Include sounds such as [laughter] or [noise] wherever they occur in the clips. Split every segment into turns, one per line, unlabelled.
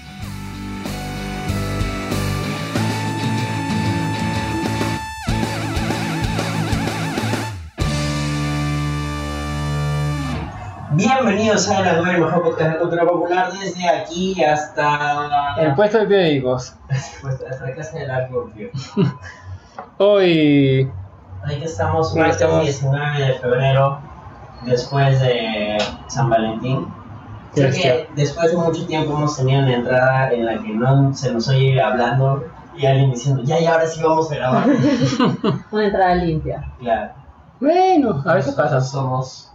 Bienvenidos a la nueva mejor podcast de cultura popular desde aquí hasta
El puesto de periódicos.
pues, hasta la casa del Argopio.
Hoy
Ahí estamos,
Ahí
martes
estamos.
19 de febrero, después de San Valentín. Creo que después de mucho tiempo hemos tenido una entrada en la que no se nos oye hablando y alguien diciendo, ya, ya, ahora sí vamos a
[laughs]
grabar.
Una entrada limpia.
claro,
Bueno, a veces pasa.
somos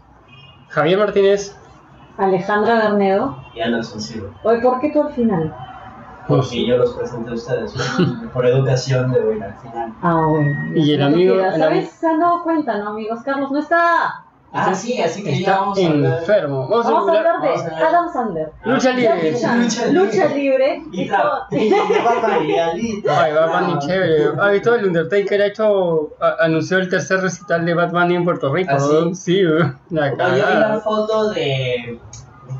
Javier Martínez.
Alejandra Bernedo.
y Anderson Silva.
Hoy, ¿por qué tú al final?
Pues
Porque yo los presenté a ustedes,
[laughs]
¿no? por educación debo ir al final.
Ah, bueno.
Y el amigo-
¿Sabes?
el ami-
Se han dado cuenta, ¿no, amigos? Carlos no está.
Ah, sí, así que ya
Está
vamos a hablar.
enfermo. Vamos a
Vamos a
hablar- Eh,
hablar de
vamos a hablar.
Adam Sander.
Lucha libre.
Lucha libre.
Lucha libre.
Y
Esto-
tra- y barbaridad.
Ay, Batman y chévere. ¿Has visto el Undertaker? Ha hecho, a- anunció el tercer recital de Batman en Puerto Rico.
¿Ah, sí?
¿no? Sí, weón. la
Oye, vi la
cagada.
foto de. ¿De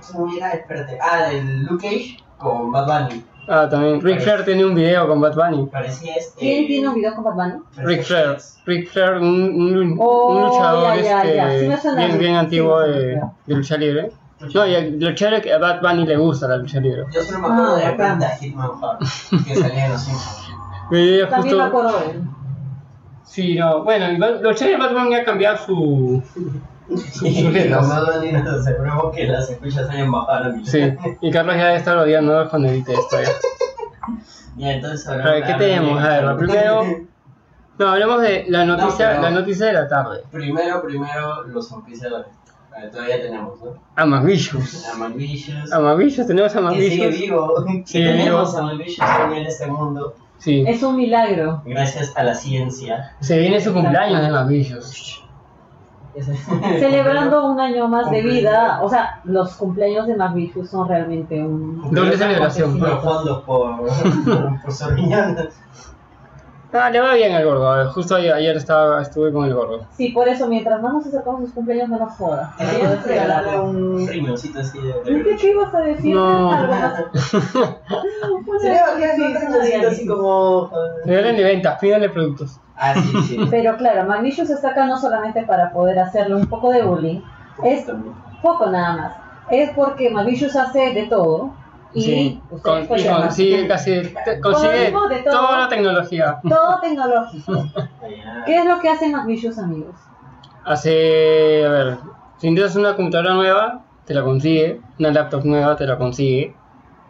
quién era? Espérate. Ah, de Luke Cage con Bad Bunny.
Ah, también. Rick Flair tiene un video con Batman.
Parecía este.
¿Quién tiene un video con Batman?
Rick Flair. Rick Flair, un, un-
Oh,
un luchador
ya, ya, ya. Sí me
este,
suena
bien,
bien.
bien
Sí
antiguo
me suena
de,
bien.
de lucha libre. No, y el- lo chévere es que a Bad Bunny le gusta la lucha libre.
Yo solo me acuerdo
Ah,
de
bacán.
Panda Hitman Hard, que salía en los
[laughs]
Simpsons.
Y yo
También me
justo-
acuerdo de él.
Sí, no, bueno, y Bat- los chéveres de Batman ya han cambiado su... sus
Y
letras.
con Bad Bunny nos aseguramos que las escuchas hayan bajado. ¿no?
Sí, y Carlos ya debe estar odiando cuando edite esto ya.
Ya, entonces ahora.
A ver, ¿qué tenemos? A ver, lo primero... No, hablemos de la noticia,
No, pero-
la noticia de la tarde.
[laughs] Primero, primero, los auspiciadores. A ver, Todavía tenemos, ¿no?
Amabillos.
Amarillos.
Amabillos, tenemos
que sigue
amabillos.
vivo, que
Sigue
tenemos
vivo.
a Mauricio aún en este mundo,
Sí,
Es un milagro.
gracias a la ciencia.
se viene su cumpleaños de amabillos.
Celebrando un año más de
Cumpleaños.
vida. O sea, los cumpleaños de Marvichu son realmente un.
Doble celebración.
Profundos por, [laughs] por su riñón.
Ah, le va bien al gordo. a ver, Justo ayer, ayer estaba, estuve con el gordo.
Sí, por eso, mientras más nos acercamos a sus cumpleaños, menos joda.
Deberías regalarle un riñoncito así de.
¿Qué,
de-
¿Qué ibas a decir?
No.
Algo más. Una
Sería bacán, ¿no? Un
noticia
riñoncito así como.
Regalen de ventas, pídanle productos.
Ah, sí,
[laughs]
sí.
Pero claro, Magnicius está acá no solamente para poder hacerle un poco de bullying, es poco nada más. Es porque Magnicius hace de todo y
Sí, con-
ustedes
y
escuchan,
consigue casi, te- consigue
mismo de todo.
toda la tecnología.
todo tecnológico. ¿Qué
Allá.
es lo que hace Magnicius, amigos?
Hace, a ver, si intentas una computadora nueva, te la consigue, una laptop nueva, te la consigue.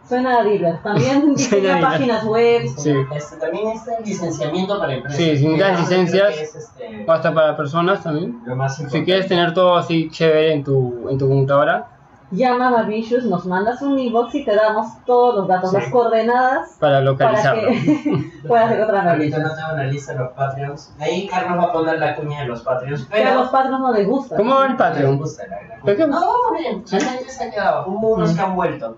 Suena a dealer.
[laughs]
También diseña
dealer.
páginas web.
Sí.
Este, también está el licenciamiento para empresas. Ah,
Sí, sin dar
Creo que
licencias.
es, este,
O hasta para personas también.
lo más
Si
importante.
quieres tener todo así chévere en tu, en tu computadora,
Llama a Magnicius, nos mandas un inbox y te damos todos los datos, las coordenadas
para
para
localizarlo.
[laughs] que puedas encontrar a
Ahorita
Magnicius.
no tengo una lista de los Patreons. De ahí Carlos va a poner la cuña de los Patreons.
Pero a
Pero
los padres no les gusta.
¿Cómo va el
Me
Patreon?
gusta la- la-
¿Pero qué?
No, bien, la gente se ha quedado. Hubo
Mm.
unos que han vuelto.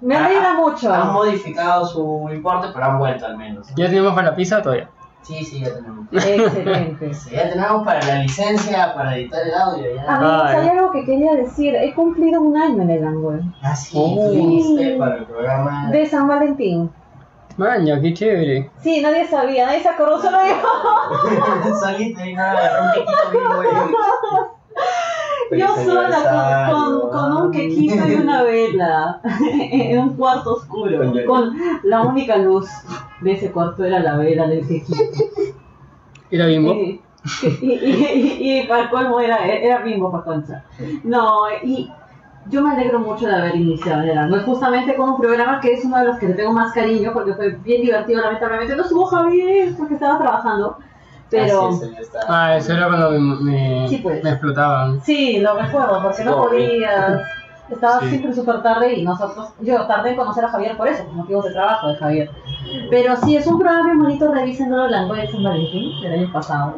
Me alegra
Ah,
mucho.
Han modificado su importe, pero han vuelto al menos.
¿Ya tenemos para la pizza todavía?
Sí, sí, ya tenemos. [laughs]
Excelente.
Sí, ya tenemos para la licencia, para editar el audio. Ya.
Amigos,
Ay.
hay algo que quería decir. He cumplido un año en el Angol.
Ah, sí,
Oh.
tú viniste para el programa.
De San Valentín.
Maña, qué chévere.
Sí, nadie sabía, nadie se acordó, solo
[laughs]
yo.
Solito y nada, un quequito vivo. y-
Yo
Feliz
sola, con,
aniversario.
con, con un quequito y una vela. [laughs] en un cuarto oscuro. Con la única luz de ese cuarto era la vela del quequito.
¿Y la bimbo?
Eh, Y, y, y, y para colmo era, era bimbo para concha. No, y yo me alegro mucho de haber iniciado el año, justamente con un programa que es uno de los que le tengo más cariño porque fue bien divertido, lamentablemente no subo Javier porque estaba trabajando, pero
Así es, ya está.
Ah, eso era cuando me, me,
Sí, pues.
me explotaban.
sí, lo recuerdo porque no
Oh,
podías, estaba
Sí.
siempre súper tarde y nosotros, yo tardé en conocer a Javier por eso, por motivos de trabajo de Javier. Pero sí, es un programa bien bonito, revísenlo, Blanco de San Valentín, del año pasado.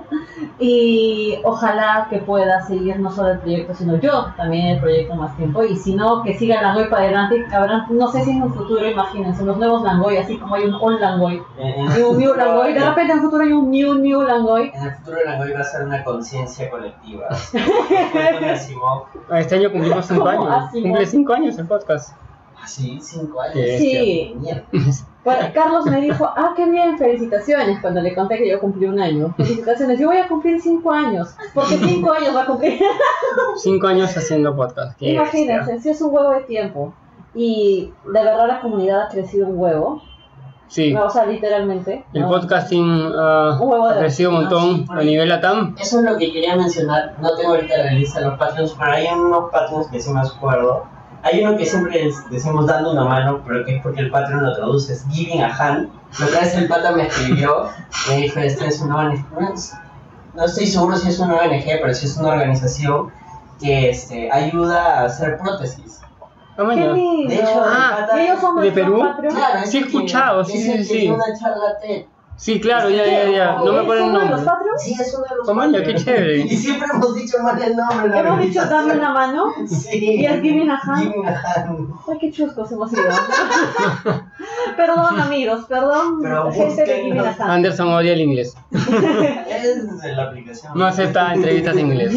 Y ojalá que pueda seguir no solo el proyecto, sino yo también el proyecto más tiempo. Y si no, que siga Langoy para adelante. Cabrán, no sé si en un futuro, imagínense, los nuevos Langoy, así como hay un Old Langoy y un New
[laughs]
Langoy. De repente en el futuro hay un New New Langoy.
En el futuro Langoy va a ser una conciencia colectiva. así como Asimov.
Este año cumplimos
[laughs]
5
¿Cómo?
años.
Así,
Cumple
¿no?
5 años el podcast.
Así, Ah, cinco
Sí.
años.
Sí.
Mierda.
Bueno, Pues, Carlos me dijo, ah, qué bien, felicitaciones, cuando le conté que yo cumplí un año. Felicitaciones, yo voy a cumplir 5 años, porque 5 años va a cumplir. [laughs]
5 años haciendo podcast. Qué bestia.
Imagínense, si es un huevo de tiempo. Y de verdad la comunidad ha crecido un huevo.
Sí,
No, o sea, literalmente.
el
¿no?
podcasting ah,
Un huevo de-
ha crecido un montón a nivel ATAM.
Eso es lo que quería mencionar. No tengo ahorita la lista de los Patreons, pero hay unos Patreons que sí me acuerdo. Hay uno que siempre es- decimos dando una mano, pero que es porque el Patreon lo traduce, es giving a hand. Lo que vez el pata me escribió, me dijo, esta es una ONG. No es- No estoy seguro si es una ONG, pero sí es una organización que este, ayuda a hacer prótesis.
Ah,
¡Qué
mañana.
lindo!
De hecho,
Ah,
el pata-
ellos son
¿de Perú?
Patreon.
Claro, es
Sí he
que-
escuchado,
es
sí, sí,
el que
sí.
dio una charla TED.
Sí, claro, ya, ya, ya. No me acuerdo el
¿Es uno de los
nombre.
Patreons?
Sí, es uno de los
Ah, maña, qué
Patreons.
chévere.
Y siempre hemos dicho mal el nombre. la
Hemos dicho
organización.
dame una mano.
Sí.
Y es Giving a Hand.
Giving a hand.
Ay, qué chuscos
[laughs]
hemos ido. [laughs] perdón, amigos, perdón.
Pero
gente de
búsquenlo.
Giving a Hand.
Anderson odia el inglés.
Es la aplicación.
No
[laughs]
acepta entrevistas en inglés.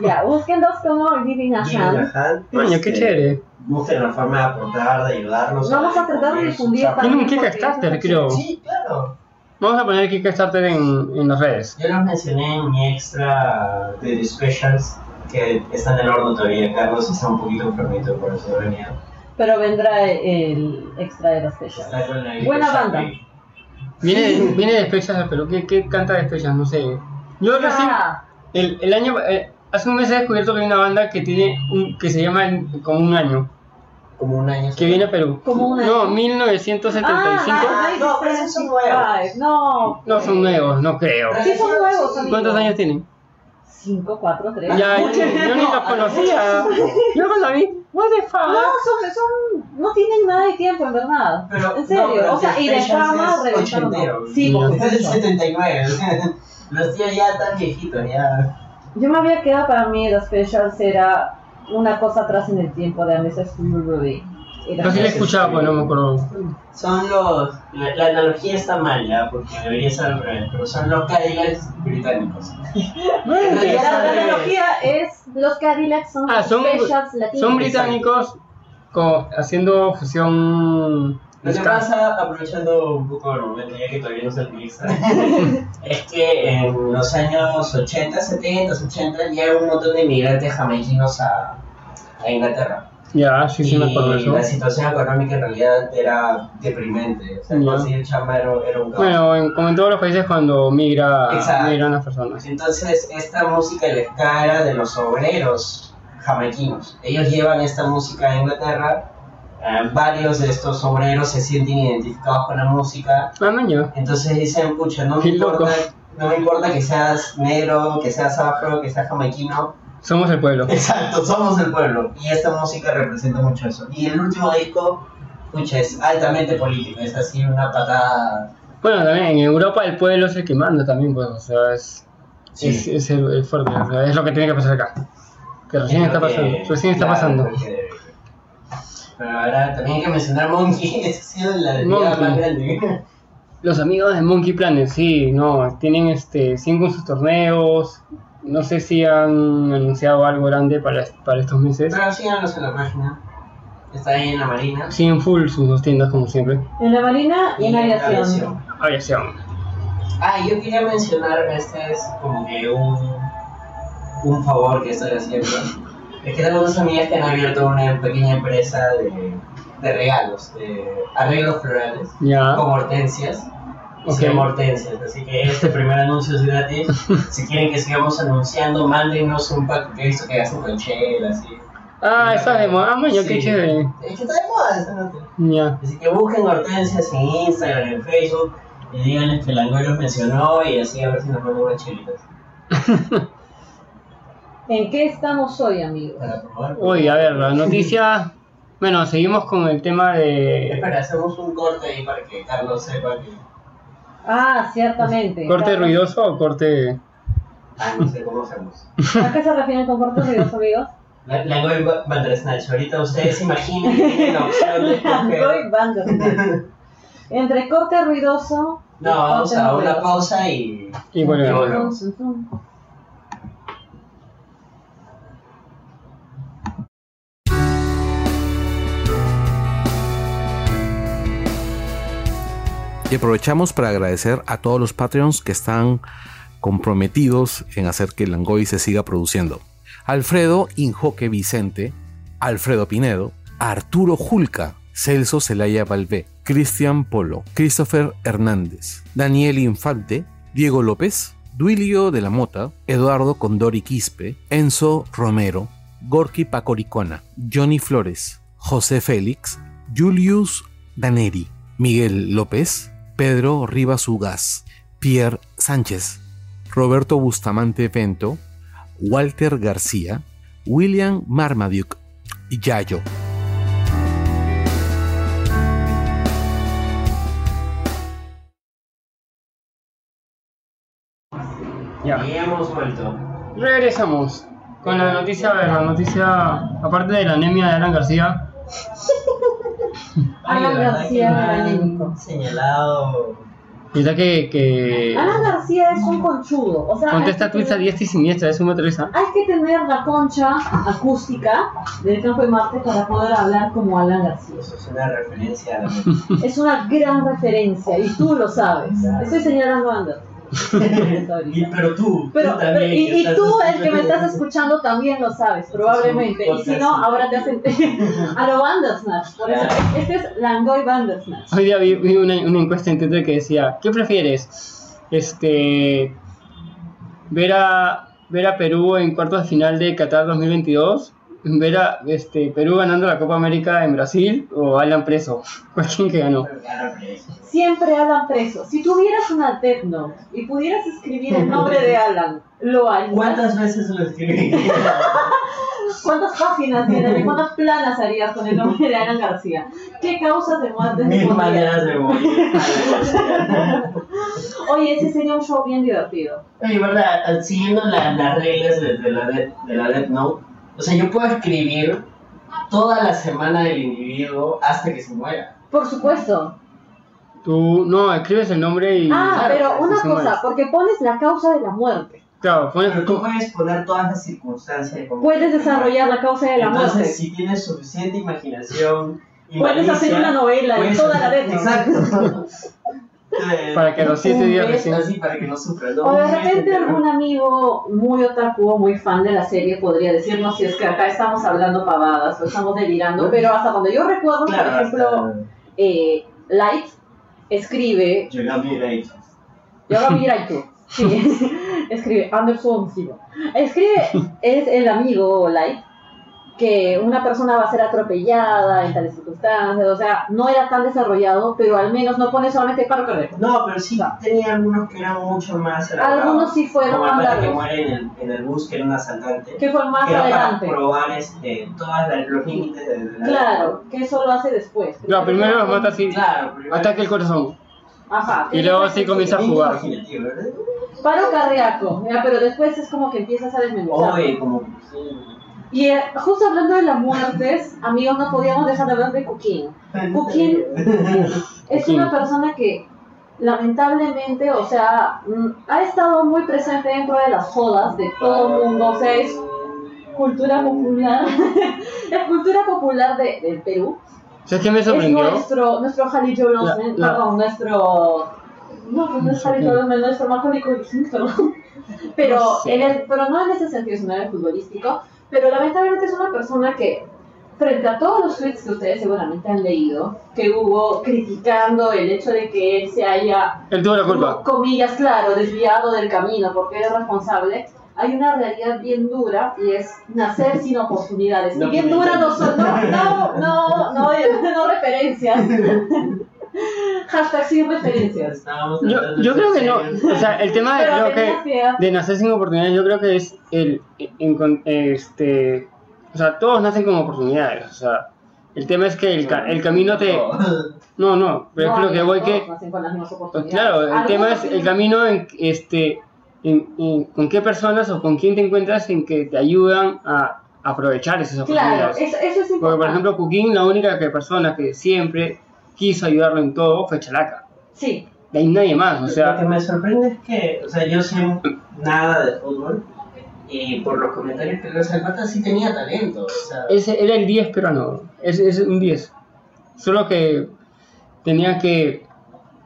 Ya, búsquenlos como Giving a
Giving a
Hand.
hand.
Coño, qué
Este,
chévere.
Busquen la forma de aportar, de ayudarnos.
Vamos a tratar de difundir
escuchar.
también
Tiene un
porque
Kickstarter,
es una-
creo.
Sí, claro.
Vamos a poner Kickstarter en, en las redes.
Yo los mencioné en mi extra de The Specials que está en el horno todavía. Carlos está un poquito enfermito, por eso no venía.
Pero vendrá el extra de las fechas.
Está con la
Buena
gripe,
banda.
sabe.
Viene, viene de Spechas al Perú. ¿Qué, qué canta de Spechas? No sé. Yo recién.
Ah,
El, el año. eh, hace un mes he descubierto que hay una banda que tiene un, que se llama Como un año.
Como un año.
Que viene a Perú.
Como un año.
No, 1975.
Ah,
No, pero esos son nuevos.
No, eh,
no son nuevos, no creo.
Ah, Sí, son nuevos, amigo.
¿Cuántos años tienen?
5, 4, 3.
Ya, yo, yo ni los conocía. Yo cuando vi, what the
No,
fuck.
son, son, no tienen nada de tiempo, en verdad.
Pero,
en serio,
no, pero
o sea, y de
Temptations
fama
es
reventaron.
ochentero.
Sí,
por
Este es del
supuesto.
79. o sea, [laughs] Los tíos ya tan viejitos, ya.
Yo me había quedado para mí, los specials era una cosa atrás en el tiempo de Mr. Studio Ruby. Era-
Yo sí la he escuchado, pero no me acuerdo.
Son los. La, la analogía está mal, ya, porque debería ser al revés, pero son los Cadillacs británicos.
Bueno,
Pero ya
La
sabe.
analogía es los Cadillacs son
Ah, son,
specials latinos.
son británicos co- haciendo fusión.
Lo que
ska.
pasa, aprovechando un poco el momento, ya que todavía no se utiliza, es que en los años 80, 70, 80 llega un montón de inmigrantes jamaiquinos a, a Inglaterra.
Ya, sí, sí, me acuerdo de
y la
eso.
situación económica en realidad era deprimente. O sea,
Ya.
conseguir chamba era, era un caos.
Bueno, en- como en todos los países, cuando migra,
Exacto.
migran las personas.
Entonces, esta música les cara de los obreros jamaiquinos. Ellos llevan esta música a Inglaterra. eh, varios de estos obreros se sienten identificados con la música.
Ah, maño.
Entonces dicen, pucha, no me,
Qué loco.
importa, no me importa que seas negro, que seas afro, que seas jamaiquino.
Somos el pueblo.
Exacto, somos el pueblo. Y esta música representa mucho eso. Y el último disco, pucha, es altamente político. Es así una patada.
Bueno, también en Europa el pueblo es el que manda también, pues, o sea, es,
Sí.
es, es el, el fuerte, o sea, es lo que tiene que pasar acá. Que recién está pasando,
Eh,
recién está
claro,
pasando.
porque- Pero ahora también hay que mencionar Monkey, [laughs] esa ha sido la desviada
Monkey.
más grande. [laughs]
Los amigos de Monkey Planet, sí, no, tienen este, siguen con sus torneos, no sé si han anunciado algo grande para, para estos meses.
Pero síganos en la página, está ahí en la marina.
Siguen full sus dos tiendas como siempre.
En la marina y en
en
la aviación.
aviación.
Aviación.
Ah, yo quería mencionar, este es como que un, un favor que estoy haciendo. Es que tengo dos amigas que han abierto una pequeña empresa de, de regalos, de arreglos florales,
Ya.
con hortensias.
Ah. Ok.
se llama Hortensias, así que este primer anuncio es
[laughs]
gratis. si quieren que sigamos anunciando, mándenos un pack que he visto que hacen con chela, así.
Ah, esa de moda. Ah, maño, qué
Sí.
chévere.
Es que está de moda esa nota.
Ya.
Así que busquen Hortensias en Instagram, en Facebook, y díganles que Langoy los mencionó y así a ver si nos mandan unas chelitas
¿En qué estamos hoy, amigos?
para probar.
Uy, a ver, la noticia Bueno, seguimos con el tema de
Eh, Espera, hacemos un corte ahí para que Carlos sepa que.
Ah, ciertamente.
corte
Claro. [laughs]
ruidoso o corte...
Ah, no sé cómo hacemos.
¿A qué se refieren con cortos
[laughs]
ruidosos, amigos?
La la Goy Ba- Bandersnatch. Ahorita ustedes se imaginan que tienen la opción de
Voy
coger.
bando. Entre corte ruidoso. y
No, vamos
corte
a una
ruidoso.
pausa y.
Y bueno,
Y bueno.
Zum, zum, zum.
Y aprovechamos para agradecer a todos los Patreons que están comprometidos en hacer que Langoy se siga produciendo. Alfredo Injoque Vicente, Alfredo Pinedo, Arturo Julca, Celso Celaya Valvé, Cristian Polo, Christopher Hernández, Daniel Infante, Diego López, Duilio de la Mota, Eduardo Condori Quispe, Enzo Romero, Gorky Pacoricona, Johnny Flores, José Félix, Julius Daneri, Miguel López, Pedro Rivas Ugas, Pierre Sánchez, Roberto Bustamante Vento, Walter García, William Marmaduke y Yayo.
ya.
Y hemos vuelto.
Regresamos con la noticia, a ver, la noticia, aparte de la anemia de Alan García,
Ah,
Ay, la verdad que
García
me han
Anémico.
Señalado.
ya que... que
Alan García es un conchudo. O sea, hay
contesta
que
tweets a
tener-
diestra y siniestra, es un motorista.
Hay que tener la concha acústica del campo de Marte para poder hablar como Alan García.
Eso pues, es una referencia
[laughs]
a la.
Es una gran referencia y tú lo sabes. Estoy señalando
[laughs]
a
Y-
Anderson.
Pero tú,
Pero,
tú también.
y,
que
y
estás
tú, el que me
escuchando-
estás escuchando, también lo sabes, probablemente. Y si no, ahora te hacen [laughs] a lo Bandersnatch. Por eso, este es Langoy Bandersnatch.
Hoy día vi, vi una, una encuesta en Twitter que decía, ¿qué prefieres? Este, ver a ver a Perú en cuartos de final de Qatar 2022, ver a este, Perú ganando la Copa América en Brasil o Alan preso, [laughs] cualquier que ganó.
Claro, pues.
Siempre Alan preso. Si tuvieras una Death Note y pudieras escribir el nombre de Alan, lo harías.
¿Cuántas veces lo
[laughs]
escribí?
¿Cuántas
[laughs]
páginas tienes y cuántas planas harías con el nombre de Alan García? ¿Qué causas de muerte
Mil
pondrías?
maneras de morir.
Oye, ese sería un show bien divertido.
Oye, ¿verdad? Siguiendo la- las reglas de, de la de, de la Death Note, o sea, yo puedo escribir toda la semana del individuo hasta que se muera.
Por supuesto.
Tú no escribes el nombre y
Ah,
claro,
pero una
eso no
cosa,
es.
porque pones la causa de la muerte.
claro, pones-
Pero tú puedes poner todas las circunstancias de cómo-
Puedes desarrollar la causa de la
Entonces,
muerte.
si tienes suficiente imaginación y
Puedes
malicia,
hacer una novela de
puedes
toda la
hacer-
Death [laughs]
Exacto. Eh,
para que los siete
Un
días
beso.
recién.
Así para que no sufra. ¿no?
O de repente algún amigo muy otaku o muy fan de la serie podría decirnos si es que acá estamos hablando pavadas o estamos delirando, pero hasta donde yo recuerdo,
Claro,
por ejemplo, eh, Light escribe
hasta- Llegó a mi edad.
Y ahora mira y tú. Sí. [laughs] Escribe Anderson Silva. Escribe, es el amigo Light, que una persona va a ser atropellada en tales circunstancias. O sea, no era tan desarrollado, pero al menos no pone solamente paro cardíaco.
No, pero sí tenía algunos que eran mucho más elaborados.
Algunos sí fueron
Como el
más
pata que
largos.
muere en el, en el bus, que era un asaltante.
Que fue más
que era
adelante.
para probar este, todos los límites de de la
Claro, que eso lo hace después.
Claro, primero los matas y
Claro, primero-
ataque el corazón.
Ajá.
Y luego así comienza a
Bien
jugar.
imaginativo, ¿verdad?
Paro cardíaco, ya, pero después es como que empiezas a desmenuzar.
Oye, como. sí.
Y eh, justo hablando de las muertes, amigos, no podíamos dejar de hablar de Cooking. Cooking es
Cooking.
una persona que lamentablemente, o sea, mm, ha estado muy presente dentro de las jodas de todo el mundo, o sea, es cultura popular, [laughs] es cultura popular de, del Perú.
¿Sabes qué me
Es
sorprendió?
nuestro, nuestro Hallie Joel Osment,
La- la-
perdón, nuestro... No, pues no es Hallie Joel Osment, nuestro Marco Nicodito. [laughs] Pero,
No sé.
en el- pero no en ese sentido, sino en el futbolístico. Pero lamentablemente es una persona que, frente a todos los tweets que ustedes seguramente han leído, que hubo criticando el hecho de que él se haya
Él tuvo la culpa.
comillas, claro, desviado del camino porque eres responsable, hay una realidad bien dura y es nacer sin oportunidades.
No,
y bien
no,
dura
no.
no son, no, no, no, no, no referencias. [laughs] Hashtag sin referencias.
Estábamos
Yo,
tratando
yo
de
creo
ser
que no.
serios.
O
[laughs]
sea, el tema de
Pero
creo que.
tenías idea.
de nacer sin oportunidades, yo creo que es el, en- con- este, o sea, todos nacen con oportunidades, o sea, El tema es que el, ca- el camino te... No, no, pero
No,
es lo que
no
voy
todos
que...
nacen con las mismas
Pues
oportunidades.
claro, el
Algunos
tema es el
tienen-
camino en este en- en- con qué personas o con quién te encuentras en que te ayudan a aprovechar esas
Claro,
oportunidades.
eso, eso es importante.
Porque por ejemplo, Cuquín, la única que- persona que siempre quiso ayudarlo en todo fue Chalaca.
sí,
De ahí nadie más, o
lo que
sea,
me sorprende es que, o sea, yo sé nada de fútbol y por los comentarios que leo el pata sí tenía talento. O sea,
ese era el 10 peruano, es, es un 10. Solo que tenía que,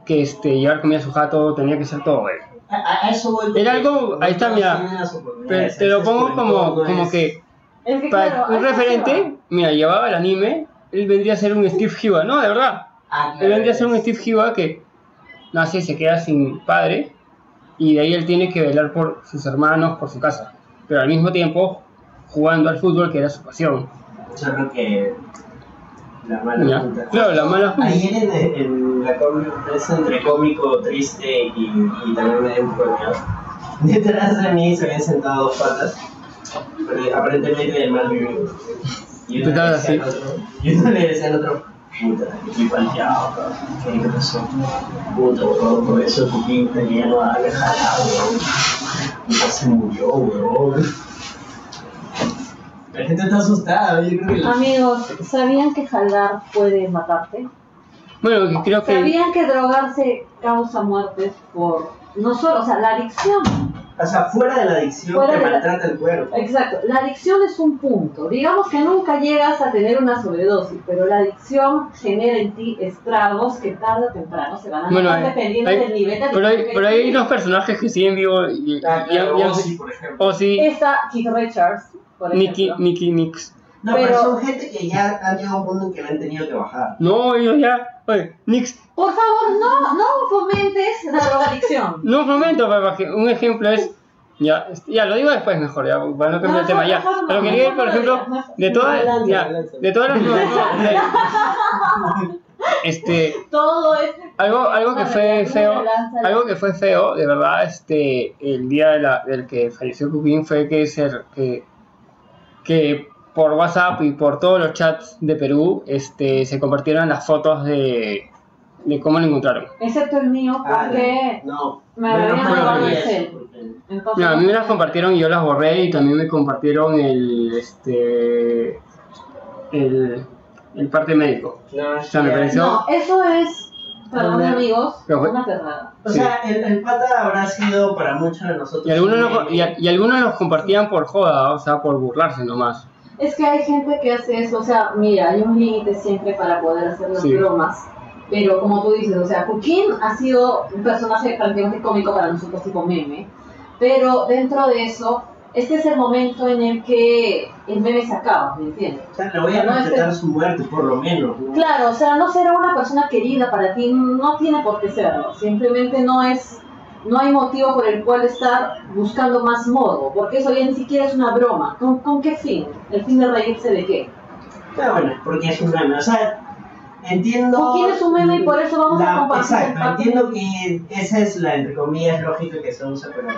que este, llevar comida a su jato, tenía que ser todo él.
a, a- a eso voy.
Era algo- ahí está,
Todos
mira.
tienen las
Pero,
oportunidades,
te lo
entonces,
pongo
sobre todo,
como,
no
como
es-
que
es que
Para
claro,
un
hay que hacerlo.
referente, mira, llevaba el anime, él vendría a ser un Steve Hiba, no, de verdad.
Ah,
Él
claro,
vendría a ser un
es-
Steve Hiba que nace y se queda sin padre, y de ahí él tiene que velar por sus hermanos, por su casa, pero al mismo tiempo jugando al fútbol que era su pasión.
Solo que la
Ya.
mala puta.
Claro, la mala
Ayer en, en la conversa entre cómico, triste y, y también medio enfermedad, [laughs] detrás de mí se habían sentado dos patas, pero aparentemente de mal vivido. Y uno le
¿Tú estabas
decía al
así?
otro, y uno le decía al otro, puta, estoy palteado, cabrón, ¿qué pasó? Puta, weón, por eso tu pinta ya no va a dejar, weón. Puta, se murió, weón. La gente está asustada, yo creo que la
Amigos, ¿sabían que jalar puede matarte?
Bueno, que creo que
¿Sabían que drogarse causa muertes por... No solo, o sea, la adicción.
O sea, fuera de la adicción
Fuera
que
de la-
maltrata el cuerpo.
Exacto, la adicción es un punto. Digamos que nunca llegas a tener una sobredosis, pero la adicción genera en ti estragos que tarde o temprano se van a
Bueno,
notar
hay-
dependiendo
hay-
del nivel de
pero hay,
adicción que
pero hay
tienes.
unos personajes que siguen vivos y, y,
Ah,
y-
claro,
y-
Ozzy, por ejemplo.
o sí,
Esta, Keith Richards, por
Nicky,
ejemplo.
Nicky Nix.
No, pero,
pero-
son gente que ya han llegado a un punto en que le han tenido que bajar.
No, ellos ya, oye, Nix,
Por favor, no, no fomentes la drogadicción.
[laughs] No, un momento, papá, que un ejemplo es. Ya, este, ya, lo digo después mejor, ya, para no cambiar el tema, ya.
Mejor no,
Pero quería ir, por
mejor
ejemplo,
no,
de todas,
Adelante,
ya,
adelante.
de
[laughs]
todas las... no, no, de- este,
Todo es
algo, algo que
Una
fue
relanza,
feo,
una relanza.
algo que fue feo, de verdad, este, el día de la- del que falleció Cuquín fue que, se- que, que por WhatsApp y por todos los chats de Perú, este, se compartieron las fotos de, de cómo lo encontraron.
Excepto el mío,
Ah,
porque
No.
me
Menos
habían
mal no vi
robado el
eso,
cel.
porque-
Entonces,
No, a mí me las compartieron y yo las borré y también me compartieron el este el, el parte médico.
No, es
sea, me
que-
pareció-
No, eso es, perdón
Una-
amigos,
Pero fue-
una perrada.
O sea, el, el pata habrá sido para muchos de nosotros.
Y algunos,
un
lo- y, a- y algunos los compartían por joda, o sea, por burlarse nomás.
Es que hay gente que hace eso, o sea, mira, hay un límite siempre para poder hacer las
Sí.
bromas. Pero como tú dices, o sea, Kukin ha sido un personaje prácticamente cómico para nosotros, tipo meme. Pero dentro de eso, este es el momento en el que el meme se acaba, ¿me entiendes?
O sea, le voy a
No,
respetar su muerte, por lo menos. ¿no?
Claro, o sea, no será una persona querida para ti, no tiene por qué serlo. Simplemente no es, no hay motivo por el cual estar buscando más morbo, porque eso ya ni siquiera es una broma. ¿Con, con qué fin? ¿El fin de reírse de qué?
Pero bueno, porque es un meme. O sea, entiendo.
Joaquín es un meme y por eso vamos a
la-
compartir el
Exacto,
pack.
entiendo que esa es la, entre comillas, lógica que se usa, pero.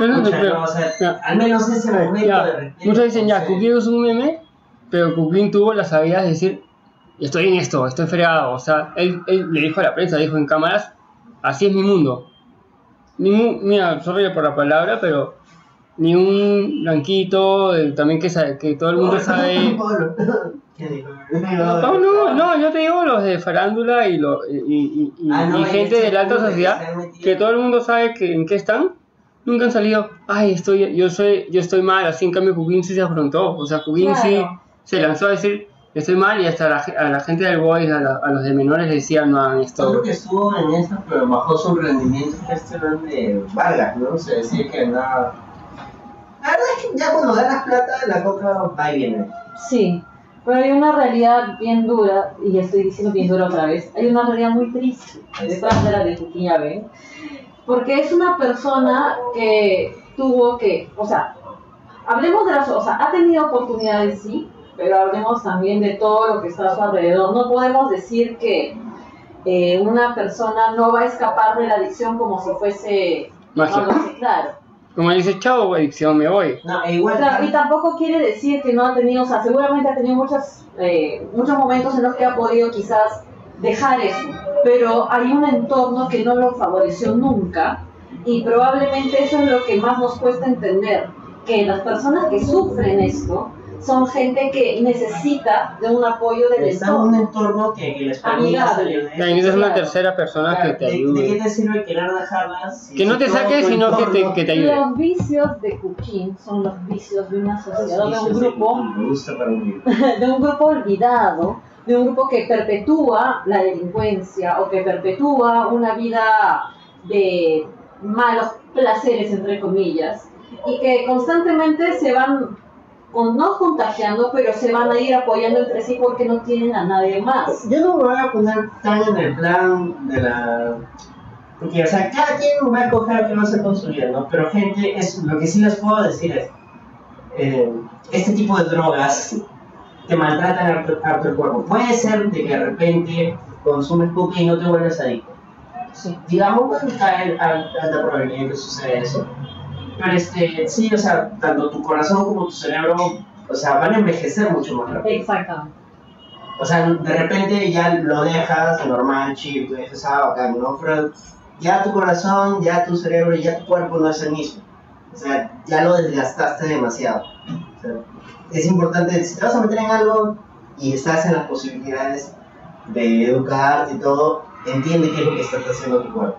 No, no, no,
Pucha,
pero-
no, o sea,
ya,
al menos ese momento
ya.
de respeto.
Muchos dicen,
o
ya,
sea,
Cuquín es un meme, pero Cuquín tuvo la sabiduría de decir, estoy en esto, estoy fregado. O sea, él, él le dijo a la prensa, dijo en cámaras, así es mi mundo. Ni mu- mira, sorry por la palabra, pero ni un blanquito, eh, también que, sa- que todo el mundo sabe...
Pablo. ¿Qué dijo?
No, no, no, yo te digo los de farándula y, lo, y, y- y-
Ah, no,
y
en
gente
ese
de la alta
punto de que se
sociedad
han metido.
que todo el mundo sabe que en qué están. Nunca han salido, ay, estoy, yo soy, yo estoy mal, así en cambio Cugin sí se afrontó, o sea, Cugin sí
Claro.
se lanzó a decir, estoy mal, y hasta la, ge- a la gente del Boys, a, la- a los de menores le decían, no hagan
Todo
esto.
lo que estuvo en eso, pero bajó su rendimiento fue este man de Vargas, ¿no? Se decía que andaba. La verdad es que ya cuando ganas plata, la coca va y viene.
Sí, pero hay una realidad bien dura, y estoy diciendo bien dura otra vez, hay una realidad muy triste detrás de la de Joaquín, ya ven, porque es una persona que tuvo que, o sea, hablemos de las, o sea, ha tenido oportunidades, sí, pero hablemos también de todo lo que está a su alrededor. No podemos decir que eh, una persona no va a escapar de la adicción como si fuese
Magia.
algo así, claro.
Como él dice, chao, adicción, me voy.
No, e igual.
Claro, y tampoco quiere decir que no ha tenido, o sea, seguramente ha tenido muchas, eh, muchos momentos en los que ha podido quizás dejar eso, pero hay un entorno que no lo favoreció nunca y probablemente eso es lo que más nos cuesta entender, que las personas que sufren esto son gente que necesita de un apoyo del
Están en un
entorno.
entorno que, que les permita
Amigable.
salir de
La necesitas una
Claro.
tercera persona
Claro,
que te
¿de- ¿De
ayude.
qué te sirve querer dejarlas? si-
Que no
si
te
todo
saques,
tu
sino que te,
entorno-
que te ayude.
Los vicios de Cuquín son los vicios de una sociedad, de
Sí,
un
sí,
grupo,
Me gusta para unir.
de un grupo olvidado, de un grupo que perpetúa la delincuencia o que perpetúa una vida de malos placeres, entre comillas, y que constantemente se van, con- no contagiando, pero se van a ir apoyando entre sí porque no tienen a nadie más.
Yo no me voy a poner tan en el plan de la. Porque, o sea, cada quien va a coger que no se construye, ¿no? Pero, gente, es, lo que sí les puedo decir es: eh, este tipo de drogas te maltratan harto, harto el cuerpo. Puede ser de que de repente consumes coca y no te vuelves adicto. Digamos, bueno, está el- al- alta probabilidad que suceda eso. Pero, este, sí, o sea, tanto tu corazón como tu cerebro, o sea, van a envejecer mucho más rápido.
Exactamente.
O sea, de repente ya lo dejas normal, chill, tú dices, ah, bacán, ¿no? Pero ya tu corazón, ya tu cerebro, ya tu cuerpo no es el mismo. O sea, ya lo desgastaste demasiado. O sea, es importante, si te vas a meter en algo y estás en las posibilidades de educarte y todo, entiende qué es lo que estás haciendo tu cuerpo.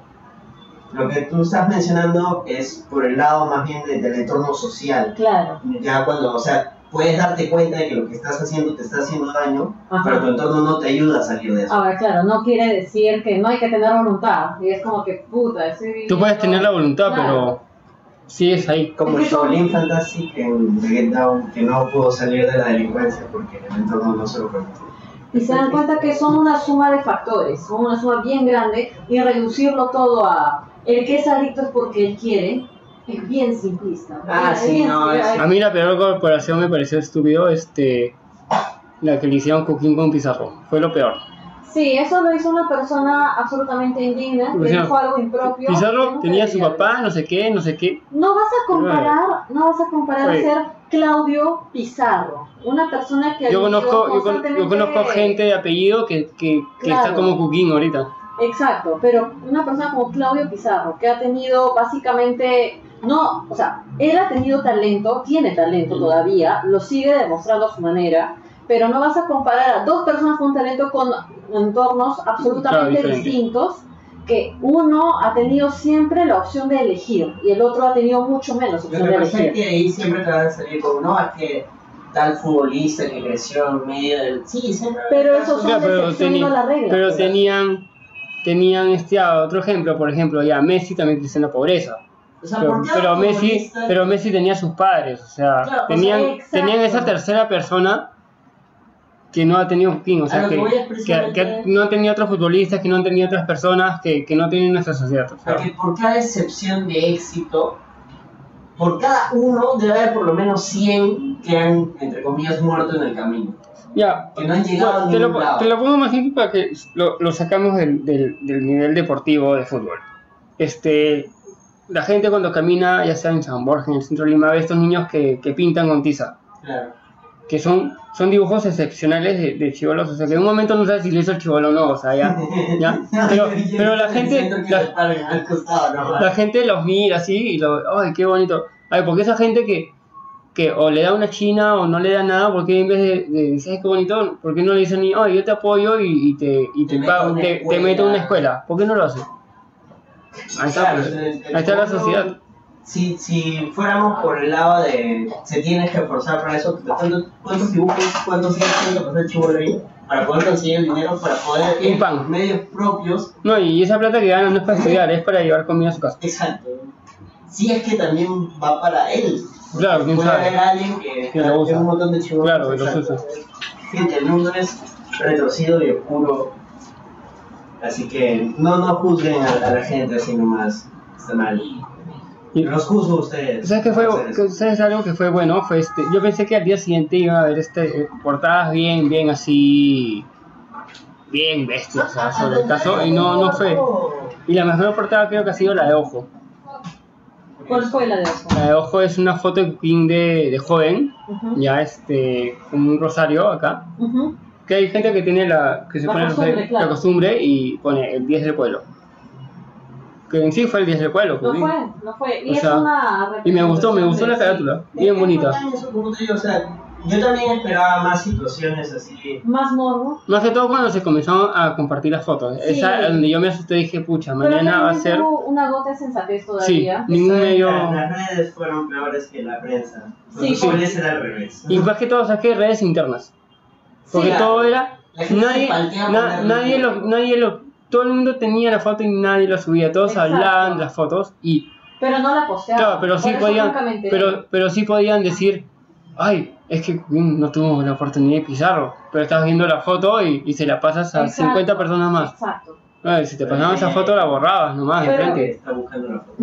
Lo que tú estás mencionando es por el lado más bien de- del entorno social.
Claro.
Ya cuando, o sea, puedes darte cuenta de que lo que estás haciendo te está haciendo daño,
Ajá. Ah,
pero tu entorno no te ayuda a salir de eso.
Ahora, claro, no quiere decir que no hay que tener voluntad. Y es como que, puta, ese
Tú puedes tener la voluntad,
Claro.
pero sigues ahí.
Como
pues
Shaolin Fantasy que en The Get Down, que no pudo salir de la delincuencia porque el entorno no se lo permitió.
Y se dan cuenta que son una suma de factores, son una suma bien grande y reducirlo todo a el que es adicto es porque él quiere, es bien simplista.
Ah,
Es
sí,
bien
no,
simplista.
A mí la peor corporación me pareció estúpido, este, la que le hicieron Coquín con Pizarro. Fue lo peor.
Sí, eso lo hizo una persona absolutamente indigna, que
O sea,
dijo algo impropio. que
Pizarro
nunca
tenía a su
debería haber.
papá, no sé qué, no sé qué.
No vas a comparar, no vas a comparar
Oye.
ser Claudio Pizarro, una persona que ha
Yo
vivido
conozco, yo, con- yo
constantemente-
conozco gente de apellido que, que, que está
Claro.
como Coquín ahorita.
Exacto, pero una persona como Claudio Pizarro, que ha tenido básicamente, no, o sea, él ha tenido talento, tiene talento todavía, lo sigue demostrando a su manera, pero no vas a comparar a dos personas con talento con entornos
Claro,
absolutamente
diferente.
distintos, que uno ha tenido siempre la opción de elegir y el otro ha tenido mucho menos
Lo
opción
que
de
pasa es
elegir.
que ahí siempre te van a salir como, no, es que tal futbolista que creció en medio del... Sí, siempre...
Pero eso son
Ya, pero
excepciones
tenía-
a la regla.
Pero tenían, tenían este ah, otro ejemplo, por ejemplo, ya Messi también creció en la pobreza.
O sea,
Pero,
¿por qué
pero
los
Messi,
futbolistas-
pero Messi tenía a sus padres, o sea,
Claro, o
tenían,
sea, exacto.
tenían esa tercera persona que no ha tenido Coquín, o
A
sea,
lo que
que,
voy es
que, que
precisamente-
no han tenido otros futbolistas, que no han tenido otras personas, que, que no tienen nuestra sociedad. o sea.
Porque por cada excepción de éxito, por cada uno debe haber por lo menos 100 que han, entre comillas, muerto en el camino.
Ya,
Que no han llegado a
te lo,
ningún lado.
te lo pongo más simple para que lo, lo sacamos del, del- del nivel deportivo de fútbol. Este, la gente cuando camina, ya sea en San Borja, en el centro de Lima, ve estos niños que, que pintan con tiza.
Claro.
que son, son dibujos excepcionales de, de chivolos, o sea que en un momento no sabes si le hizo el chivolo o no, o
[laughs]
sea, ya, ya. Pero, pero la gente,
Siento que se
la,
paren al costado, ¿no?
la gente los mira así y lo, ay, qué bonito. Ay, porque esa gente que, que o le da una china o no le da nada, porque en vez de, de decir, "Ay, qué bonito, ¿por qué no le dicen ni, ay, yo te apoyo y, y te, y
Te
te,
meto
pago,
una
te, te meto
escuela".
en una escuela? ¿Por qué no lo hacen? Ahí está,
Claro,
pues,
el- el
ahí está la
pueblo-
sociedad.
Si, si fuéramos por el lado de se tienes que esforzar para eso, ¿cuántos, cuántos dibujos, cuántos días tiene que pasar el chivolo ahí para poder conseguir el dinero, para poder
Un pan.
medios propios
No, y esa plata que ganan no es para estudiar, es para llevar comida a su casa.
Exacto. Si es que también va para él.
Claro, quién
Puede
sabe.
haber alguien que
Que lo usa.
tiene un montón de chivos.
Claro, que los
Exacto.
usa.
Gente, el mundo es retorcido y oscuro. Así que no, no juzguen a, a la gente así nomás. Está mal.
Y-
Los juzgo a ustedes.
¿Sabes qué fue?
por hacer eso.
que- ¿Sabes algo que fue bueno? Fue este, yo pensé que al día siguiente iba a haber este, eh, portadas bien, bien así, bien bestias o sea, sobre el caso, y no, no fue. Y la mejor portada creo que ha sido la de Ojo.
¿Cuál fue la de Ojo?
La de ojo es una foto de King de, de joven,
Ujú,
ya este, con un rosario acá.
ujú.
Que hay gente que tiene la, que se
La
pone el rosario-
costumbre, claro.
la costumbre y pone el 10 del pueblo. Que en sí fue el 10 del pueblo.
No
pues,
fue, no fue. Y
O
es
sea,
una.
y me gustó, me gustó la
representación de-
carátula, bien bonita.
Eso, como te digo, o sea, yo también esperaba más situaciones así.
sí. Más morbo.
Más que todo cuando se comenzaron a compartir las fotos.
Sí.
Esa es donde yo me asusté y dije, pucha, mañana
Pero
va a
también
ser...
hubo Una gota de sensatez
Sí,
todavía.
ningún
Eso,
medio...
la- Las redes fueron peores que la prensa.
Sí,
Sí, suele ser al revés.
Y más que todo saqué redes internas. Porque
la-
todo era...
la gente
Nadie,
se palteaba
na-
por la
nadie,
red.
lo, nadie lo... Todo el mundo tenía la foto y nadie la subía. Todos
Exacto.
hablaban de las fotos y...
Pero no la postearon.
Claro, pero sí
Por eso
podían...
nunca me enteré.
Pero, pero sí podían decir... Ay, es que mm, no tuvo la oportunidad de pisarlo. Pero estás viendo la foto y, y se la pasas a
Exacto.
50 personas más.
Exacto.
Ay, si te pasaban esa foto la borrabas nomás de
Pero-
frente.
Está buscando la foto.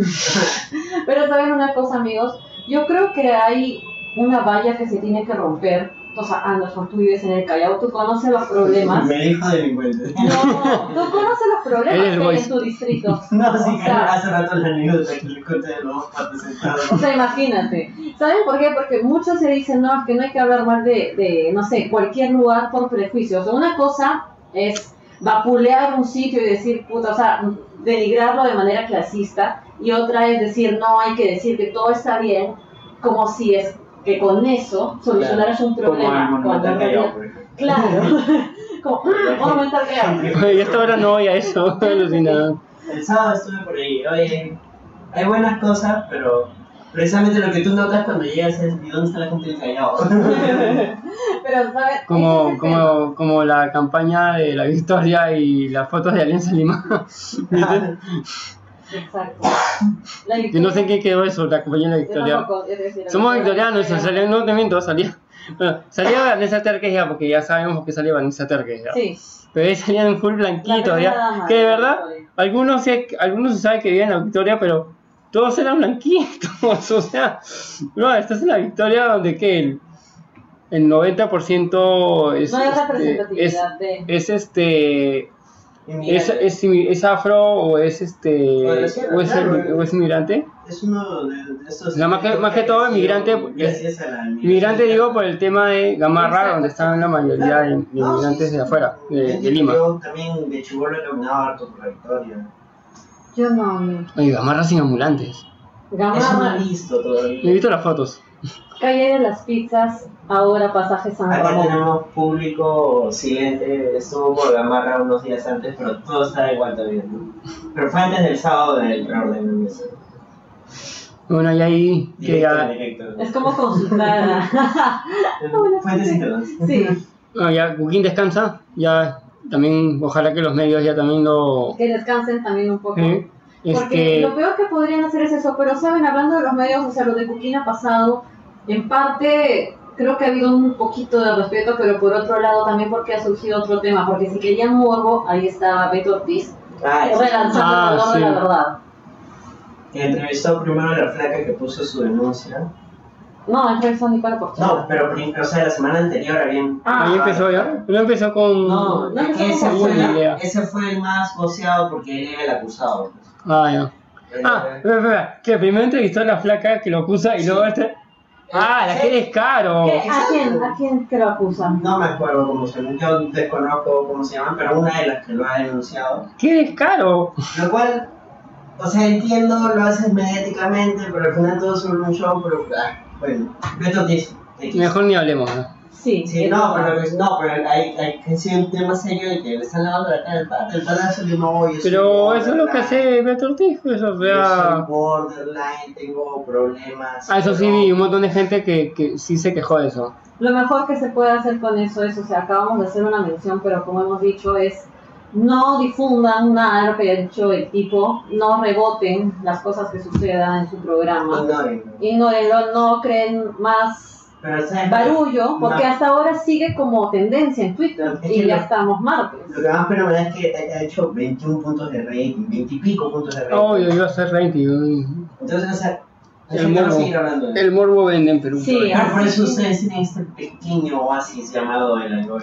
Pero saben una cosa, amigos, yo creo que hay una valla que se tiene que romper. O sea, Anderson, tú vives en el Callao, tú conoces los problemas.
Me dijo delincuente.
No, tú conoces los problemas
Eres
que hay
voice.
en tu distrito.
[laughs] No, sí,
O
que
sea,
hace rato la anécdota que le conté de los presentados.
O sea, imagínate. ¿Saben por qué? Porque muchos se dicen, no, es que no hay que hablar mal de, de, no sé, cualquier lugar por prejuicios. una cosa es vapulear un sitio y decir, puta, o sea, denigrarlo de manera clasista. Y otra es decir, no, hay que decir que todo está bien, como si es que con eso solucionaras un problema.
[laughs] Como
cuando
el
en realidad-
Callao, por ejemplo.
Claro.
[laughs]
[laughs] como, "Mm, monumento al Callao".
[laughs] Y hasta ahora no voy a eso, [laughs] alucinado.
El sábado estuve por ahí. Oye, hay buenas cosas, pero precisamente lo que tú notas cuando llegas es ¿y dónde está la gente del Callao? [laughs]
Pero, ¿saben? Ese es
Como,
el tema.
como, como la campaña de la victoria y las fotos de Alianza Lima. [laughs]
Exacto.
[laughs]
La
Yo no sé en qué quedó eso, la campaña de la
Yo
victoria.
tampoco, es decir,
Somos
la-
victorianos, o salía, no te miento, salía. Bueno, salía Vanessa Terques ya, porque ya sabemos que salía Vanessa Terques ya.
Sí.
Pero ahí salían full blanquitos
La primera
ya.
dama
Que de
de la
verdad,
victoria.
algunos se, algunos se sabe que vivían en la victoria, pero todos eran blanquitos. [laughs] O sea, no, estás en la victoria donde que el, el 90% es.
no hay
este, es,
representatividad de.
es este
Y mira,
es, es, simi- es afro o es este
O de la sierra,
o es,
claro.
o es inmigrante
es uno de estos.
No, más que- más que todo, inmigrante,
Gracias a la
inmigrante digo por el tema de Gamarra
Exacto.
donde están la mayoría de, de
No,
inmigrantes
sí,
de afuera de, de
Yo
Lima
también de Chibolo caminaba harto por la victoria.
Yo no, no.
Oye, Gamarra sin ambulantes
Eso no
Gamarra,
he visto
me he
todavía.
visto las fotos
calle de las pizzas, ahora pasaje San
Ah,
Acá
Ramón.
tenemos público silente, estuvo por Gamarra unos días antes, pero todo está igual todavía, ¿no? Pero fue antes del sábado del reorden.
bueno y ahí que
Directo,
ya,
directo.
Es como consultar.
[laughs]
a-
Fuentes internas.
sí,
bueno, ah, ya Cuquín descansa ya también ojalá que los medios ya también lo
que descansen también un poco.
eh,
Porque
este
lo peor que podrían hacer es eso, pero saben, hablando de los medios, o sea, lo de Cuquín ha pasado, en parte creo que ha habido un poquito de respeto, pero por otro lado también porque ha surgido otro tema, porque si querían morbo, ahí estaba Beto Ortiz,
Ah, es-
relanzando
Ah,
el valor de
sí.
la verdad.
que entrevistó primero a la flaca que puso su denuncia.
No, entrevistó a Nicola Porchela.
No, pero prim- o sea, la semana anterior habían.
Ah.
ahí empezó ya no empezó con
No,
No,
es que
no
ese
tengo
fue,
buena idea.
ese fue el más goceado porque él era el acusado. pues.
ah ya Ah,
Eh,
espera, espera, que primero entrevistó a la flaca que lo acusa y luego este. Ah, la
sí.
que eres caro.
¿Qué? ¿A quién? ¿A quién que lo acusan?
No me acuerdo cómo se llama, yo desconozco cómo se llaman, pero una de las que lo ha denunciado.
¿Qué eres caro?
Lo cual, o sea, entiendo, lo haces mediáticamente, pero al final todo sobre un show, pero ah, bueno, Beto Ortiz, X.
Mejor ni hablemos, ¿no?
Sí, Eh,
Sí,
es
no,
verdad.
pero, no, pero hay, hay que ser un tema serio de que le están lavando la cara al pata. El pata se le no, yo soy
Pero eso es lo que
borderline,
hace Beto Ortiz, pues, o
Yo soy
sea.
borderline, tengo problemas.
Ah, eso sí,
pero-
vi un montón de gente que, que sí se quejó de eso.
Lo mejor que se puede hacer con eso es, o sea, acabamos de hacer una mención, pero como hemos dicho, es no difundan nada de lo que ha dicho el tipo, no reboten las cosas que sucedan en su programa.
Ignórenlo.
Ignórenlo, no creen más
Pero ¿sabes?
barullo, porque
No.
hasta ahora sigue como tendencia en Twitter
Es
y
que
ya
lo-
estamos martes.
Lo que más fenomenal es que ha ha hecho 21 puntos de rating, 20 y pico puntos de rating.
Obvio, iba a ser rating. uy.
Entonces, o sea,
El morbo, el morbo vende en Perú.
Sí,
todavía.
Ah, por eso ustedes tienen este pequeño oasis llamado el alcohol.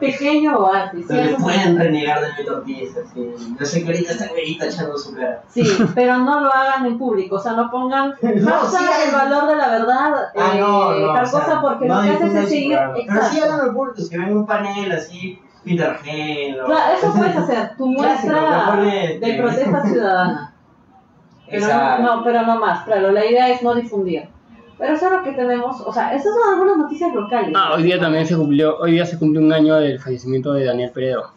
Pequeño oasis. sí,
Donde
eso sí.
pueden renegar de mi tortilla. así. Yo sé que ahorita está Clarita echando su cara. [laughs]
Sí, pero no lo hagan en público, o sea, no pongan hashtag
sí,
el valor de la verdad,
Ah,
eh,
no, no.
tal
o sea,
cosa, porque lo que haces
difundan
es
su
seguir.
programa. Pero sí
[laughs] exacto.
hagan los públicos, que ven un panel así, Peter Gel. o- [laughs]
Claro, eso puedes hacer, tu
Clásico,
muestra
lo pone-
de protesta ciudadana. Pero no,
Exacto.
no, pero no más, claro, la idea es no difundir. Pero eso es lo que tenemos, o sea, esas son algunas noticias locales.
Ah, hoy día también se cumplió, hoy día se cumplió un año del fallecimiento de Daniel Peredo.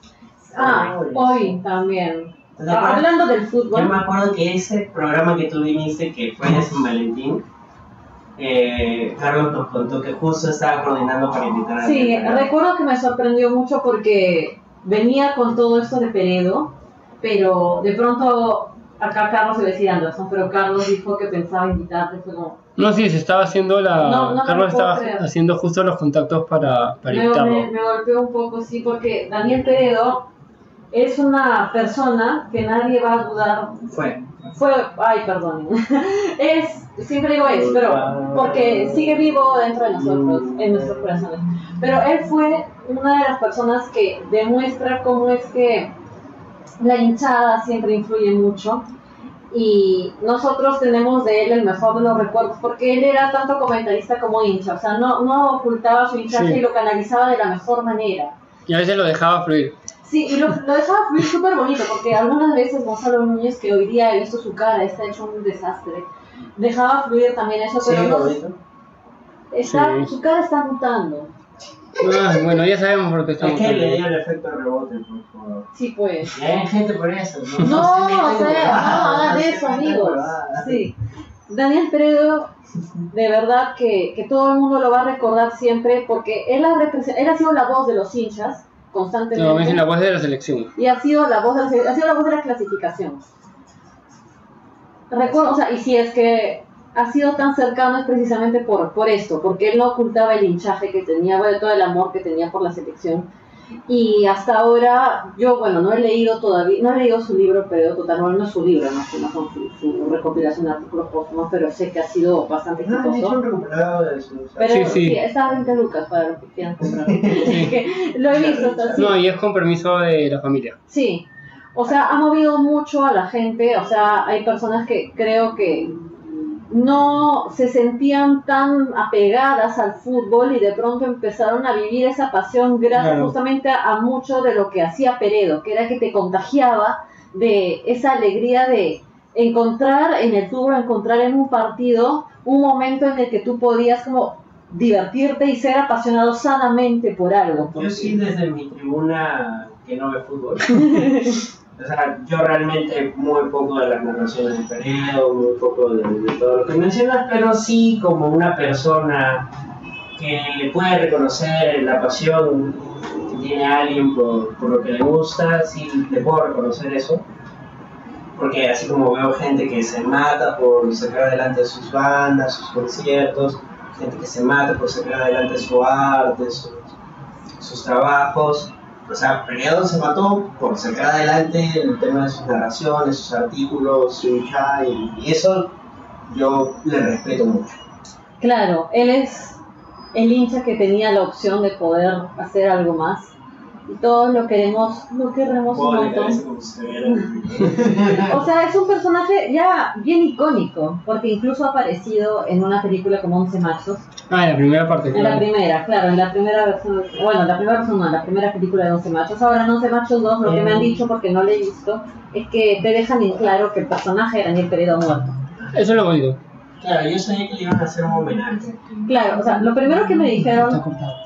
Ah, hoy también.
¿Te acuerdas?
Hablando del
pues. Yo me
fútbol,
acuerdo que ese programa que tú viniste, que fue de San Valentín, eh, Carlos nos contó que justo estaba coordinando para invitar a
sí,
alguien, ¿verdad?
recuerdo que me sorprendió mucho porque venía con todo esto de Peredo, pero de pronto acá Carlos se decía Anderson, pero Carlos dijo que pensaba invitarte, fue como,
No, sí, se estaba haciendo la.
No, no me
Carlos
lo puedo
estaba
creer.
haciendo justo los contactos para, para
me,
invitarlo.
me- me golpeó un poco, sí, porque Daniel Peredo es una persona que nadie va a dudar.
Fue.
Fue, ay, perdón. [laughs] Es, siempre digo es, pero porque sigue vivo dentro de nosotros, en nuestros corazones. Pero él fue una de las personas que demuestra cómo es que la hinchada siempre influye mucho. Y nosotros tenemos de él el mejor de los recuerdos, porque él era tanto comentarista como hincha, o sea, no, no ocultaba su hinchaje
Sí.
y lo canalizaba de la mejor manera.
Y a veces lo dejaba fluir.
Sí, y lo, lo dejaba fluir súper bonito, porque algunas veces Gonzalo Núñez, que hoy día he visto su cara, está hecho un desastre, dejaba fluir también eso, pero
Sí,
no,
bonito.
está,
Sí.
su cara está mutando.
Ah, bueno, ya sabemos por qué
Es
estamos
que le
aquí.
dio el efecto rebote, por favor.
Sí, pues.
Y hay gente por eso, ¿no?
No,
se
o
meten
sea,
huevadas,
no hagan
se
eso,
meten
amigos.
huevadas.
Sí. Daniel Peredo, de verdad que, que todo el mundo lo va a recordar siempre, porque él ha, represe- él ha sido la voz de los hinchas
No, me dicen la
constantemente.
voz de la selección.
Y ha sido la voz de la, ha sido la voz de la clasificación. Recuerdo, o sea, y si es que ha sido tan cercano es precisamente por, por esto, porque él no ocultaba el hinchaje que tenía, bueno, todo el amor que tenía por la selección. Y hasta ahora, yo, bueno, no he leído todavía, no he leído su libro, pero total, no, no es su libro, no, sino son su, su recopilación de artículos póstumos, pero sé que ha sido bastante
No, han
exitoso.
hecho un recopilado Ah, de sus...
Pero
Sí,
sí,
sí.
está a 20 lucas para los que quieran comprar. Así que [laughs] lo he visto, hasta así.
No, y es con permiso de la familia.
Sí, o sea, ha movido mucho a la gente, o sea, hay personas que creo que no se sentían tan apegadas al fútbol y de pronto empezaron a vivir esa pasión gracias
Claro.
justamente a, a mucho de lo que hacía Peredo, que era que te contagiaba de esa alegría de encontrar en el fútbol, encontrar en un partido un momento en el que tú podías como divertirte y ser apasionado sanamente por algo.
Yo sí desde mi tribuna que no ve [laughs] fútbol. o sea, yo realmente muy poco de las narraciones de Peredo, muy poco de, de todo lo que mencionas, pero sí como una persona que puede reconocer la pasión que tiene alguien por, por lo que le gusta, sí le puedo reconocer eso. Porque así como veo gente que se mata por sacar adelante sus bandas, sus conciertos, gente que se mata por sacar adelante su arte, sus, sus trabajos. O sea, Peredo se mató por sacar adelante el tema de sus narraciones, sus artículos, su hija, y, y eso yo le respeto mucho.
Claro, él es el hincha que tenía la opción de poder hacer algo más. Y todos lo queremos, lo queremos un
Puedo negar
montón.
eso ¿eh? como si estuviera-
O sea, es un personaje ya bien icónico, porque incluso ha aparecido en una película como 11 Machos.
Ah, en la primera parte,
En la
claro.
primera, claro, en la primera versión, bueno, la primera versión no, la primera película de 11 Machos. Ahora, en 11 Machos 2, lo que me han dicho, porque no lo he visto, es que te dejan en claro que el personaje de Daniel Peredo ha muerto.
Eso es lo bonito.
[laughs] Claro, yo sabía que le iban a hacer un homenaje.
Claro, o sea, lo primero que me dijeron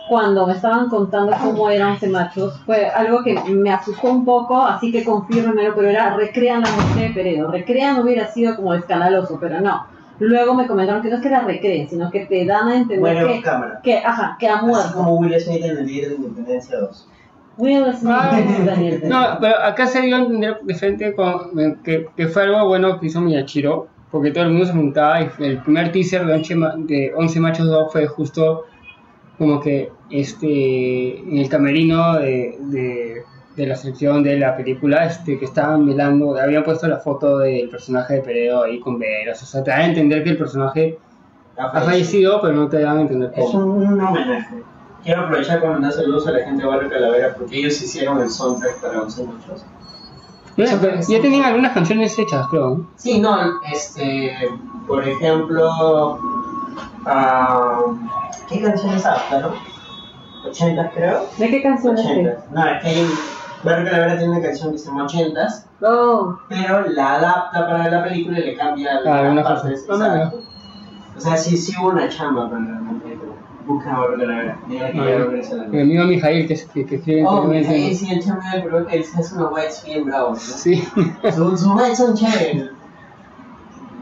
cuando me estaban contando cómo eran 11 machos, fue algo que me asustó un poco, así que confírmemelo, pero era recrean la muerte de Peredo. Recrean hubiera sido como escandaloso, pero no. Luego me comentaron que no es que la recreen, sino que te dan a entender
Bueno,
que,
cámara.
que, ajá, que ha
Así
muerto.
como Will Smith en el líder de Independencia 2.
Will Smith,
Ah.
Daniel
[laughs]
Peredo.
No, pero acá se dio a entender de frente con, eh, que, que fue algo bueno que hizo Miyachiro, porque todo el mundo se montaba y el primer teaser de 11, ma- de 11 Machos 2 fue justo como que este en el camerino de, de, de la selección de la película este, que estaban velando, habían puesto la foto del personaje de Peredo ahí con velas. O sea, te dan a entender que el personaje ha fallecido, pero no te dan a entender
Es
cómo.
un, un homenaje. Quiero aprovechar para mandar saludos a la gente de Barrio Calavera porque ellos hicieron el soundtrack para 11 muchos.
Ya, pero ya tenían algunas canciones hechas, creo. ¿no?
Sí, no, este, por ejemplo, ah, ¿qué canciones adaptaron? 80 creo.
¿De qué canción es?
80. No, es que hay un- Barrio Calavera tiene una canción que se llama 80
Oh,
pero la adapta para la película y le cambia
Ah,
la
una
parte.
cosa. No, no, no.
O sea, sí, sí hubo una chamba para la película. Busca Barrio Calavera. Mira
Ah,
que ya regresa la
Mi amigo Mijail, que, es- que, que escribe en
Oh,
Twitter, me
ahí
dice-
sí, el chamba de Perú, él es unos whites bien bravos. ¿no?
Sí. [laughs]
Sus sus whites son chéveres.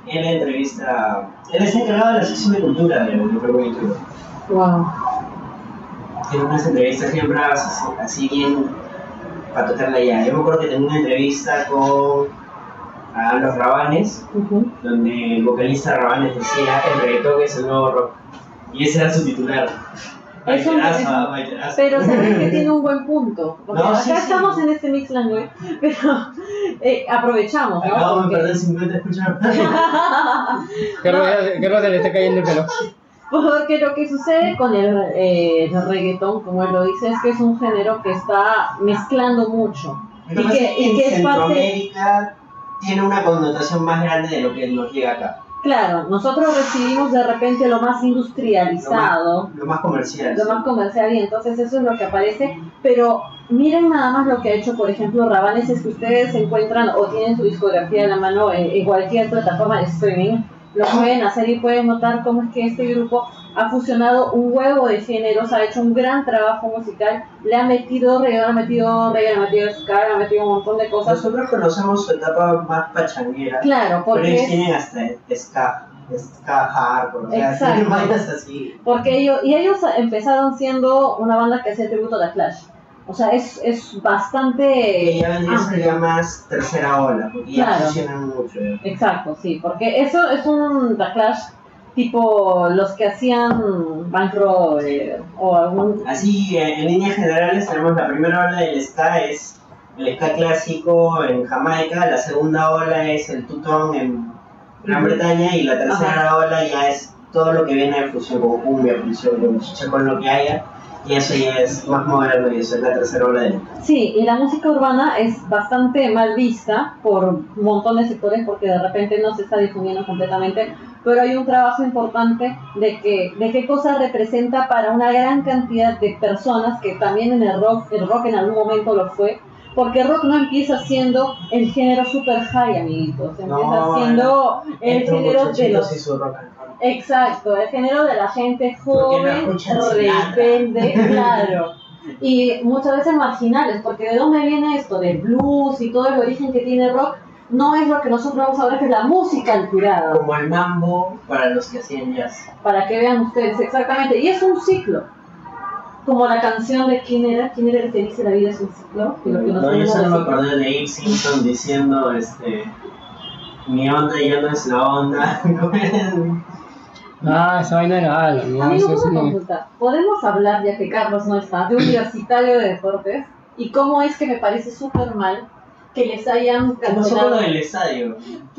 Él entrevista. Él está encargado de la sección de cultura de de Perú y Perú.
wow.
Tiene unas entrevistas bien bravas, así, así bien para tocarla ya. Yo me acuerdo que tenía una entrevista con a los Rabanes.
Ujú.
donde el vocalista Rabanes decía el reggaetón es el nuevo rock. Y ese era su titular.
Es un-
Baiteraza, baiteraza.
Pero
[laughs]
sabes que tiene un buen punto. Porque
No,
acá
sí, sí.
estamos en este mix language, [laughs] pero eh, aprovechamos, ¿no?
Acabamos de
Porque-
perder 50 escuchas.
Carlos, ya- Carlos se le está cayendo el pelo.
Porque lo que sucede con el, eh, el reggaetón, como él lo dice, es que es un género que está mezclando mucho. Y
Lo que pasa
que,
es
y
que
que
en
es parte.
Centroamérica tiene una connotación más grande de lo que nos llega acá.
Claro, nosotros recibimos de repente lo más industrializado,
Lo más comercial.
lo más comercial, y entonces eso es lo que aparece. Pero miren nada más lo que ha hecho, por ejemplo, Rabanes: es que ustedes encuentran o tienen su discografía a la mano en, en cualquier plataforma de streaming, lo pueden hacer y pueden notar cómo es que este grupo ha fusionado un huevo de géneros, ha hecho un gran trabajo musical, le ha metido reggae, le ha metido reggae, le ha metido ska, le ha metido un montón de cosas.
Nosotros conocemos su etapa más pachanguera.
Claro,
Pues, Pero ellos
porque,
tienen hasta ska, ska hardcore. O sea,
Exacto.
tienen vainas así.
porque ellos, y ellos empezaron siendo una banda que hacía tributo a The Clash. O sea, es, es
Y
bastante...
ya vendría a ser ya más tercera ola, porque ya
Ah, Claro.
funcionan mucho. ya.
Exacto, sí, porque eso es un The Clash tipo los que hacían Bankro o algún...
Así, eh, en líneas generales, tenemos la primera ola del ska, es el ska clásico en Jamaica, la segunda ola es el tutón en Gran
Ujú.
Bretaña y la tercera ola ya es todo lo que viene de fusión con cumbia, fusión con chicha, con lo que haya, y eso ya es más moderno y eso es la tercera ola del
Sí, y la música urbana es bastante mal vista por un montón de sectores porque de repente no se está difundiendo completamente, pero hay un trabajo importante de que de qué cosa representa para una gran cantidad de personas que también en el rock, el rock en algún momento lo fue, porque el rock no empieza siendo el género super high, amiguitos, empieza
No,
siendo el
Estos
género de
muchachitos
los
y su rock and roll.
Exacto, el género de la gente joven,
escuchan Sinatra.
rebelde, claro. Y muchas veces marginales, porque ¿de dónde viene esto? Del blues y todo el origen que tiene el rock, no es lo que nosotros vamos a ver, que es la música alturada,
Como el mambo para los que hacían jazz.
para que vean ustedes exactamente. Y es un ciclo, como la canción de quién era, quién era el que dice la vida es un ciclo, y lo que
No, yo
nosotros
solo me
decimos.
acordé de Abe Simpson diciendo, este, mi onda ya no es la onda. [laughs] ¿Cómo era?
Ah, esa vaina era ala, ¿no?
Amigo,
Eso sí,
una
no.
consulta. ¿Podemos hablar, ya que Carlos no está, de universitario de deportes? ¿Y cómo es que me parece súper mal que les hayan
No solo
cancelado?
lo del estadio.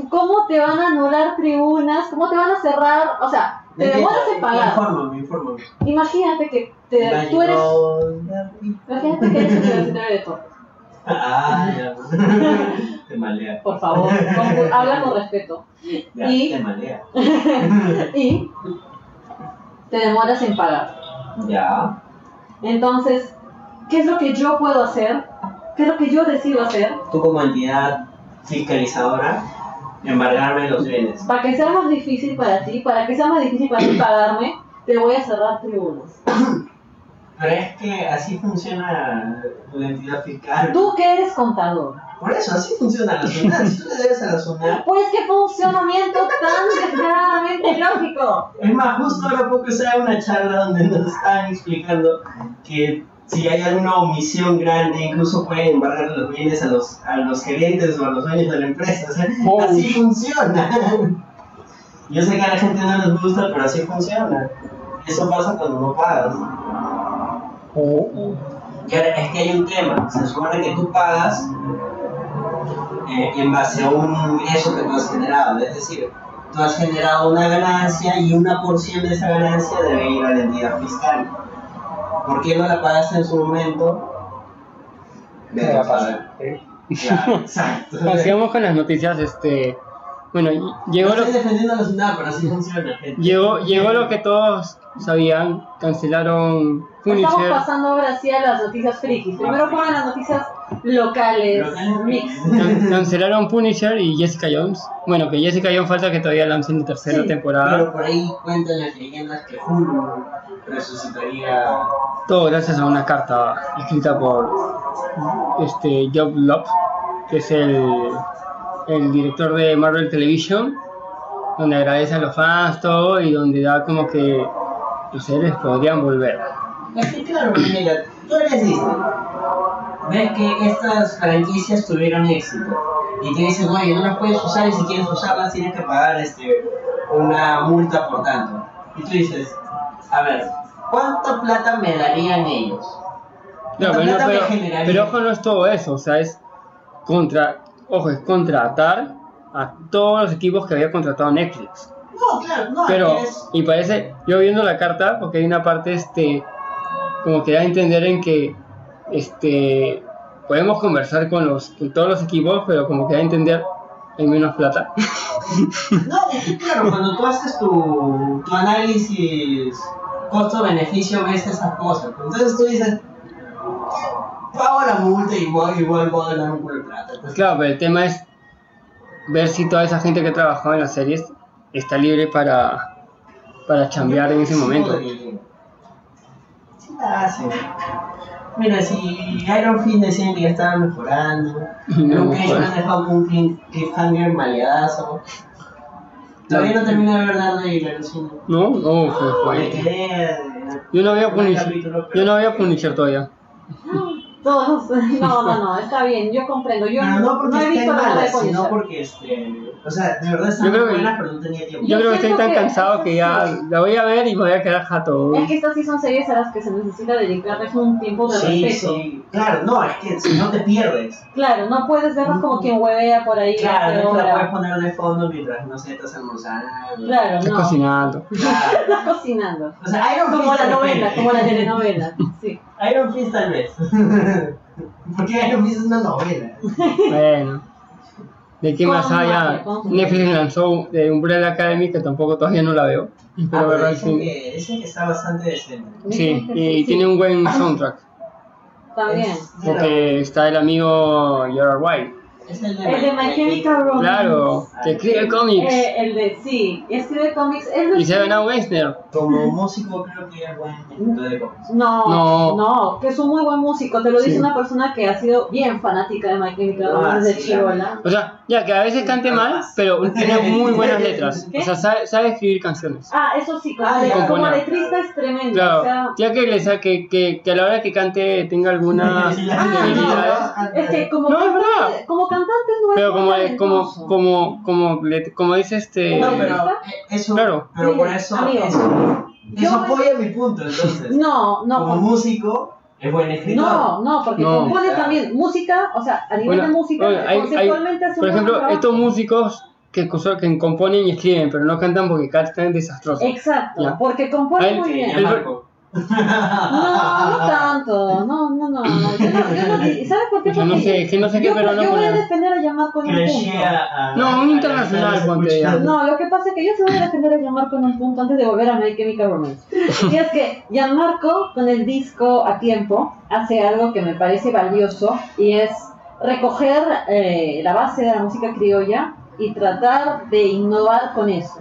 ¿Cómo te van a anular tribunas? ¿Cómo te van a cerrar? O sea, te demoras en pagar.
Infórmame, infórmame.
Imagínate que te, tú eres... Imagínate que eres universitario de deportes.
Ah,
[laughs]
ya. te malea.
Por favor, con- habla con respeto.
Ya,
Y-
te malea.
Y te demoras en pagar.
Ya.
Entonces, ¿qué es lo que yo puedo hacer? ¿Qué es lo que yo decido hacer?
Tú como entidad fiscalizadora, embargarme los bienes.
Para que sea más difícil para ti, para que sea más difícil para ti pagarme, te voy a cerrar tribunas.
Pero es que así funciona la entidad fiscal.
Tú que eres contador,
Por eso, así funciona la SUNAT. Si tú le debes a la SUNAT,
pues qué funcionamiento tan desesperadamente lógico.
Es más, justo ahora poco estaba en una charla donde nos estaban explicando que si hay alguna omisión grande, incluso pueden embargar los bienes a los, a los gerentes o a los dueños de la empresa. O sea,
Oh.
así funciona. Yo sé que a la gente no les gusta, pero así funciona. Eso pasa cuando no pagas.
Oh,
Y ahora es que hay un tema. Se supone que tú pagas eh, en base a un eso que tú has generado. Es decir, tú has generado una ganancia y una porción de esa ganancia debe ir a la entidad fiscal. ¿Por qué no la pagaste en su momento?
Debe pasar.
¿eh?
Claro,
[laughs]
exacto.
Sigamos con las noticias, este... Bueno, y- llegó
no
lo,
estoy defendiendo a los nada, pero así funciona, gente.
llegó, llegó lo que todos sabían, cancelaron
Estamos
Punisher.
pasando ahora sí a las noticias frikis. Primero fueron las noticias locales,
Locales.
mix.
Can- cancelaron Punisher y Jessica Jones. Bueno, que Jessica Jones falta que todavía lancen la tercera
Sí,
temporada.
Pero por ahí cuentan las leyendas que Hulu resucitaría.
Todo gracias a una carta escrita por este Job Love, que es el, el director de Marvel Television, donde agradece a los fans todo y donde da como que los seres podrían volver.
Es que claro, pues, mira, tú eres Disney. Ves que estas franquicias tuvieron éxito. Y te dicen, oye, no las puedes usar y si quieres usarlas tienes que pagar este, una multa por tanto. Y tú dices, a ver, ¿cuánta plata me darían ellos?
No, pero, no,
Plata me
pero-
generaría.
pero ojo, no es todo eso, o sea, es contra, ojo, es contratar a todos los equipos que había contratado Netflix.
No, claro, no,
Pero,
es-
y parece, yo viendo la carta, porque hay una parte, este, como que da a entender en que, este, podemos conversar con los, con todos los equipos, pero como que da a entender, hay menos plata.
No, es que claro, cuando tú haces tu, tu análisis costo-beneficio, ves esas cosas. Entonces tú dices, pago la multa y voy- igual voy a ganar un culo de plata.
Pues
Entonces,
claro, pero el tema es ver si toda esa gente que trabajaba en las series está libre para, para chambear en ese
sí,
momento.
podría. Sí, la hacen. Mira, si Iron Fist decían que ya estaba mejorando,
Y [laughs] no,
nunca ellos
bueno.
han dejado un clin- cliffhanger maleadazo. Todavía no termino de ver Daredevil, alucino.
No, no, fue,
Me
fue.
quedé... eh,
Yo no había
Un
Punisher,
capítulo,
yo
pero-
no había Punisher todavía.
Todos, [laughs] no, no, no, está bien, yo comprendo. Yo
Pero Ah, no porque
he visto
estén
la
malas,
de
sino
Punisher.
porque, este, o sea, de verdad están
Yo creo que-
buenas, pero no tenía tiempo.
Yo creo que estoy
siento
tan
que-
cansado que ya
sí.
la voy a ver y me voy a quedar jato.
Es que estas sí son series a las que se necesita dedicarles un tiempo de
sí,
respeto.
sí, claro, no, es que si no te pierdes.
Claro, no puedes verlas como
Mm.
quien huevea por ahí.
Claro,
hace
no te la
hora.
puedes poner de fondo mientras, no sé, estás almorzando.
Claro,
Estoy
no.
cocinando.
Claro.
Estás cocinando.
O sea, Iron
Como
Fist
la
tal
novela,
vez.
como la telenovela. Sí.
Iron Fist tal vez. [laughs] Porque Iron Fist es una novela. Ah,
Bueno. ¿De qué
Con
más allá?
magia, con-
Netflix lanzó de Umbrella Academy que tampoco todavía no la veo.
Ah,
Pero verla al
dicen,
cine.
que, dicen que está bastante decente.
Sí, y tiene un
Ah.
buen soundtrack.
También.
Es-
Porque está el amigo Gerard White.
Es el de
El de My Chemical Romance.
Claro, que escribe cómics.
Eh, el de, sí, escribe cómics. Es lo
Y se ha
que-
ganado Wessner.
Como músico creo que es buen punto de cómics.
No,
No.
no, que es un muy buen músico. Te lo dice
Sí.
una persona que ha sido bien fanática de My Chemical Romance
Ah,
de
sí,
chivola.
O sea, ya que a veces cante mal, pero tiene muy buenas letras. O sea, sabe, sabe escribir canciones.
Ah, eso sí, como,
Ah,
como
ya.
letrista es tremendo. O sea,
Claro, ya que, le sa- que, que, que a la hora que cante tenga alguna debilidad,
Ah, es que como,
No, es
cantante,
verdad.
como cantante no es
pero
muy
como, le- como,
talentoso.
como, como, le- como dice este...
No, pero eh, eso,
Claro.
pero por
Mire,
eso,
amigo,
eso,
yo-
eso apoya mi punto, entonces.
No, no,
Como
por-
músico, es buen escritor.
no, no, porque
No.
compone también música, o sea, a nivel
Bueno,
de música,
bueno, hay- hay-
conceptualmente hace un
Por
buen
ejemplo,
trabajo.
estos músicos que, cos- que componen y escriben, pero no cantan porque cantan desastrosos.
Exacto,
Ya.
porque
Hay-
compone muy
Sí,
bien.
ya
El-
marco. [laughs]
No, no tanto. No, no, no. no. Yo no, yo no di- ¿Sabes por
[laughs]
qué?
Yo no sé, es que no sé qué
yo,
peruano
yo voy a
poner.
defender a Yamar con un
Crecí
punto.
a- a-
No, un
a-
internacional,
a-
ponte ya.
No, lo que pasa es que yo se voy a defender a Gianmarco con un punto antes de volver a My Chemical Romance. Y es que Gianmarco, con el disco a tiempo, hace algo que me parece valioso y es recoger eh, la base de la música criolla y tratar de innovar con eso.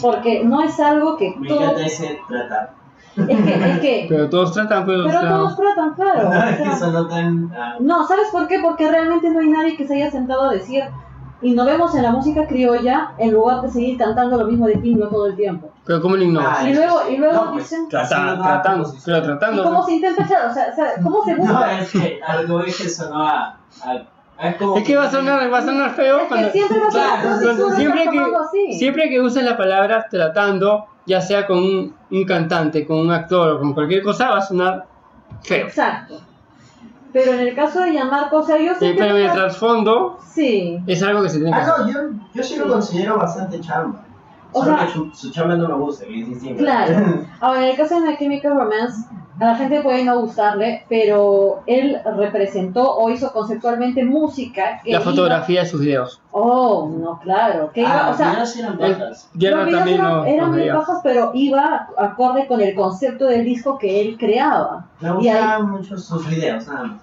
Porque no es algo que
Me
todos...
encanta ese tratar.
Es que, es que...
Pero todos tratan, [laughs] pero... o
Pero
sea,
todos tratan, [laughs] claro.
[laughs]
o
Ah, Es que
sea,
sonó tan. ah,
No, ¿sabes por qué? Porque realmente no hay nadie que se haya sentado a decir innovemos en la música criolla en lugar de seguir cantando lo mismo de pingo todo el tiempo.
pero ¿cómo lo ignoras?
ah,
y
eso
luego-
sí.
y luego
No, pues,
dicen-
Tratan,
así no da
tratando,
composición.
pero
¿Y cómo
tratando.
se intenta echar? O sea, o sea, ¿cómo se
No,
busca?
es que algo es que sonó a. a- es como.
Es que va a sonar, va a sonar feo
Es
cuando...
que siempre vas a
Claro,
entonces tú lo
siempre
estás
que-
tomando así.
Siempre que uses la palabra tratando, ya sea con un, un cantante, con un actor o con cualquier cosa, va a sonar feo.
Exacto. Pero en el caso de Gianmarco, o sea, yo sé
Eh,
que
pero
no-
el trasfondo
Sí.
es algo que se tiene que
Ah,
hacer.
no, yo, yo sí lo considero bastante chamba.
O
Solo
sea-
que su, su chamba no me gusta, que es distinto. [laughs]
[laughs]
Claro. Ahora, en el caso de My Chemical Romance, a la gente puede no gustarle, pero él representó o hizo conceptualmente música. Que
La
iba-
fotografía de sus videos.
Oh, no, claro. Que iba,
ah,
o sea,
yo no sé eran patas.
Yerma
los videos
también
eran,
nos
eran
nos
bien
veía.
bajos, pero iba acorde con el concepto del disco que él creaba.
Me
Y ahí-
gustaban mucho sus videos, nada más.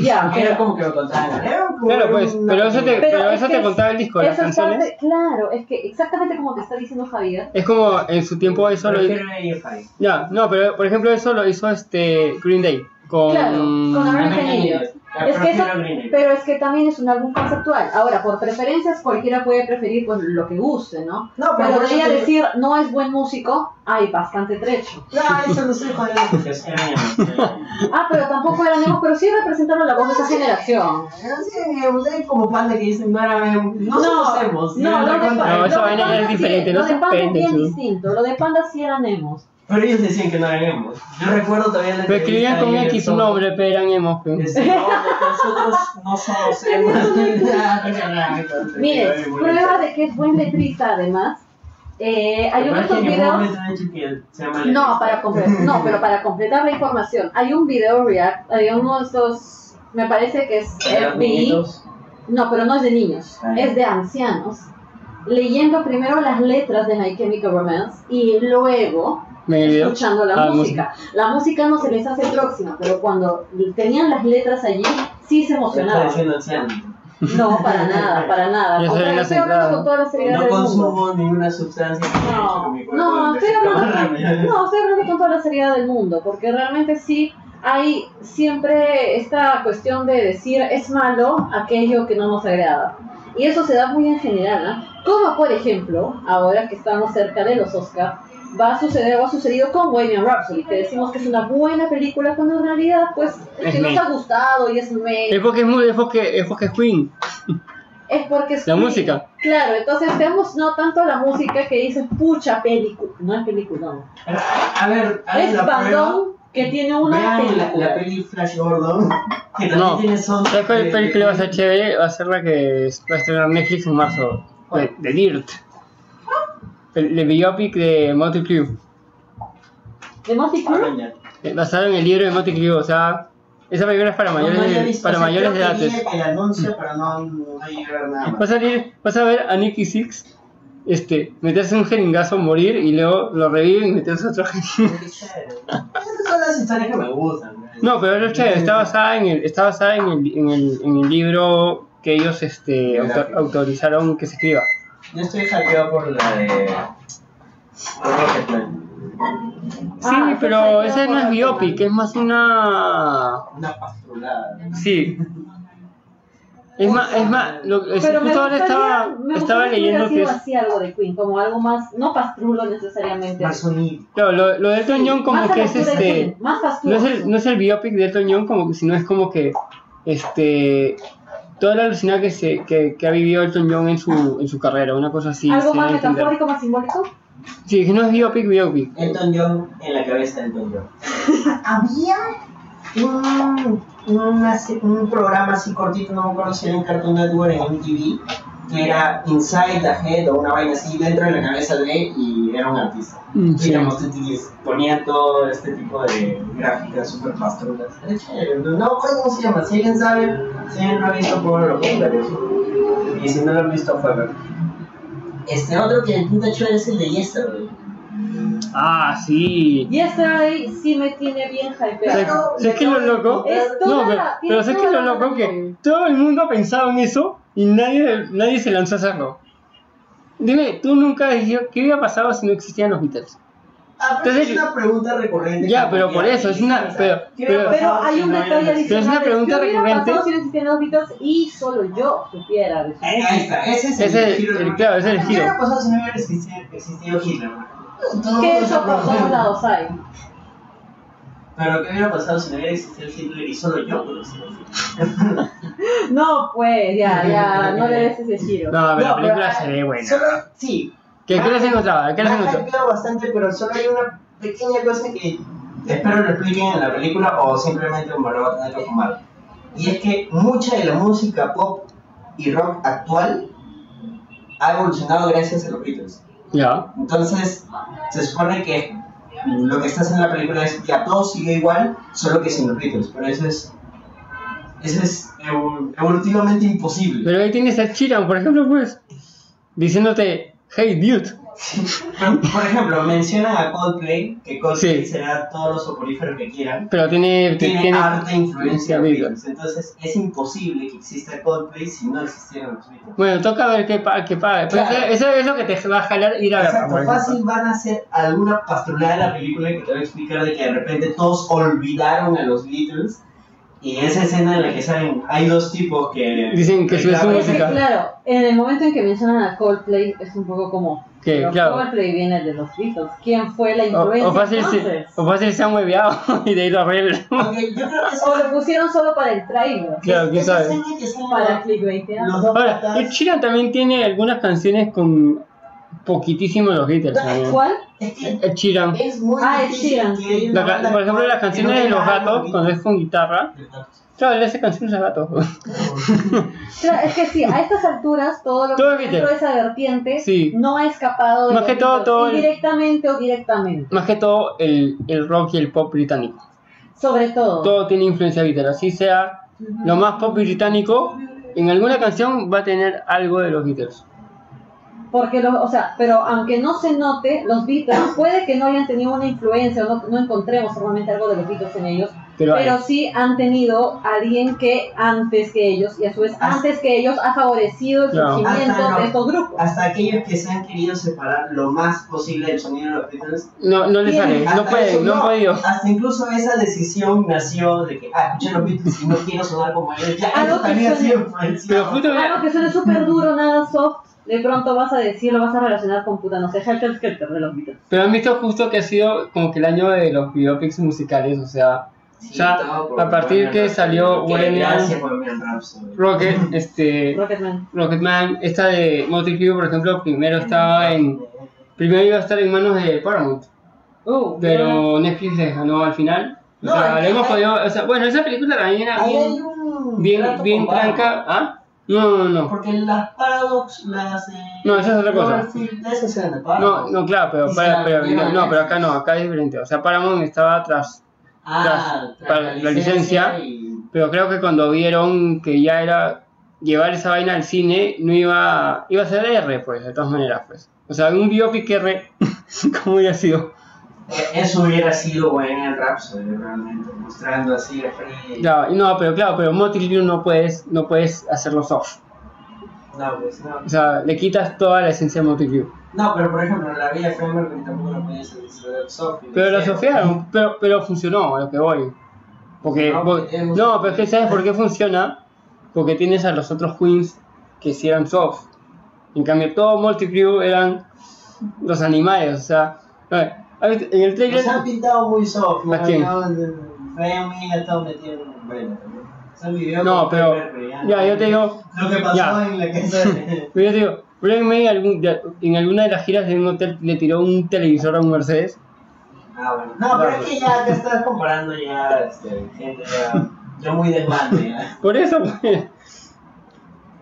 Ya,
Era
pero
como que lo contaban. Era como
Claro, pues,
una-
pero eso te,
Pero
pero
es
eso
que
te
es-
contaba el disco, las
eso es
canciones.
parte- claro, es que exactamente como te está diciendo Javier.
Es como en su tiempo eso lo
Prefiero AFI.
Ah,
Ya, no, pero por ejemplo eso lo hizo este Green Day con...
Claro, con
Ah,
Orange
Green
and
Day.
Yellow.
Ah,
Es que
prefiero
eso-
Green Day.
Pero es que también es un álbum conceptual. Ahora, por preferencias, cualquiera puede preferir pues, lo que guste, ¿no?
No, pero
Pero
por eso
debería
te-
decir, no es buen músico, hay bastante trecho.
Ah, eso no sé cuál es. porque [laughs] es que eran-
Ah, pero tampoco eran negros, pero sí representaron la voz de esa generación.
No sé, ustedes como panda que dicen, no, no, no conocemos.
no, lo de Panda-
No,
lo
esa
de
vaina ya
Panda
es
sí-
diferente, no
Lo de
se
Panda es
ofenden,
bien
sí.
distinto, lo de Panda sí eran emos.
Pero ellos decían que no eran emos. Yo recuerdo todavía la
Lo escribían con
entrevista
X
de
un nombre, pero eran emo.
Tom.
pues.
Decían, Este, no, nosotros no somos emos. [laughs]
Miren, prueba de que es buen letrista además. Eh, hay uno de estos videos... No, para completar, no, pero para completar la información, hay un video react, hay uno de estos, me parece que es FBI, no, pero no es de niños,
Ah, ya.
es de ancianos, leyendo primero las letras de My Chemical Romance y luego
¿Me video?
escuchando la
Ah,
música. La música no se les hace próxima, pero cuando tenían las letras allí, sí se
Está
emocionaban.
diciendo anciano.
No, para nada, para [laughs] nada.
Ya se
O sea,
ven las
estoy hablando
entradas.
con toda la seriedad
No
del mundo.
consumo ninguna sustancia. que me eche en
No,
mi cuerpo
no,
antes
estoy
de
hablando con,
tomarme.
no, estoy hablando con toda la seriedad del mundo, porque realmente sí hay siempre esta cuestión de decir es malo aquello que no nos agrada. Y eso se da muy en general, ¿ah? Como por ejemplo, ahora que estamos cerca de los Oscar, va a suceder o ha sucedido con Bohemian Rhapsody, que decimos que es una buena película cuando en realidad pues
Es
que nos
meh.
ha gustado y es me
Es porque es muy... Es porque es, porque es Queen.
es porque es
La
que-
música.
Claro, entonces te no tanto la música que dices, pucha película, no es película, no.
Pero, [laughs] A ver, a ver,
Es
la prueba.
bandón que tiene una
Vean la,
película.
la peli Flash Gordon, que también
No.
tiene son.
¿Sabes cuál
de-
película va a ser chévere? Va a ser la que es- va a estrenar Netflix en marzo. De, de Dirt. El, el biopic de Motley Crue.
¿De
Ah,
Monty Crew?
Avenger.
Eh, Basado en el libro de Motley Crue. O sea, esa película es para
No,
mayores
no la he
de,
visto,
para
o sea,
mayores de
creo
edad.
que vi El anuncio, pero no, no llegué a ver nada más.
Vas a, ir, vas a ver a Nicky Six este, meterse un jeringazo, morir y luego lo reviven y meterse otro jeringazo. [laughs]
Qué chévere. Esas son las historias que me gustan. güey.
No, pero es chévere, está basada en el, está basada en el, en el, en el libro que ellos este, auto-
Gráfico.
autorizaron que se escriba.
Ah,
Yo estoy hackeado por la de. por Rocketman.
Sí,
Ah,
pero
entonces
ese
yo
no es
por-
biopic, es más una...
Una pastrulada.
[laughs]
Sí. Es más, es más, lo, es-
Pero me
justo ahora
gustaría,
estaba,
me
estaba
gustaría que
leyendo
hubiera
que
sido
es...
así algo de Queen, como algo más, no pastrulo necesariamente.
Más sonido.
Claro, lo, lo de Elton John como
Más a
que
la
es
altura de
este...
Queen, más
no
pastrulo.
es el, no es el biopic de Elton John, como, que- sino es como que este toda la alucinada que, se, que, que ha vivido Elton John en su, en su carrera, una cosa así.
algo
se
más
da a entender.
metafórico, más simbólico.
Sí, que no es biopic, biopic.
Elton John en la cabeza de Elton John. [laughs] Había un, una se- un programa así cortito, no me acuerdo si era en Cartoon Network en MTV, que era Inside the Head o una vaina así, dentro de la cabeza de, y era un artista.
Mm,
Y
sí.
digamos, te- te- ponía todo este tipo de gráficas super pastrulas. Era chévere, No no recuerdo cómo se llama, si alguien sabe, si alguien lo ha visto, pongan los comentarios. Y si no lo han visto, fue Este otro que el puta chévere es el de Yesterday.
Ah, sí.
Y esta ahí sí me tiene bien
¿Sabes
hypeada.
sabes qué es lo loco?
Es
No,
toda
pero,
la-
pero ¿sabes qué es lo
toda la-
loco? Que todo el mundo ha pensado en eso y nadie, nadie se lanzó a hacerlo. Dime, tú nunca dijiste qué hubiera pasado si no existían los Beatles.
Ah, pero
Entonces-
es una pregunta recurrente.
Ya,
que
pero
había.
por eso, es una- pero-
¿Qué hubiera
pero-
pasado
Pero hay
si
un
no
detalle
hubiera-
adicional.
Pero es una pregunta
¿Qué hubiera
recurrente.
pasado si no existían los Beatles y solo yo supiera de eso?
Ahí ahí está, ese es el,
Ese es
giro.
el- claro, ese es el
¿Qué
giro.
hubiera pasado si no hubiera existido, existido Hitler? Todo
Que
eso
eso por
pasó.
todos lados hay.
Pero ¿qué hubiera pasado si no hubiera existido Hitler y solo yo conociera a Hitler?
No, pues, ya, ya, no le des ese giro.
No, pero
No,
la película
pero-
se
eh,
ve buena.
Solo, sí,
¿Qué, qué les encontraba? ¿Qué les
me ha
encontraba?
hypeado bastante, pero solo hay una pequeña cosa que espero lo expliquen en la película o simplemente me lo va a tener que fumar. Y es que mucha de la música pop y rock actual ha evolucionado gracias a los Beatles.
Ya.
Entonces, se supone que lo que estás en la película es ya todo sigue igual, solo que sin los Beatles. Pero eso es. Eso es evo- evolutivamente imposible.
Pero ahí tienes a Chiran, por ejemplo, pues, diciéndote, hey, dude.
Pero, [laughs] por ejemplo, mencionan a Coldplay, que Coldplay
Sí.
será todos los soporíferos que quieran.
Pero tiene,
Tiene,
tiene-
harta influencia de los
amiga.
Beatles. Entonces, es imposible que exista Coldplay si no existieran los Beatles.
Bueno, toca ver qué paga. Qué paga. Pero
Claro.
eso, eso es lo que te va a jalar ir a la
Exacto,
por ejemplo.
fácil van a hacer alguna pastrulada en la película que te va a explicar de que de repente todos olvidaron a los Beatles. Y esa escena en la que salen, hay dos tipos que.
Dicen que su-
reclaman-
su-
Es que, claro, en el momento en que mencionan a Coldplay es un poco como.
Que,
pero
claro.
Coldplay viene de los Beatles. ¿Quién fue la influencia?
O, o fácil se,
entonces?
o fácil se han hueveado [laughs] y de ahí lo arreglan.
Aunque yo creo que eso.
O lo pusieron solo para el trailer.
Claro, quién
esa
sabe.
escena que salen
Para clickbaitear.
los dos
Ahora,
patas-
Chiran también tiene algunas canciones con poquitísimo los Beatles. también.
¿Cuál?
Es que
Ed Sheeran.
es muy
Ah, es
difícil
Sheeran.
que haya una
eh, La ca-
banda
por ejemplo,
actual que Eh,
las
no
canciones de
tenga
los
algo
gatos,
que-
cuando es con este- guitarra. Claro, le hace canciones a gatos.
Claro, es que sí, a estas alturas todo lo
Todo
que
es
está
Beatles.
dentro de esa vertiente
Sí.
no ha escapado de
Más
los
que todo,
Beatles,
todo el-
indirectamente o directamente.
Más que todo el, el rock y el pop británico.
Sobre todo.
Todo tiene influencia Beatles. Así sea lo más pop británico, en alguna canción va a tener algo de los Beatles.
Porque los, o sea, pero aunque no se note, los Beatles puede que no hayan tenido una influencia o no, no encontremos realmente algo de los Beatles en ellos,
Pero, hay.
pero sí han tenido a alguien que antes que ellos y a su vez
Hasta-
antes que ellos ha
Ah.
favorecido el
Claro.
surgimiento
Hasta no.
de estos grupos.
Hasta aquellos que se han querido separar lo más posible del sonido de los Beatles
no, no les
Bien,
sale, no
Hasta eso
pueden, no han podido.
Hasta incluso esa decisión nació de que, ah, escuché los Beatles y no quiero sonar como ellos. Ya,
Algo
eso también
que
ha sido
suena-
Pero
influenciado.
justo
Claro que suena súper duro, nada soft, de pronto vas a decirlo, vas a relacionar con puta, no sé, Helter Skelter de los Beatles.
Pero han visto justo que ha sido como que el año de los biopics musicales, o sea,
Sí,
ya
todo por
a partir
Bohemian
que
Rhapsody,
salió
que
Bohemian-
Gracias por Bohemian Rhapsody.
Rocket, este,
Rocketman.
Rocketman, esta de Motley Crue, por ejemplo, primero estaba en, primero iba a estar en manos de Paramount,
Uh,
pero Netflix les ganó al final. O
No,
sea,
es
le
que
hemos
hay-
podido, o sea, bueno, esa película también era
Ahí hay
bien,
un trato
bien, bien
con Barney,
tranca, ¿ah? No, no, no,
Porque las Paradox, las. eh,
no, esa es otra cosa.
Cloverfield, esas eran de
No,
Paramount.
no, claro, pero,
Y
para-
se
pero-
abrió a
no, pero acá no,
Netflix.
acá es diferente, o sea, Paramount estaba atrás.
Ah,
para
tras
la licencia.
y-
Pero creo que cuando vieron que ya era llevar esa vaina al cine, no iba iba a ser R, pues, de todas maneras, pues. O sea, un biopic R, [laughs] ¿cómo hubiera sido?
eh, Eso hubiera sido Bohemian Rhapsody, realmente. Mostrando así a Freddy.
Claro, y no, pero claro, pero Motley Crue no puedes, no puedes hacerlo soft.
No, pues no.
O sea, le quitas toda la esencia de Motley Crue.
No, pero por ejemplo, la vida de Freddie Mercury tampoco la podías hacer Sophie.
Pero lo sofiaron, pero, pero funcionó, a lo que voy. Porque,
No,
porque-
tenemos-
no, pero es que ¿sabes por qué funciona? Porque tienes a los otros queens que sí eran soft. En cambio, todo Motley Crue eran los animales, o sea... a ver, a ver, en el trailer...
Los han pintado muy soft.
¿A quién?
Freddie Mercury ha estado metido en un breno también. Se han vivido
No,
con
pero...
Freddie Mercury,
Ya, yo te digo...
Lo que pasó
ya.
en la casa
[laughs]
de.
Pero yo te digo, Brian May algún- de- en alguna de las giras de un hotel le tiró un televisor a un Mercedes.
Ah, bueno. No, pero es que ya acá estás comparando ya este, gente ya, ya muy del bande. ya.
Por eso, pues.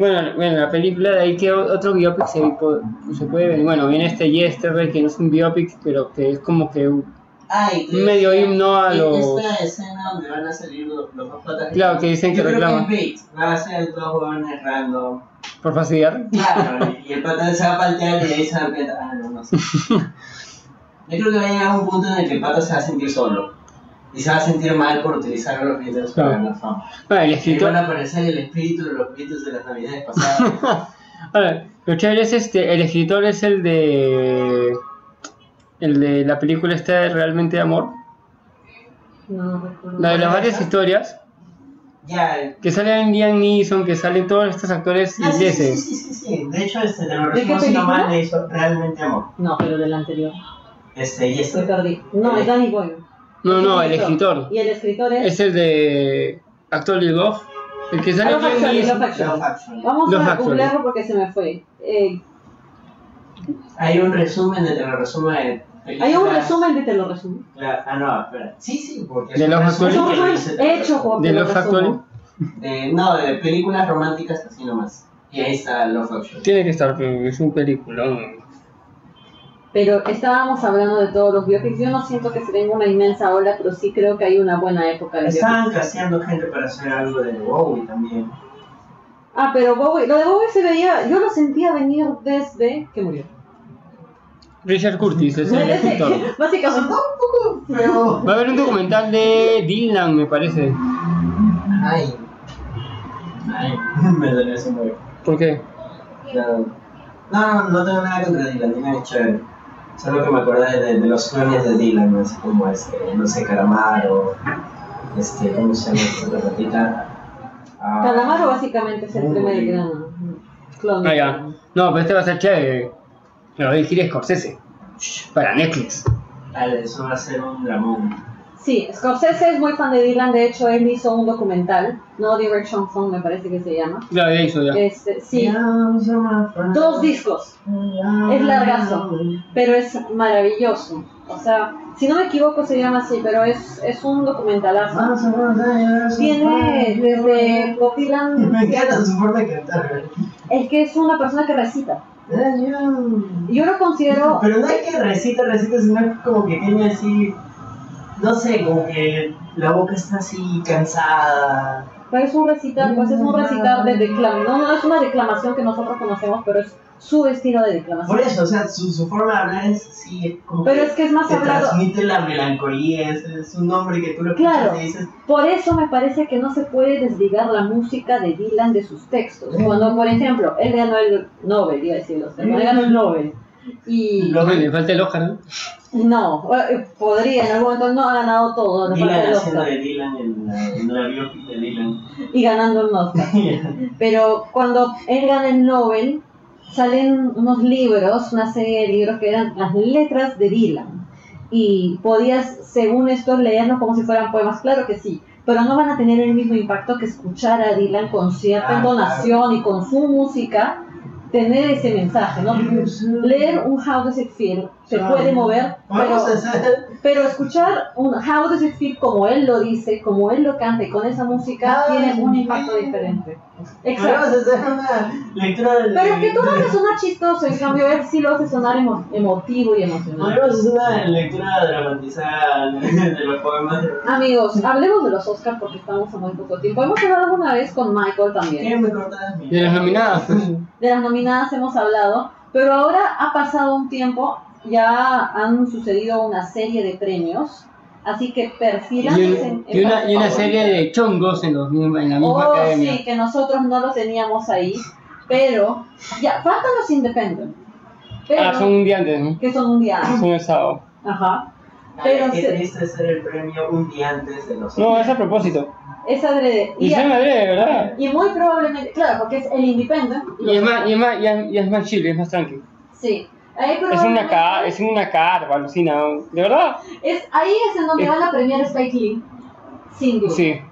Bueno, bueno, la película de ahí que otro biopic se, po- se puede ver. Bueno, viene este Yesterday, que no es un biopic, pero que es como que... un-
Ay, te-
Medio himno a
y
los-
Esta escena donde van a salir los, los dos patas.
Claro, que dicen
Yo
que
creo
reclaman.
es bait. Van a ser dos jóvenes random.
Por facilitar.
Claro, y el pata se va a paltear y de ahí se va a plantear, Ah, no,
[laughs]
no sé. Yo creo que va a llegar un punto en el que el pata se va a sentir solo. Y se va a sentir mal por utilizar a los Beatles para
Claro.
la fama.
Bueno, el
Y
escritor...
van a aparecer el espíritu de los Beatles de las navidades
[laughs]
pasadas.
Ahora, lo chévere es este, el escritor es el de... El de la película esta de Realmente de Amor.
No recuerdo.
La de las varias historias.
ya, eh.
Que salen Liam Neeson, que salen todos estos actores
Ah, sí, sí,
ingleses.
sí, sí, sí. De hecho, este, te lo
¿De qué
resumo si
película?
nomás le hizo realmente amor.
No, pero del anterior.
Este, y
Me
este.
perdí. No, es Danny Boyle.
No, no, el escritor.
Y el escritor es.
Es el de Actually Love. El que sale
Love
Liam
Actually,
Neeson.
Love Actually.
Love Actually.
Vamos
Los
a
Actually.
googlearlo porque se me fue. Eh,
Hay un resumen de te lo resumo de.
hay un resumen de te lo resumo.
La- ah, no, espera. Sí, sí, porque.
De
es un
los
resumen
Es un
que
resumen
dice Te lo
hecho
resumo.
por
¿De
Te lo
Love
resumo.
Actually?
De, no, de películas románticas así nomás. Y ahí está Love Actually.
Tiene que estar, es un peliculón.
Pero estábamos hablando de todos los biopics. Yo no siento que se tenga una inmensa ola, pero sí creo que hay una buena época de
Estaban
biopics.
casteando gente para hacer algo de Bowie también.
Ah, pero Bowie, lo de Bowie se veía, yo lo sentía venir desde que murió.
Richard Curtis es el
Desde-
escritor.
[laughs] Básicamente,
Pero.
Va a haber un documental de Dylan, me parece.
Ay. Ay, [laughs] me dolió ese mueble.
¿Por qué?
Claro. No, no, no tengo nada contra Dylan, Dylan es chévere. Solo que me acordé de, de los clones de Dylan, así como este, no sé, Calamaro, este, ¿cómo se llama la ratita? Ah,
Calamaro básicamente es el
Bowie.
tema del gran clon.
Ah, ya. No, pero este va a ser chévere. Me lo va a dirigir Scorsese. Para Netflix.
Dale, eso va a ser un dramón.
Sí, Scorsese es muy fan de Dylan, de hecho él hizo un documental, No Direction Song me parece que se llama.
Claro, ya hizo ya.
Este, sí, dos
Dos
discos, es largazo. pero es maravilloso. O sea, si no me equivoco se llama así, pero es, es un
Ah,
documentalazo. Tiene desde Bob
[laughs]
Dylan,
Me encanta su forma de cantar.
es que es una persona que recita. Yo lo considero
Pero no hay que recita, recita, sino como que tiene así, no sé, como que la boca está así cansada.
Pues es un recital, pues es un recital de declamación. No, no es una declamación que nosotros conocemos, pero es su estilo de
Por
declamación.
eso, o sea, su, su forma de hablar es así, como
Pero es que es más
te
hablado.
transmite la melancolía, es, es un nombre que tú lo
Claro.
escuchas y dices,
Por eso me parece que no se puede desligar la música de Dylan de sus textos. Cuando, por ejemplo, él ganó el Nobel, iba a decir, Oscar, cuando él ganó el Nobel. Y
Lo que le falta el Oscar, ¿no?
no, eh, podría en algún momento, no ha ganado todo, le falta
Dylan
el
haciendo
Oscar.
de Dylan en la, en la biopic de Dylan.
[laughs] Y ganando el Oscar. Pero cuando él gana el Nobel, salen unos libros, una serie de libros que eran las letras de Dylan. Y podías, según esto, leerlos como si fueran poemas, claro que sí, pero no van a tener el mismo impacto que escuchar a Dylan con cierta
Ah,
entonación y con su música, tener ese mensaje, ¿no? Leer un How Does It Feel te
Ah.
puede
[laughs]
mover, pero,
Vamos a hacer
pero escuchar un How Does It Feel como él lo dice, como él lo canta y con esa música,
Ah,
tiene un
sí.
impacto diferente.
Podemos hacer una lectura del.
Pero es que tú lo haces sonar chistoso, en cambio él sí lo hace sonar emo- emotivo y emocional.
Podemos hacer una lectura dramatizada de los poemas. de-
Amigos, hablemos de los Oscars porque estamos a muy poco tiempo. Hemos hablado alguna vez con Michael también.
¿Qué me cortas mi?
De las nominadas. pues.
De las nominadas hemos hablado, pero ahora ha pasado un tiempo, ya han sucedido una serie de premios, así que
Y,
perfilan...
un- y una, y una serie de chongos en, los mismos- en la misma
Oh,
academia. Ah,
sí, que nosotros no lo teníamos ahí, pero... Ya, faltan los Independent, pero... Ah.
Ah, son un día antes, ¿no?
que son un día.
Son el sábado.
Ajá.
Ay,
Pero
qué
se-
triste ser el premio un día antes de los
No, es a propósito.
Es adrede.
Y
Y,
se madre, ¿verdad?
y muy probablemente, claro, porque es el Independent.
Y es más, y es más, y es, y es más chill, es más tranquilo.
Sí. Ahí
Es una,
probablemente-
ca es una carpa, alucina. ¿no? ¿De verdad?
es- ahí es en donde
Es-
van a premiar a Spike Lee. Sin duda.
Sí.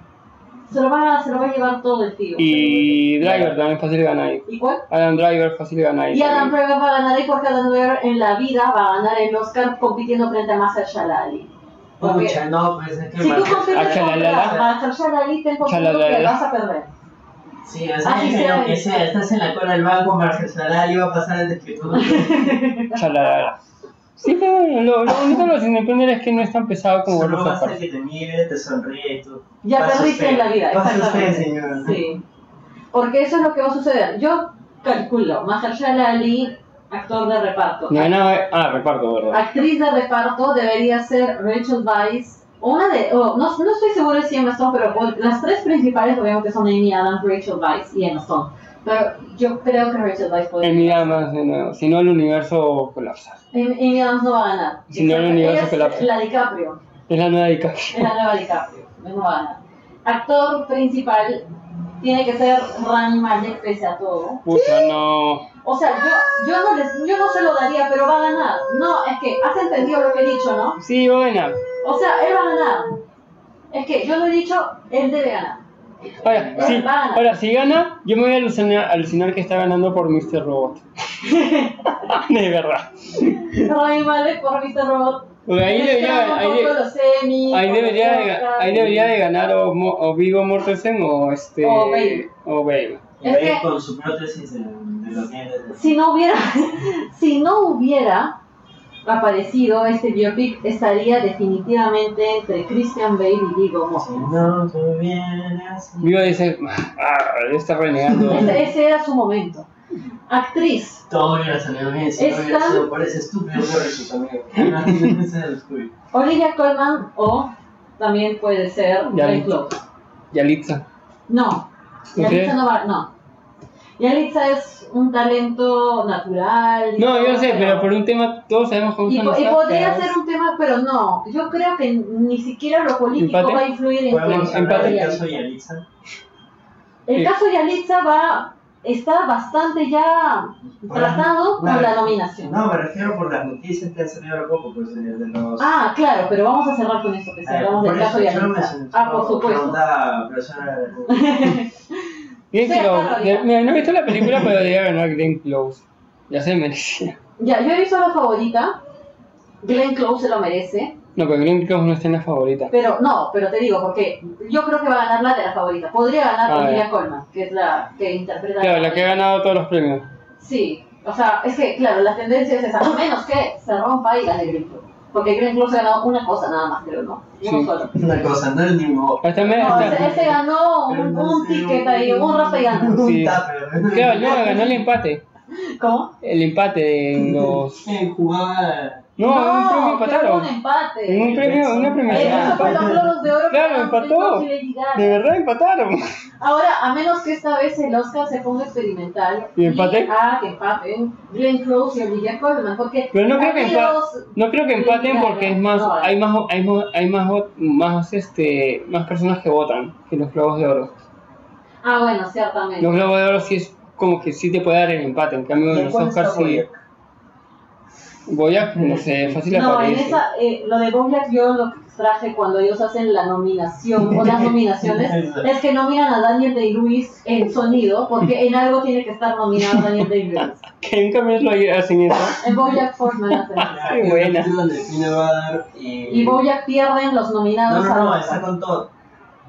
Se, lo va, a- se lo va a llevar todo el tío.
Y Driver también fácil gana ahí.
¿Y cuál?
Adam Driver fácil gana ahí.
Y Adam
también.
Driver va a ganar ahí porque Adam Driver en la vida va a ganar el Oscar compitiendo frente a Mahershala Ali. Porque
Pucha, no, pues es que
si tú
marca-
compites
A Chalalala.
contra Mahershala Ali, ten por seguro que
Chalalala.
vas a perder.
Sí, así
Así
que
sea.
lo que sea, estás en la cola del banco, Marcela, iba a pasar antes
[laughs]
que tú.
Chalalala. Sí, pero lo, lo bonito de los independientes es que no es tan pesado como
Solo
los
vas a
Oscars.
que te mire, te sonríe y tú.
Ya
Pase
perdiste
usted.
en la vida.
Pase
exactamente.
usted, señora.
Sí. Porque eso es lo que va a suceder. Yo calculo, Mahershala Ali, actor de reparto.
No, no, ah, reparto, ¿verdad?
Actriz de reparto debería ser Rachel Weisz. o Una de, o no, no estoy segura si Emma Stone, pero o- las tres principales obviamente son Amy Adams, Rachel Weisz y Emma Stone. Pero yo creo que Rachel Weisz puede.
En mi más de nuevo. Si no, el universo colapsa.
Amy, Em, Amy Adams no va a ganar.
Si no, el
Exacto.
universo
Ella es
colapsa.
La DiCaprio.
Es la nueva DiCaprio.
Es la nueva DiCaprio. No va a ganar. Actor principal tiene que ser Rami Malek pese a todo.
Puta, no.
O sea, yo, yo, no les- yo no se lo daría, pero va a ganar. No, es que has entendido lo que he dicho, ¿no?
Sí, buena.
O sea, él va a ganar. Es que yo lo he dicho, él debe
[laughs]
ganar. [laughs]
Ahora, sí, ahora, si gana, yo me voy a alucinar, alucinar que está ganando por Mr. Robot. [laughs] de verdad.
Ay, vale, por Mr. Robot.
Porque ahí debería, ahí, de-
los semis,
ahí debería, de, ga- ahí debería de ganar o, Mo- o Vigo Mortensen o este.
O Bale.
o Bale.
Y
Es
ahí
que-
con su prótesis de, de los dientes.
Si no hubiera, [laughs] si no hubiera aparecido este biopic, estaría definitivamente entre Christian Bale y Viggo
Si
Mortensen.
no tuvieras.
Vigo dice, ah, está
[laughs]
renegando.
Ese, ese era su momento. Actriz.
Todo hubiera salido bien si no
Está-
hubiera sido por ese estúpido por sus
[laughs]
amigos. [laughs] No, ese era el estúpido.
Olivia Colman o también puede ser
Ya
Glenn
vi.
Close.
Yalitza.
No.
¿Por qué?
Yalitza no va, no. Yalitza es un talento natural. y
No, yo
todo,
sé, pero por un tema todos sabemos cómo
Y,
son
po-
los
y podría
Oscars.
ser un tema, pero no. Yo creo que ni siquiera lo político
¿Empate?
va a influir en
Podemos
quién
hablar del
ganaría.
caso de Yalitza.
El
Sí.
caso Yalitza va, está bastante ya tratado
Bueno,
con la
bueno.
nominación.
No, me refiero por las noticias que han salido ahora poco, pues de, de los.
Ah, claro, pero vamos a cerrar con esto, que si
Eh,
hablamos
por
del caso
eso yo no
Yalitza.
me
Ah, por
siento
supuesto.
preguntada, persona eh, de la-
Glenn Close.
Sí, está rodilla.
Mira, no he visto la película, pero debería ganar Glenn Close. Ya se merecía.
Ya, yo he visto la favorita. Glenn Close se lo merece.
No, pero Glenn Close no está en la favorita.
Pero no, pero te digo, porque yo creo que va a ganar la de la favorita. Podría ganar
Ah,
Olivia
ya.
Colman, que es la que interpreta.
Claro, la que ha ganado todos los premios.
Sí, o sea, es que, claro, la tendencia es esa. A menos que se rompa y gane Glenn Close. Porque Glenn Close ha ganado una cosa nada más, creo, ¿no? Uno
Sí.
solo.
Una cosa, no el mismo.
Hasta me,
No,
hasta-
ese, ese ganó
Pero
un,
no
un
sé,
ticket ahí,
un-
un rosa y ganó.
Sí.
Un tupper.
Claro, no, ganó el empate.
¿Cómo?
El empate en
[laughs]
los.
Sí, jugaba.
No, un
creo
premio
que
empataron.
un
En
empate.
un premio, una
Eso fue
premiación.
los globos de oro. que
Claro,
ganó
empató.
Glenn Close y Lady Gaga.
De verdad empataron.
Ahora, a menos que esta vez el Oscar se ponga experimental.
¿Y empate?
ah, que empaten. Glenn Close y Olivia Colman, porque.
Pero no creo que
aquí
empa-
los-
No creo que empaten porque es más,
No,
hay más, hay más, hay más, vot- más, este, más personas que votan que los Globos de Oro.
Ah, bueno, ciertamente.
Los Globos de Oro sí es como que sí te puede dar el empate, en cambio
¿Y
en
en
los
cuál está
Oscars sí.
Boyac?
Boyac, no sé, fácil
No, en
aparece.
esa, eh, lo de Bojack yo lo traje cuando ellos hacen la nominación o las
[laughs]
nominaciones es que nominan a Daniel Day-Lewis en sonido porque en algo tiene que estar nominado Daniel Day-Lewis.
[laughs] Que nunca me lo hacen eso.
En Bojack Horseman hacen eso.
Ah, que
buena.
es el donde Pino va a dar.
Y
Y...
Bojack pierden los
No,
nominados
no, no,
a
está con Todd.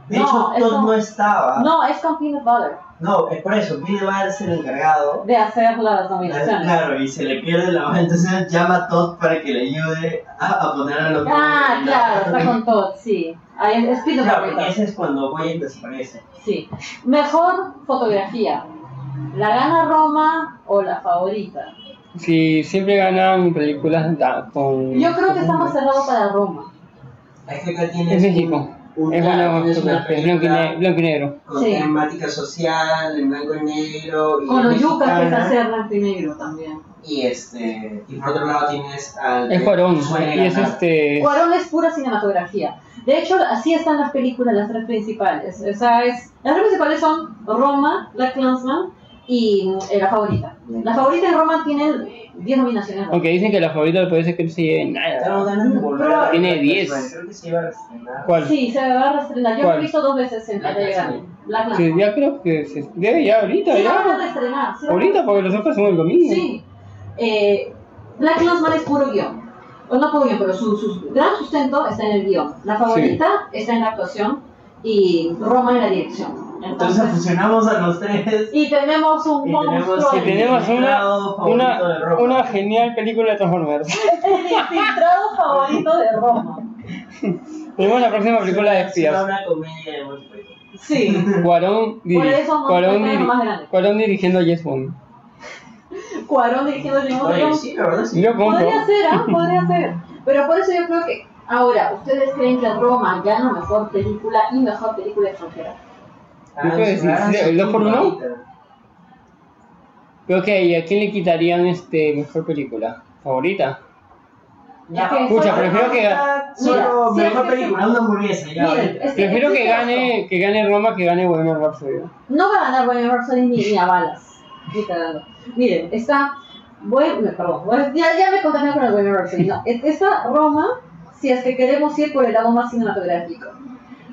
De
No,
hecho,
es
Todd
con-
no estaba.
No, es con Peanut Butter
No, es por eso, Pino va a ser el encargado.
de hacer las nominaciones.
Claro, y se le pierde la mano, entonces llama a Todd para que le ayude a, a poner a los
Ah,
nominados.
claro, está con Todd, sí. Ahí es Peanut
Claro,
Butter.
porque ese es cuando Boyac desaparece.
Sí. Mejor fotografía. ¿La gana Roma o la favorita?
Si siempre ganan películas da- con.
Yo creo que está más cerrado para Roma.
Es que acá tienes.
Es México.
un-
es
claro,
una,
tienes una
fotografía, blanco, y
película
ne- blanco y negro.
con
Sí.
temática social, en blanco y negro. Y
Con los yucas que se
mexicana.
hace blanco y negro también.
Y este. Y por otro lado tienes al.
Es
que
Cuarón.
suele
Y es
ganar.
este.
Cuarón es pura cinematografía. De hecho, así están las películas, las tres principales. O sea, es, las tres principales son Roma, La Clansman y mm, eh, La Favorita. La Favorita y Roma tienen 10 nominaciones.
Aunque dicen que la favorita parece que no se lleve
Tengo
este, nada.
ganas de volver a ver
Tiene
Black
10.
Panther, Creo que se iba a estrenar.
¿Cuál?
Sí, se va a reestrenar. Yo
¿Cuál?
lo he visto dos veces en la
La
tele.
Clansman.
La
Sí,
Clansman.
ya creo que se debe ya ahorita,
Sí, la van a
ya.
reestrenar. sí la van a
Ahorita, porque los otros son el domingo.
Sí. Eh, Black Clansman es puro guión. O no puro guión, pero su, su gran sustento está en el guión. La favorita está en la actuación y Roma en la dirección.
Entonces
Entonces,
fusionamos a los tres.
y tenemos un
Y
monstruo
tenemos-
pues, Y tenemos una,
Claro, favorito de
una,
Roma.
una genial película de Transformers.
el [laughs] infiltrado favorito de Roma.
Tenemos la próxima película de
Será
espías.
Una comedia de multiplayer.
Sí.
Cuarón,
Por
diri-
eso
Cuarón,
Monster es lo
diri-
más grande.
Cuarón dirigiendo a Jess Bond.
Cuarón dirigiendo el mismo
Oye,
guión.
sí, la verdad sí.
Yo compro.
Podría ser, ¿ah? Podría ser. Pero por eso yo creo que ahora, ¿ustedes creen que Roma gana mejor película y mejor película extranjera?
Ah,
Yo creo que sí,
ah,
sí, el dos por uno.
favorita.
Pero que ¿y a quién le quitarían este mejor película? ¿Favorita?
Es que
Escucha,
solo-
prefiero que-
Mira, Solo
si es
mejor
que-
película, una hamburguesa. ya,
Miren,
vale.
es que-
Prefiero
es
que gane, que gane Roma que gane Bohemian Rhapsody.
No va a ganar Bohemian Rhapsody ni, ni a balas. Ni cagando. Miren, está. Bueno, perdón, bueno, ya, ya me contagié con el Bohemian Rhapsody. No, es- está Roma, si es que queremos ir por el lado más cinematográfico.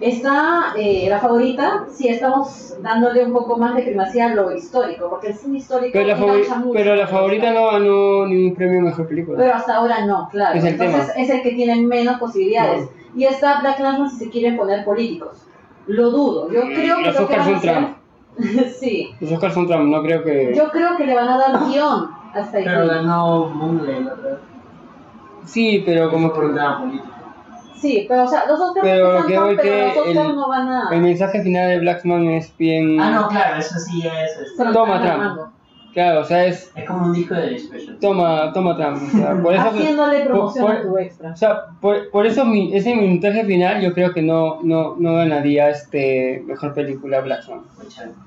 Está eh, la favorita, sí estamos dándole un poco más de primacía a lo histórico, porque el cine histórico
Pero la, favori-
engancha mucho.
pero la favorita no ganó ningún premio a mejor película.
Pero hasta ahora no, claro.
Es el
Entonces es el que tiene menos posibilidades. Y está Black Klansman si se quieren poner políticos. Lo dudo. Yo creo que
Eh, Los
lo que
Oscars
van a
son Trump.
hacer- [laughs] sí.
Los Oscars son Trump, no creo que.
Yo creo que le van a dar guión hasta ahí.
Pero ganó Moonlight la otra vez.
Sí, pero como.
Como por un tema político.
Sí, pero o sea, los Oscars
Pero
están
que
top,
voy
pero
que
los Oscars
el-
no van a...
El mensaje final de Blackman es bien.
Ah, no, claro, eso sí ya es.
se
este,
los
Toma,
están
Trump.
armando.
Claro, o sea, es.
Es como un disco de Special.
Toma, toma Trump. O sea,
[laughs]
por eso.
Haciéndole promoción
por-
a tu extra.
O sea, por, por eso mi- ese minutaje final yo creo que no, no, no ganaría este mejor película Black Swan.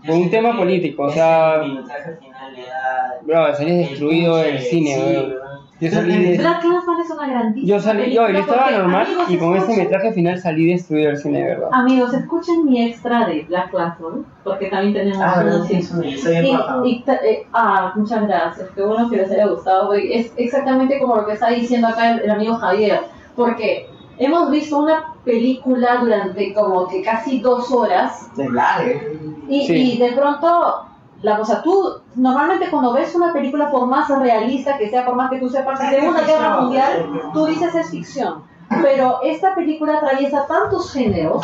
Por un tema político, o sea-
El minutaje final le da.
Bro, salí destruido
el
del
punche,
cine,
sí,
weón.
weón.
Yo salí de-
Black Klansman es una grandísima
Yo salí, yo, yo
película
estaba
porque,
normal
amigos,
y con ese
escuchen-
metraje final salí destruido del cine, de ¿verdad?
Amigos, escuchen mi extra de Black Klansman, porque también tenemos
Ah,
uno
no, sí,
así.
es un estoy
Y-
empapado.
y ta- eh, ah, muchas gracias. Qué bueno que les haya gustado. güey. Es exactamente como lo que está diciendo acá el, el amigo Javier. Porque hemos visto una película durante como que casi dos horas.
De Black.
Y,
Sí.
y de pronto, la cosa, tú normalmente cuando ves una película, por más realista que sea, por más que tú sepas que es una guerra mundial, tú dices es ficción. Pero esta película atraviesa tantos géneros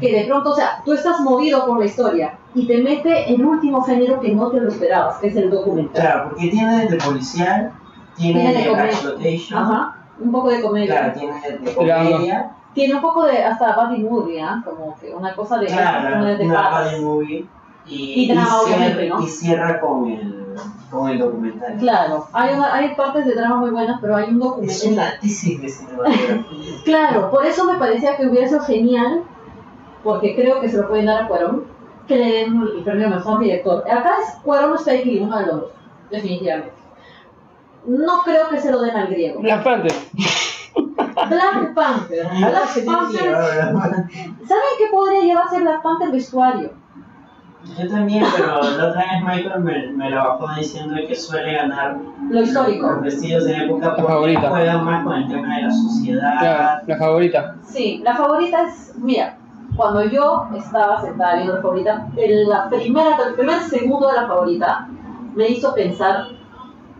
que de pronto, o sea, tú estás movido por la historia y te mete el último género que no te lo esperabas, que es el documental.
Claro, porque tiene de policial, tiene
Tiene de
de
comedia.
exploitation,
Ajá, un poco de comedia.
claro, tiene de
Drama.
comedia,
Tiene un poco de hasta Buddy Moody, ¿ah? como que una cosa de,
claro,
una de
una
patas.
body movie y,
Y drama, obviamente,
cierra,
¿no?
y cierra con el, con el documental.
Claro, hay, una- hay partes de drama muy buenas, pero hay un
Es
documental.
una tesis de
[laughs]
cinematografía.
Claro, por eso me parecía que hubiera sido genial, porque creo que se lo pueden dar a Cuarón, que le den el premio mejor director. Acá es Cuarón está equilibrado uno de los dos, definitivamente. No creo que se lo den al griego.
Black Panther.
Black Panther. Black Panther.
Ahora,
¿Saben qué podría llevarse Black Panther vestuario?
Yo también, pero la otra vez Michael me, me lo bajó diciendo que suele ganar
Lo histórico.
los vestidos de época porque
favorita.
juegan más con el tema de la sociedad.
Claro, la favorita.
Sí, la favorita es, mira, cuando yo estaba sentada viendo la favorita, el, la primera, el primer segundo de la favorita me hizo pensar,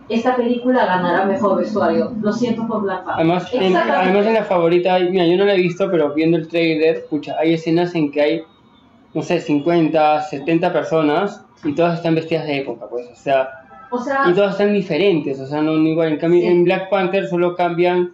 esta película ganará mejor vestuario, lo siento por Black Panther.
Además en,
Exactamente.
además en la favorita, hay- mira, yo no la he visto, pero viendo el trailer, escucha, hay escenas en que hay, no sé, 50, 70 personas y todas están vestidas de época, pues, o sea,
o sea,
y todas están diferentes, o sea, no no igual. En cambio,
Ah. Sí.
en Black Panther solo cambian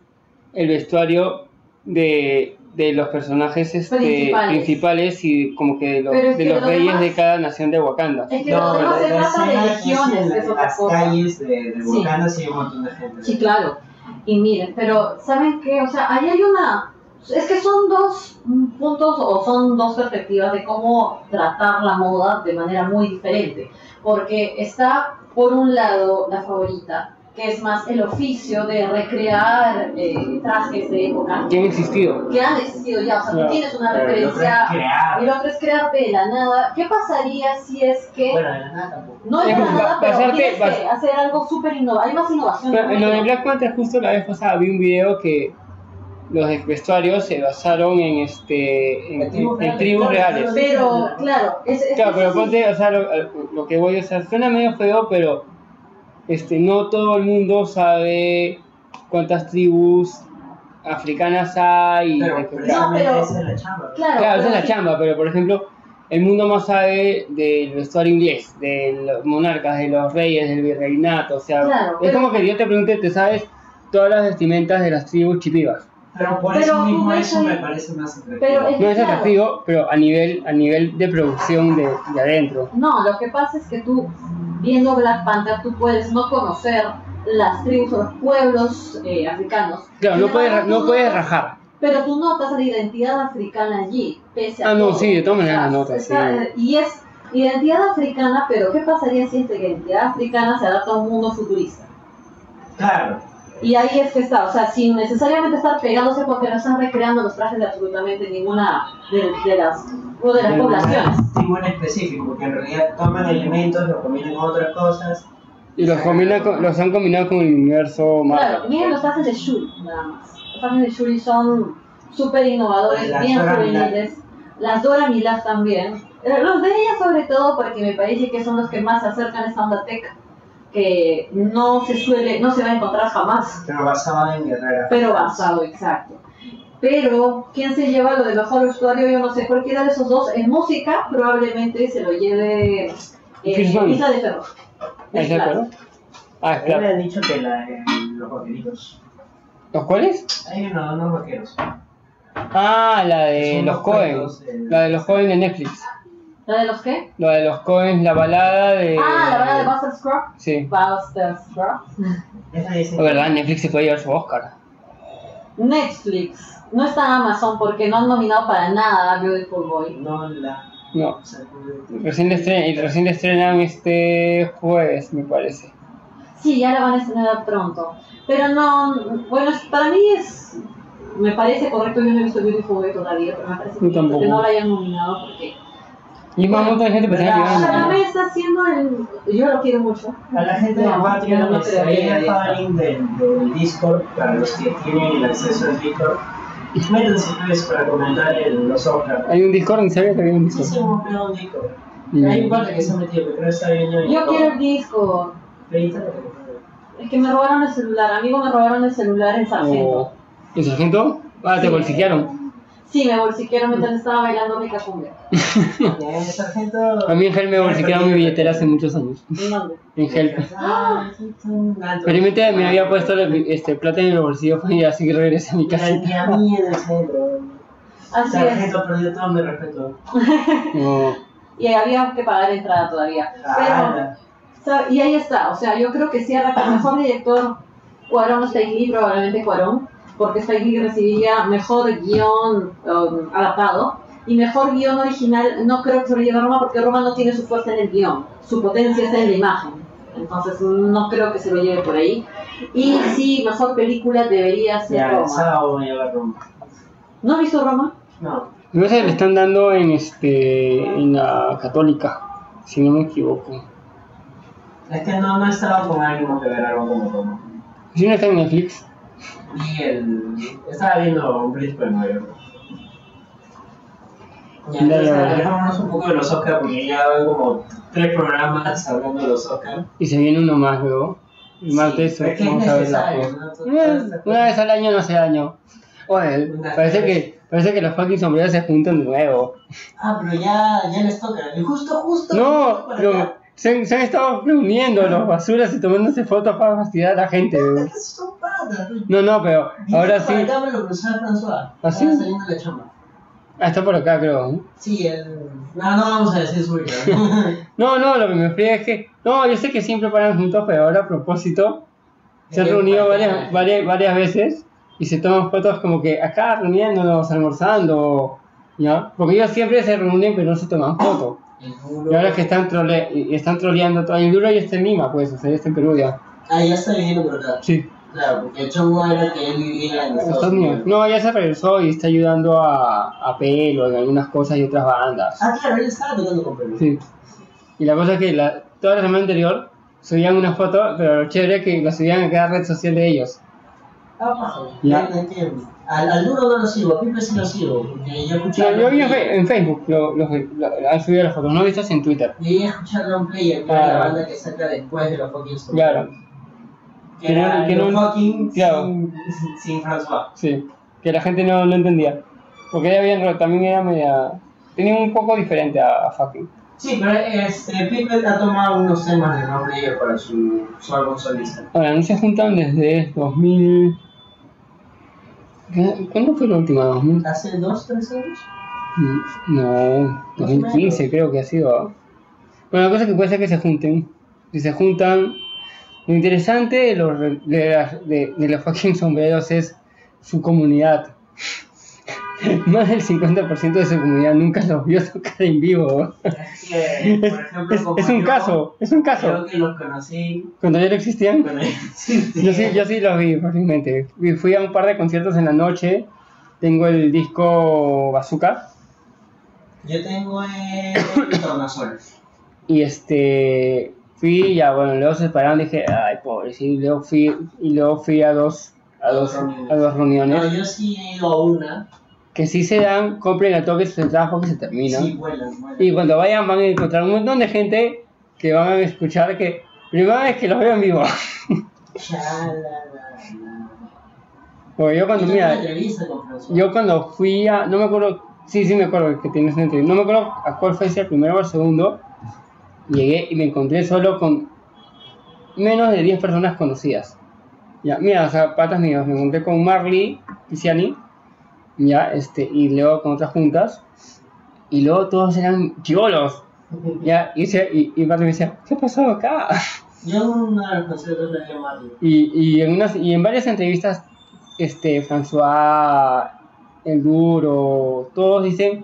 el vestuario de, de los personajes este,
Principales.
principales. y como que de los,
Pero es
de
que
los
lo
reyes de
demás-
cada nación de Wakanda.
es que lo demás
la-
se
la
trata de
escena es
legiones,
en
que es otra
las
cosa.
calles de, de
Sí.
Wakanda sí hay un montón de gente.
Sí, claro. Y miren, pero ¿saben qué? O sea, ahí hay una... Es que son dos puntos o son dos perspectivas de cómo tratar la moda de manera muy diferente. Porque está, por un lado, la favorita, que es más el oficio de recrear eh, trajes de época
Que han existido.
que han existido ya. O sea, tú
Claro.
tienes una
Pero el otro es
referencia
crear.
y el otro es crear de la nada. ¿Qué pasaría si es que...
Bueno, de la nada tampoco.
no es
es
de la
ba-
nada, pero
basarte-
tienes que
bas-
hacer algo súper innovador. Hay más innovación.
Pero en
¿no?
lo de Black Panther, justo la vez pasada vi un video que los de- vestuarios se basaron en este en,
En tribus
en tribus reales.
reales.
Pero, claro, es, es-
Claro,
es-
pero
sí,
ponte, o sea, lo, lo que voy a hacer suena medio feo, pero este, no todo el mundo sabe cuántas tribus africanas hay.
Pero
etcétera.
No,
precisamente
pero-
esa es la chamba.
claro,
claro, esa es la
sí,
chamba, pero por ejemplo, el mundo más sabe del vestuario inglés, de los monarcas, de los reyes, del virreinato, o sea,
Claro,
es
pero-
como que yo te pregunte, ¿te sabes todas las vestimentas de las tribus chipivas?
Pero por
Pero
eso mismo
tú ves
eso
ahí-
me parece más atractivo.
Pero es que,
No es
claro,
atractivo, pero a nivel, a nivel de producción de, de adentro.
No, lo que pasa es que tú, viendo Black Panther, tú puedes no conocer las tribus o los pueblos eh, africanos.
Claro,
Sin
no puedes, ra-
embargo, tú
no puedes
notas-
rajar.
Pero tú notas la identidad africana allí, pese a
Ah, no,
todo.
sí, de todas maneras la notas,
Está-
sí.
Y es identidad africana, pero ¿qué pasaría si esta identidad africana se adapta a un mundo futurista?
Claro.
Y ahí es que está, o sea, sin necesariamente estar pegándose porque no están recreando los trajes de absolutamente ninguna de, de las, o de las
Pero
poblaciones.
un tribu en específico, porque en realidad toman elementos, los combinan con otras cosas.
Y los, combina con- los han combinado con el universo
Claro,
Marvel.
miren los trajes de Shuri, nada más. Los trajes de Shuri son súper innovadores,
La
bien
Zora Milagro.
juveniles. las Dora Milas también. Eh, Los de ella sobre todo porque me parece que son los que más se acercan a esta onda tech que no se suele, no se va a encontrar jamás,
Pero basado en Guerrera.
pero basado, exacto. Pero, ¿quién se lleva lo de mejor usuario? Yo no sé, cualquiera de esos dos en música probablemente se lo lleve eh,
Chris Brown.
Isa de Ferro.
¿Es de acuerdo? Ah,
A mí me
claro.
han dicho que la, eh, los vaqueritos.
¿Los cuáles?
Hay uno, unos vaqueros.
Ah, la de
Son
los
los
Cohen.
cuentos, eh.
La de los Cohen de Netflix.
¿La de los qué?
La de los Cohen, la balada de.
Ah, la verdad de Buster Scruggs.
Sí.
Buster Scruggs.
Esa dicen
La verdad, Netflix se puede llevar su Oscar.
Netflix. No está Amazon porque no han nominado para nada a Beautiful
que
Boy.
no la.
No.
o sea, no-
Recién la estrenan, y recién la estrenan este jueves, me parece.
Sí, ya la van a estrenar pronto. Pero no, bueno, es- para mí es, me parece correcto, yo no he visto Beautiful Boy todavía, pero me parece
Yo tampoco.
que no la hayan nominado porque
Y más un montón de gente pensaba que iban a
Chalamet está haciendo el, yo lo quiero mucho.
A la gente de
No,
Patreon
no
no
creo que
estaría
haya
fan del, del Discord, para los que tienen el acceso al Discord. Métanse pues para comentar el, los Oscar.
Hay un Discord, ¿en serio que había un
Sí,
Discord?
se rompió un Discord.
Mm.
Hay un pata que se ha metido, pero no está viendo.
Yo quiero el disco. Es que me robaron el celular, amigo, me robaron el celular en
Oh.
Sargento.
O- ¿El sargento? Ah, te
Sí.
bolsiquearon.
Sí, me bolsiquearon mientras estaba bailando rica cumbia.
[laughs]
El Eh, sargento.
A mí en Gel me bolsiquearon mi billetera hace muchos años.
¿En dónde?
En Gel.
Ah, sí, sí, un gato.
Felizmente me había puesto la- este, plata en el bolsillo y así que regresé a mi
La
casa.
tía mía del centro.
Así es.
Sargento perdió todo mi respeto.
No.
Y había que pagar entrada todavía. Pero,
Ah,
¿sabe? y ahí está. O sea, yo creo que
[clears throat]
cierra como mejor director Cuarón o Spike Lee, probablemente Cuarón, porque Spike Lee recibía mejor guión um, adaptado. Y mejor guión original no creo que se lo lleve Roma porque Roma no tiene su fuerza en el guión. Su potencia está en la imagen. Entonces no creo que se lo lleve por ahí. Y sí, mejor película debería ser
ya, el
Roma.
sábado voy a ver Roma.
¿No has visto Roma?
No,
No sé, le están dando en este en la católica, si no me equivoco.
es que no, no estaba con ánimo de ver algo como Roma.
Si no está en Netflix.
Y el. Estaba viendo un príncipe de Nueva York. Ya,
Dale,
entonces,
dale.
alejémonos un poco de los Oscar porque ya van como tres programas hablando de los Oscar.
Y se viene uno más luego. El martes
Sí, es que es
vamos a ver la
necesario,
cosa.
¿no? Todo- toda
Eh,
esta cosa.
Una vez al año no hace daño. Oye,
Una
parece
vez.
que, parece que los fucking sombreros se juntan de nuevo.
Ah, pero ya, ya les toca. Y justo, justo. justo
No,
para
lo-
acá.
se, han- se han estado reuniendo los basuras y tomándose fotos para fastidiar a la gente. weón.
Es un pata, tú.
No, no, pero ahora
pues. Para
sí.
acá me lo cruzó a François.
¿Ah, sí?
estaba saliendo de la chamba.
Ah, está por acá, creo. ¿eh?
Sí, el. No, no vamos a decir su vida.
[laughs]
[laughs] Se
No, no, lo que me fría es que. No, yo sé que siempre paran juntos, pero ahora a propósito se han reunido varias, varias, varias veces y se toman fotos como que acá reuniéndonos, almorzando, ¿ya? Porque ellos siempre se reúnen pero no se toman fotos. Y ahora que están, trole y- y están troleando todo. El duro ya está en Lima, pues, o sea, ya está en Perú ya.
Ah, ya está viviendo por acá.
Sí,
Claro, porque el chongo era que él vivía en Estados
Estados Unidos.
Unidos.
No, ya se regresó y está ayudando a, a Pelo en algunas cosas y otras bandas.
Ah, claro, él estaba tocando con Perú.
Sí. Y la cosa es que la, toda la semana anterior subían una foto, pero lo chévere es que la subían a cada red social de ellos.
Ah, bajo.
Ya.
Ya. No entiendo. Al, al duro no lo sigo, a Pipe sí lo sigo. Porque yo escuchaba.
Yo, yo vi en,
Player.
fe- en Facebook, lo, lo- lo- han subido las fotos, no he visto en Twitter.
Llegué a escuchar Ron Player, que era
Claro.
la banda que saca después de los fucking Stones.
Claro,
Que
Que no-
era
que
los
no-
fucking
claro.
sin, sin, sin François.
sí. Que la gente no, no entendía. Porque ya habían, también era media... Tenía un poco diferente a, a fucking.
Sí, pero este, Pipe ha tomado unos temas de Ron Player para su, su álbum solista.
Ahora, no se juntan desde 2000... ¿Qué- ¿Cuándo fue la última? ¿2000?
¿Hace dos, tres años?
No, 2015 creo que ha sido. ¿ah? Bueno, la cosa que puede ser que se junten. Si se juntan, lo interesante de los, re- de las- de- de los fucking sombreros es su comunidad. [laughs] Más del 50% de su comunidad nunca los vio tocar en vivo.
Es que,
Es,
por ejemplo,
es-
como
es un
yo,
caso, es un
Yo
caso.
que los conocí
Cuando ya no existían,
cuando existía.
yo sí, yo sí los vi, fácilmente. Fui- Fui a un par de conciertos en la noche. Tengo el disco Bazooka.
Yo tengo el [coughs] tornasol.
Y este fui ya bueno, luego se separaron, dije, ay pobre, sí, y luego fui, y luego fui a dos, a dos, a dos
No,
reuniones.
yo sí he ido a una.
que sí se dan, compren a toque sus entradas porque se terminan.
Sí, vuelan, vuelan.
Y cuando vayan van a encontrar un montón de gente que van a escuchar que primera vez que los veo en vivo. [laughs]
Chalala.
Porque yo cuando,
Hizo
mira,
una entrevista con François.
yo cuando fui a, no me acuerdo, sí, sí me acuerdo que tienes una entrevista, no me acuerdo a cuál fue si el primero o el segundo, llegué y me encontré solo con menos de 10 personas conocidas. Ya, mira, o sea, patas mías, me encontré con Marley, Pisciani, ya, este, y luego con otras juntas, y luego todos eran chiolos, ya, y, se- y, y Marley me decía, ¿qué ha pasado acá?
Yo en una de las canciones le haría Mario.
Y, y, en unas, y en varias entrevistas, este, François, El Duro, todos dicen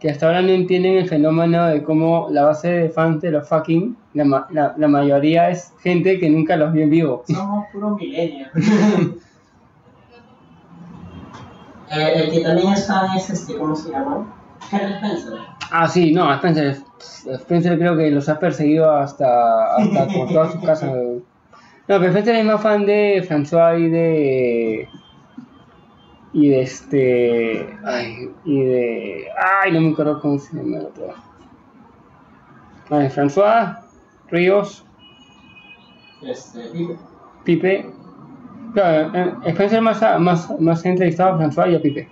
que hasta ahora no entienden el fenómeno de cómo la base de fans de los fucking, la, ma- la, la mayoría es gente que nunca los vio en vivo.
Somos puros
[laughs]
milenios. Eh, el que también es fan es este, ¿cómo se llama? Harry Spencer.
Ah, sí, no, a Spencer, Spencer creo que los ha perseguido hasta, hasta por toda su casa. No, pero Spencer es más fan de François y de. Y de este. Ay, y de. Ay, no me acuerdo cómo se llama el otro. Ay, François, Ríos,
Este, Pipe.
Pipe. Claro, eh, Spencer más, ha- más, más ha entrevistado a François y a Pipe.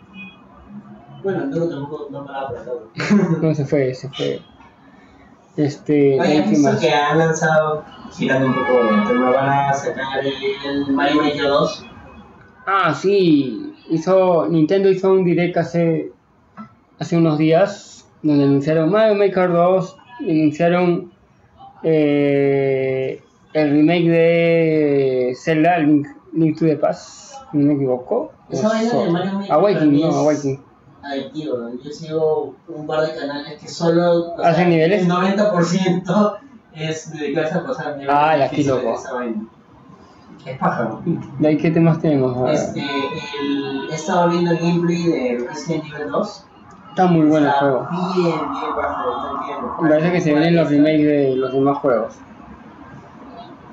Bueno, Duro tampoco no paraba por todo.
No se fue, se fue. Este.
Oye,
¿qué
¿has visto
más?
que han lanzado, girando un poco, que no van a sacar el Mario Maker 2?
Ah, sí. Hizo, Nintendo hizo un direct hace, hace unos días donde anunciaron Mario Maker 2, anunciaron eh, el remake de Zelda, Link, Link to the Past, si no me equivoco.
Esa vaina
Eso.
de Mario Maker
Awakening,
también
no,
es-
Awakening.
Adictivo, yo sigo un par de canales que solo. o
¿Hacen
sea,
niveles?
El 90% es dedicarse a pasar niveles.
Ah, la
difíciles
quilombo.
de esa vaina. Es pájaro.
De ahí, ¿qué temas tenemos? Ah,
Este, el, he estado viendo el gameplay de Resident Evil 2.
Está muy bueno el
Está
juego.
Bien, bien, pájaro, está bien.
Me parece que se vienen los remakes de los demás juegos.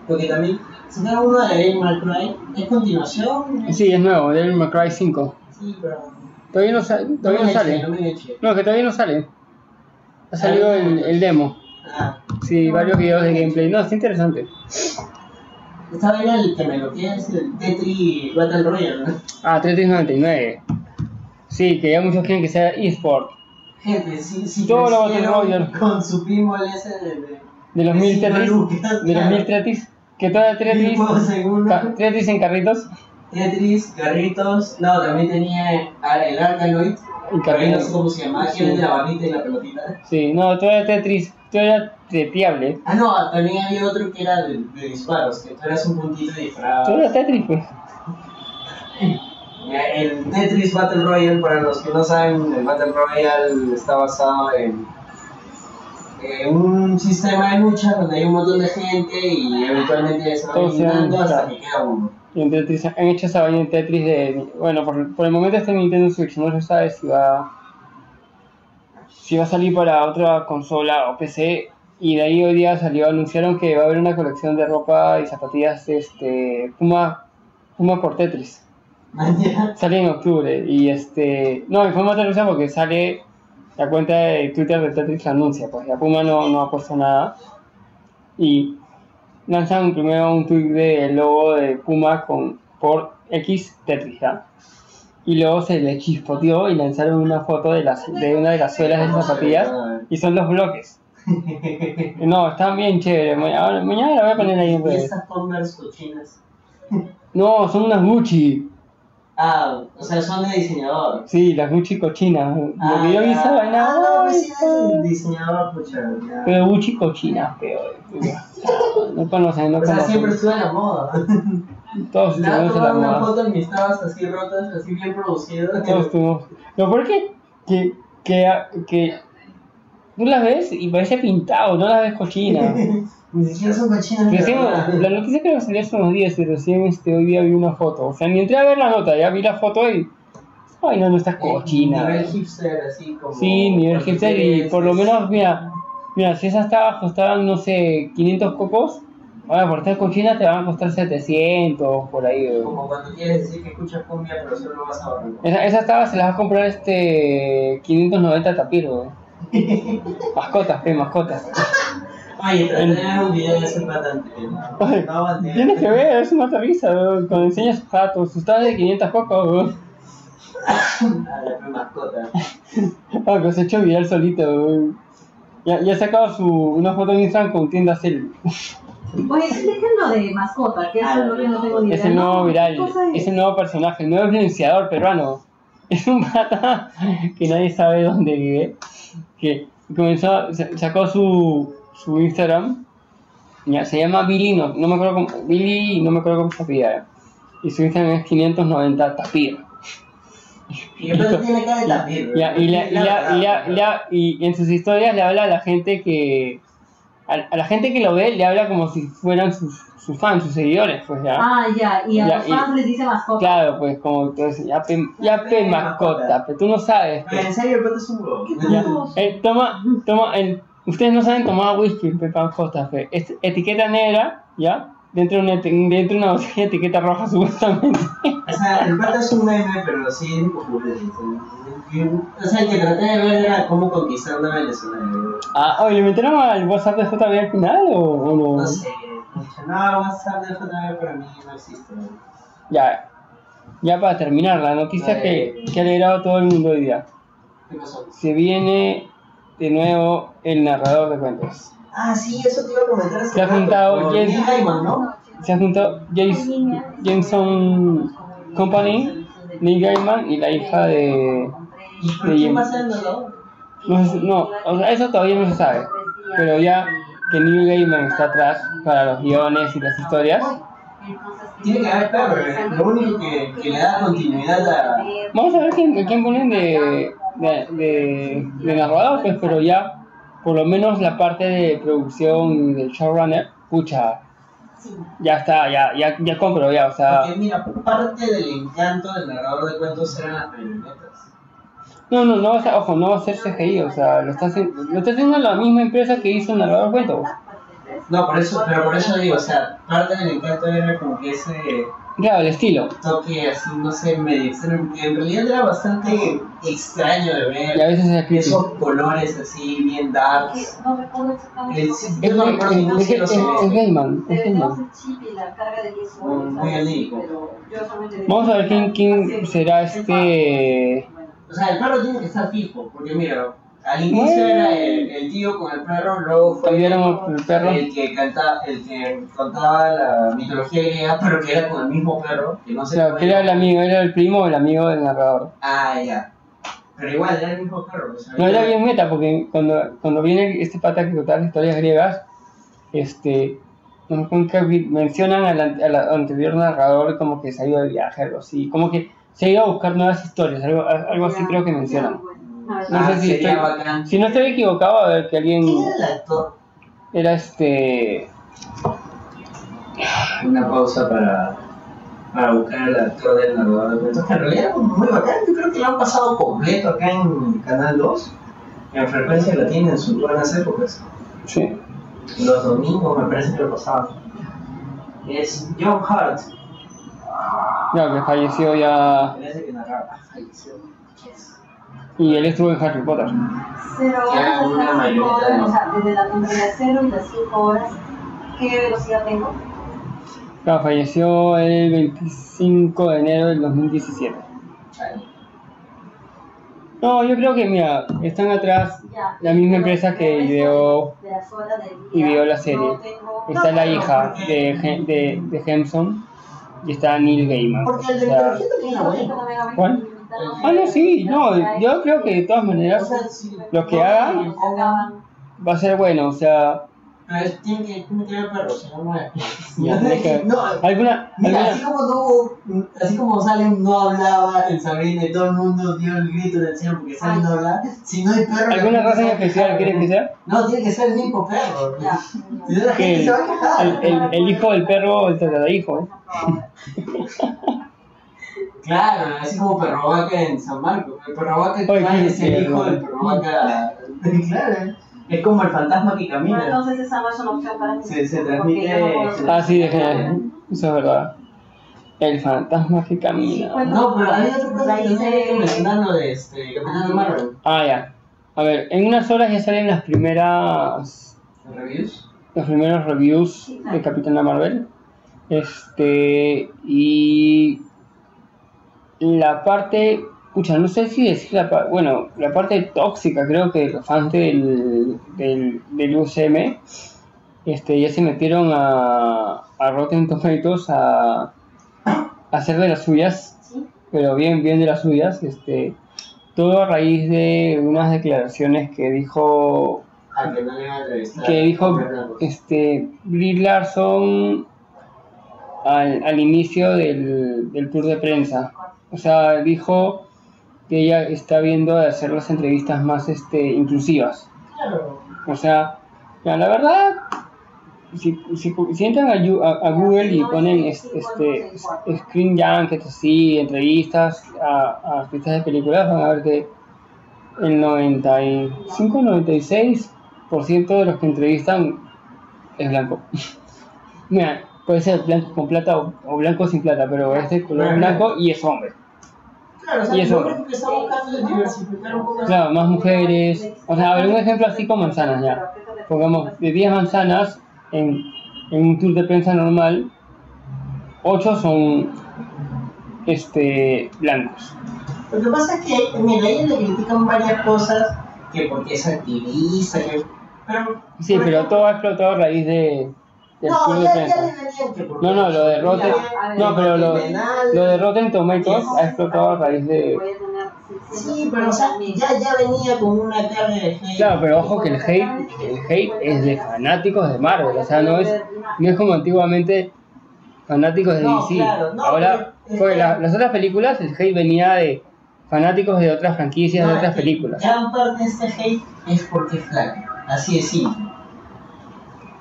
Porque también, si no uno de Devil May Cry, es continuación. ¿Es-
Sí, es nuevo, Devil May Cry 5.
Sí, pero.
Todavía no, sa-
No
todavía
me
no
eche,
sale.
No me eche.
No, que todavía no sale. Ha salido el, el demo.
Ah,
Sí, varios videos de gameplay. No, está interesante.
estaba viendo el que me lo que es el Tetris Battle Royale, ¿no?
Ah, 399. Sí, que ya muchos quieren que sea eSport.
Gente, si, si
Todo lo
crecieron
Battle Royale.
con su pinball ese de... de
De los mil
Sí,
Tetris.
Lucas,
De los
claro.
mil Tetris. Que toda Tetris.
tipo segundo,
ca- Tetris en carritos.
Tetris, carritos, no, también tenía a- el Arkanoid,
Y
también no sé
carritos.
cómo se llamaba, que
Sí.
era de la barrita y la pelotita.
Sí, no, todo era Tetris. Todo era teteable.
Ah, no, también había otro que era de, de disparos, que tú eras un puntito y disparabas.
Todo era Tetris, pues.
Ya, El Tetris Battle Royale, para los que no saben, el Battle Royale está basado en, en un sistema de lucha donde hay un montón de gente y eventualmente se va
Todos se van
eliminando hasta
luchando.
que queda uno.
Y en Tetris, han hecho esa vaina en Tetris de. Bueno, por, por el momento está en Nintendo Switch, no se sabe si va. Si va a salir para otra consola o PC. Y de ahí hoy día salió, anunciaron que va a haber una colección de ropa y zapatillas este, Puma, Puma por Tetris.
Mañana.
Sale en octubre. Y este. No, y fue más risa porque sale la cuenta de Twitter de Tetris la anuncia, pues la Puma no, no ha puesto nada. Y lanzan primero un tweet del logo de Puma con por X Tetris, ¿ya? Y luego se le chispoteó y lanzaron una foto de, las, de una de las suelas de las zapatillas y son los bloques. No, están bien chéveres. ma- ahora- Mañana la voy a poner ahí en
¿Y
redes.
estas Converse cochinas?
No, son unas Gucci.
Ah, o sea, son de diseñador.
Sí, las Gucci cochinas. Lo que yo vi esa vaina,
Ah, no, pues
ay,
sí, es de diseñador, pucha. ya.
Pero Gucci cochina, peor. No conocen, no
O sea, siempre
conocen.
estuve en la moda. [laughs]
Todos
Nada,
tuvimos
tomaba
la
una
moda.
foto en mis tabas así rotas, así bien producidas.
Todos tuvimos. Lo peor que, que, que, que tú las ves y parece pintado, no las ves
[laughs]
cochina.
Ni siquiera son cochinas.
Recién,
¿verdad?
la noticia que me salió hace unos días y recién este, hoy día vi una foto. O sea, ni entré a ver la nota, ya vi la foto y. Ay, no, no
Eh,
estás cochina.
Nivel hipster, así como.
Sí, nivel
porque
hipster y
es-
por lo menos, mira, mira, si esas tabas costaban, no sé, 500 cocos, Ahora, por estar con China te van a costar 700, por ahí. weón.
Como cuando quieres decir que escuchas cumbia, pero solo lo vas a barrer.
Esa- Esas tabas se las va a comprar este 590 tapir,
[laughs]
weón. Mascotas, pe, mascotas.
Oye, traté un video de ese patente. No,
Oye,
no aguanté.
Tienes que ver, es una risa, weón. Cuando enseñas sus gatos, sus tabas de 500 cocos, weón.
A la mascota.
Ah, que se ha hecho viral solito, weón. Ya, ya ha sacado su, una foto en Instagram con tienda Cell.
Oye, expliquen lo de mascota, que eso
Ah,
no, yo no tengo ni idea.
Es el
¿no?
nuevo
¿Qué
viral,
cosa es?
es el nuevo personaje, el nuevo influenciador peruano. [laughs] Es un pata que nadie sabe dónde vive. Que comenzó, sa- sacó su, su Instagram. Ya, se llama Billy, no, no me acuerdo cómo, Billy, no me acuerdo cómo se pide. Y su Instagram es 590 tapir.
Y entonces tiene cara de tapir.
Ya, y, la- y la- y la- y la- y en sus historias le habla a la gente que. A, a la gente que lo ve le habla como si fueran sus, sus fans, sus seguidores, pues ya.
Ah, ya, y a
Ya,
los
y-
fans les dice mascota.
Claro, pues como tú dices, ya pe, ya pe mascota, pero tú no sabes.
Pero en serio, el pato es un huevón.
¿Qué
Ya.
tontos?
Eh, toma, toma, el- ustedes no saben tomar whisky, pe mascota, pe. Es etiqueta negra, ¿ya? Dentro de una, eti- dentro de una botella de etiqueta roja, [laughs] supuestamente.
O sea, el pato es un meme, pero sí es popular. O sea, el que traté de ver era cómo conquistar una venezolana.
Ah, oye, ¿le metieron al WhatsApp de JB al final o, o no?
No sé. No, WhatsApp de JB para mí no existe.
Ya, ya para terminar, la noticia que, que ha alegrado a todo el mundo hoy día.
¿Qué pasó?
Se viene de nuevo el narrador de cuentos.
Ah, sí, eso te iba a comentar.
Se ha juntado
James
James-
Hyman, ¿no?
Se ha juntado James, Jameson Company, Neil Gaiman y la hija de...
¿Y por
de
qué
James.
pasa el dolor?
No, sé si- no, o sea, eso todavía no se sabe. Pero ya que Neil Gaiman está atrás para los guiones y las historias,
Tiene que haber perro, eh. lo único que, que le da continuidad a.
Vamos a ver quién, quién ponen de, de, de- de narrador, pues, pero ya, por lo menos la parte de producción del showrunner, pucha, ya está, ya, ya, ya compro, ya, o sea,
Porque mira, parte del encanto del narrador de cuentos eran las marionetas.
no, no, no va a ser, ojo, no va a ser CGI, o sea, lo está haciendo, lo está haciendo la misma empresa que hizo el narrador de cuentos.
No, por eso, pero por eso digo, o sea, parte del encanto era como que ese
Claro, el estilo,
toque así, no sé, medio extraño, que en realidad era bastante extraño de
y a
ver.
veces es crítico.
Esos colores así, bien darks.
No recuerdo exactamente
El-
cómo se
yo
Es,
no
es,
recuerdo ningún Eh,
es,
cielo
es- es
celeste.
Gaiman, es
Tenemos
Gaiman.
el chip y la carga de 10
Muy
horas. algo así,
anímico.
pero yo solamente le-
Vamos a ver quién, quién será este...
O sea, el perro tiene que estar fijo, porque mira, al inicio era el, el tío con el perro, luego fue
Cambiaron el perro.
el que cantaba, el que contaba la mitología griega, [laughs] pero que era con el mismo perro, que no
O
se
sea, que era el amigo, era el primo o el amigo del narrador.
Ah, ya. Pero igual, era el mismo perro. o sea,
No era bien meta, porque cuando, cuando viene este pata que contaba las historias griegas, este, no me acuerdo en qué vi- mencionan al, an- al anterior narrador como que se ha ido de viaje, algo así, como que se ha ido a buscar nuevas historias, algo, algo así creo que mencionan.
Ah,
No
Ah,
sé si
sería
estoy-
bacán.
Si no estoy equivocado, a ver que alguien
¿Quién era el actor?
era este...
Una pausa para, para buscar al actor del narrador de cuentos, que en realidad era muy bacán. Yo creo que lo han pasado completo acá en Canal 2. En frecuencia la tienen en sus buenas épocas.
Sí.
Los domingos me parece que lo pasaban. Es John Hart.
No, que falleció ya...
Parece que narraba. Falleció.
Y él estuvo en Harry Potter.
Cero
Ya,
horas
una
hasta cinco
mayorita,
horas,
¿no?
o sea, desde la entre las cero y las 5 horas, ¿qué velocidad tengo?
Claro, falleció el 25 de enero del 2017. No, yo creo que, mira, están atrás
Ya.
la misma empresa que ideó
De las horas del
y
día,
vio la serie.
no tengo-
Está
No,
la
no,
hija
porque-
de, He- de, de Hemson y está Neil Gaiman.
Porque el
O
de
sea,
Perejil también era bueno.
¿Cuál? ah, no, sí, no, yo creo que de todas
O
maneras
sea, sí.
Lo que hagan. va a ser bueno, o sea,
Pero tiene que, tiene que haber perros, si no, no hay.
Ya, tiene que-
[laughs] No,
alguna,
mira, así
alguna
como no, así como Salem no hablaba en Sabrina y todo el mundo dio el grito del cielo porque Salem no hablaba, si no hay perros...
alguna raza en especial quieres que sea?
No, tiene que ser el mismo perro.
Ya.
Si no, la
Que
gente
el,
se va a quejar.
el, el- el hijo del perro, el tatarahijo.
Claro, así como perro vaca en San Marcos. El perro vaca
Ay,
claro,
qué
es el hijo
mierda.
[laughs]
del perro vaca. Claro. Es como el fantasma que
Bueno,
camina.
entonces esa Ah, no es una opción para mí.
Se, se
Porque yo no
transmite.
conozco.
se-
Ah, sí, déjame. Eso es verdad. El fantasma que
Sí,
camina.
bueno,
No, pero hay otra cosa
ahí
que también hay que
se-
mencionarlo de este, Capitán Marvel.
Ah, ya. A ver, en unas horas ya salen las primeras.
¿Reviews?
Los primeros reviews de Capitana Marvel. Este. Y. La parte. Pucha, no sé si decir la parte. Bueno, la parte tóxica, creo que los fans del, del, del UCM. Este, ya se metieron a. A Rotten Tomatoes a. a hacer de las suyas
Sí.
pero bien, bien de las suyas, este, todo a raíz de unas declaraciones que dijo,
Ah, que no le iba a entrevistar.
que dijo,
Fernando.
este, Brie Larson al, al inicio del, del tour de prensa, o sea, dijo que ella está viendo de hacer las entrevistas más, este, inclusivas,
Claro.
o sea, ya, la verdad, si, si, si entran a, Yu- a- a Google y ponen es- este, Screen Junket, así, entrevistas a, a artistas de películas, van a ver que el 95-96% de los que entrevistan es blanco. [laughs] Mira, puede ser blanco con plata o, o blanco sin plata, pero es de color blanco y es hombre.
Claro, o sea,
Y eso.
yo creo que estamos buscando de diversificar un poco.
Claro, más mujeres. O sea, a ver, un ejemplo así con manzanas ya. pongamos, de 10 manzanas en, en un tour de prensa normal, 8 son este blancos.
Lo que pasa es que, mira, a ella le critican varias cosas, que porque es activista, que... Pero...
Sí,
por
pero
ejemplo-
todo ha explotado a raíz de, del tour
No,
de
ya, ya le
prensa.
venían que porque-
No, no, lo de Rotten,
Ya,
no, pero lo, lo de Rotten Tomatoes ha explotado a raíz de...
Voy a tener
Sí, pero o sea, ya, ya venía con una carga de hate.
Claro, pero ojo que el hate, el hate es de fanáticos de Marvel, o sea, no es, no es como antiguamente fanáticos de
No,
DC.
claro, no,
Ahora,
pero-
porque la- las otras películas, el hate venía de fanáticos de otras franquicias, de
No,
otras
es que
películas.
Gran parte de este hate es porque es flaca, así es sí.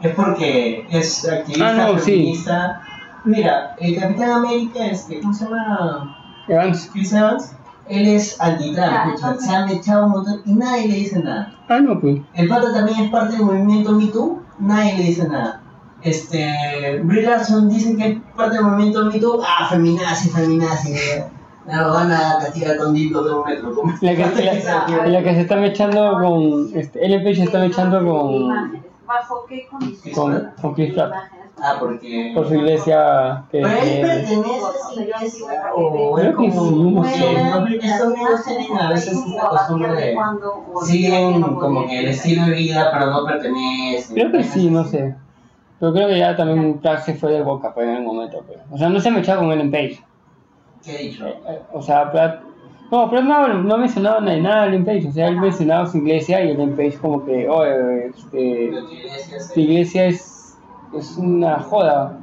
Es porque es activista,
Ah, no, sí.
feminista. Mira, el Capitán América, este, ¿cómo se llama?
Evans.
Chris Evans, él es
Ya,
anti-trans, pucha,
entonces-
se han echado un montón y nadie le dice nada.
Ah, no, pues.
El pato también es parte del movimiento Me Too, nadie le dice nada. Este, Brie Larson dice que es parte del movimiento Me Too, ah, feminazi, feminazi. eh. No, van a castigar con dildo de un metro. como-
La que, la, la que se está mechando con. Este, Ellen Page se está mechando con.
¿Bajo qué condiciones?
Con, con Chris Pratt.
Imágenes.
Ah, porque...
Por su iglesia. Que,
¿Pero él
que-
pertenece a esa iglesia o
Creo
él
que
como...
sí.
Sí, los estos amigos tienen a veces esta costumbre de... Siguen como que el estilo de vida, pero no pertenecen.
Creo que sí, no sé. Pero creo que ya también Pratt se fue de boca pues, en algún momento. pues. O sea, no se mechaba con Ellen Page.
¿Qué he dicho?
Eh, eh, O sea, Pratt. No, Pratt no, no mencionaba ni nada de Ellen Page. O sea, él mencionaba su iglesia y Ellen Page como que. Oh, eh, este,
Lo que iglesia
tu
se...
iglesia es. Es una joda.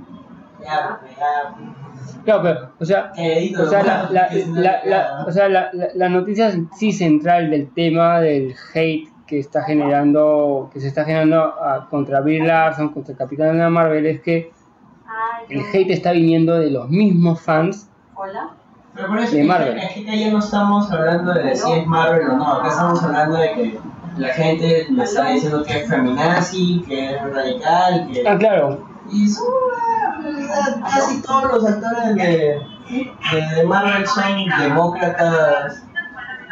Ya, ya...
Claro, pero. O sea,
Queridito,
O sea, la, la- la- la- o sea, la- la- la noticia sí central del tema del hate que está generando, que se está generando ah, contra Bill Larson, contra Capitana Marvel, es que el hate está viniendo de los mismos fans.
Hola.
Pero por eso
de
es que-
Marvel.
es que acá ya no estamos hablando de si es Marvel o no, acá estamos hablando de que la gente me está diciendo que es feminazi, que es radical, que...
Ah, claro,
Y es una realidad, casi todos los actores de, de Marvel son demócratas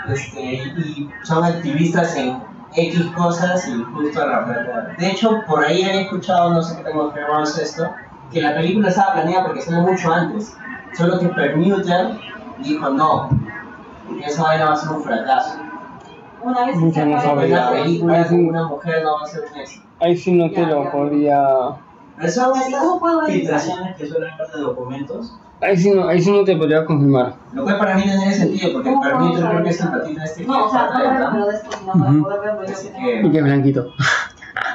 este, y son activistas en X cosas y justo a la plata. De hecho, por ahí he escuchado, no sé qué tengo firmado es esto, que la película estaba planeada porque salió mucho antes. Solo que Permuter dijo no, porque esa vaina va a ser un fracaso.
Una vez que
Mucho
se
no
acabe-
sabe.
Una
Ah,
película
sí.
con una mujer no va a ser un éxito.
ahí sí no te lo podría,
Pero son estas
¿Cómo puedo ver?
filtraciones que suelen haber de documentos
ahí sí no, ahí sí no te podría confirmar.
Lo cual para mí no tiene sentido, porque
¿Cómo
para mí
vamos
yo
a
creo que
ver?
es simpatía de este
No, o sea, no
que
veo,
está
pero de esto no me
Ujú.
puedo ver, pero yo
Así
sé que-
Y
que,
que es blanquito.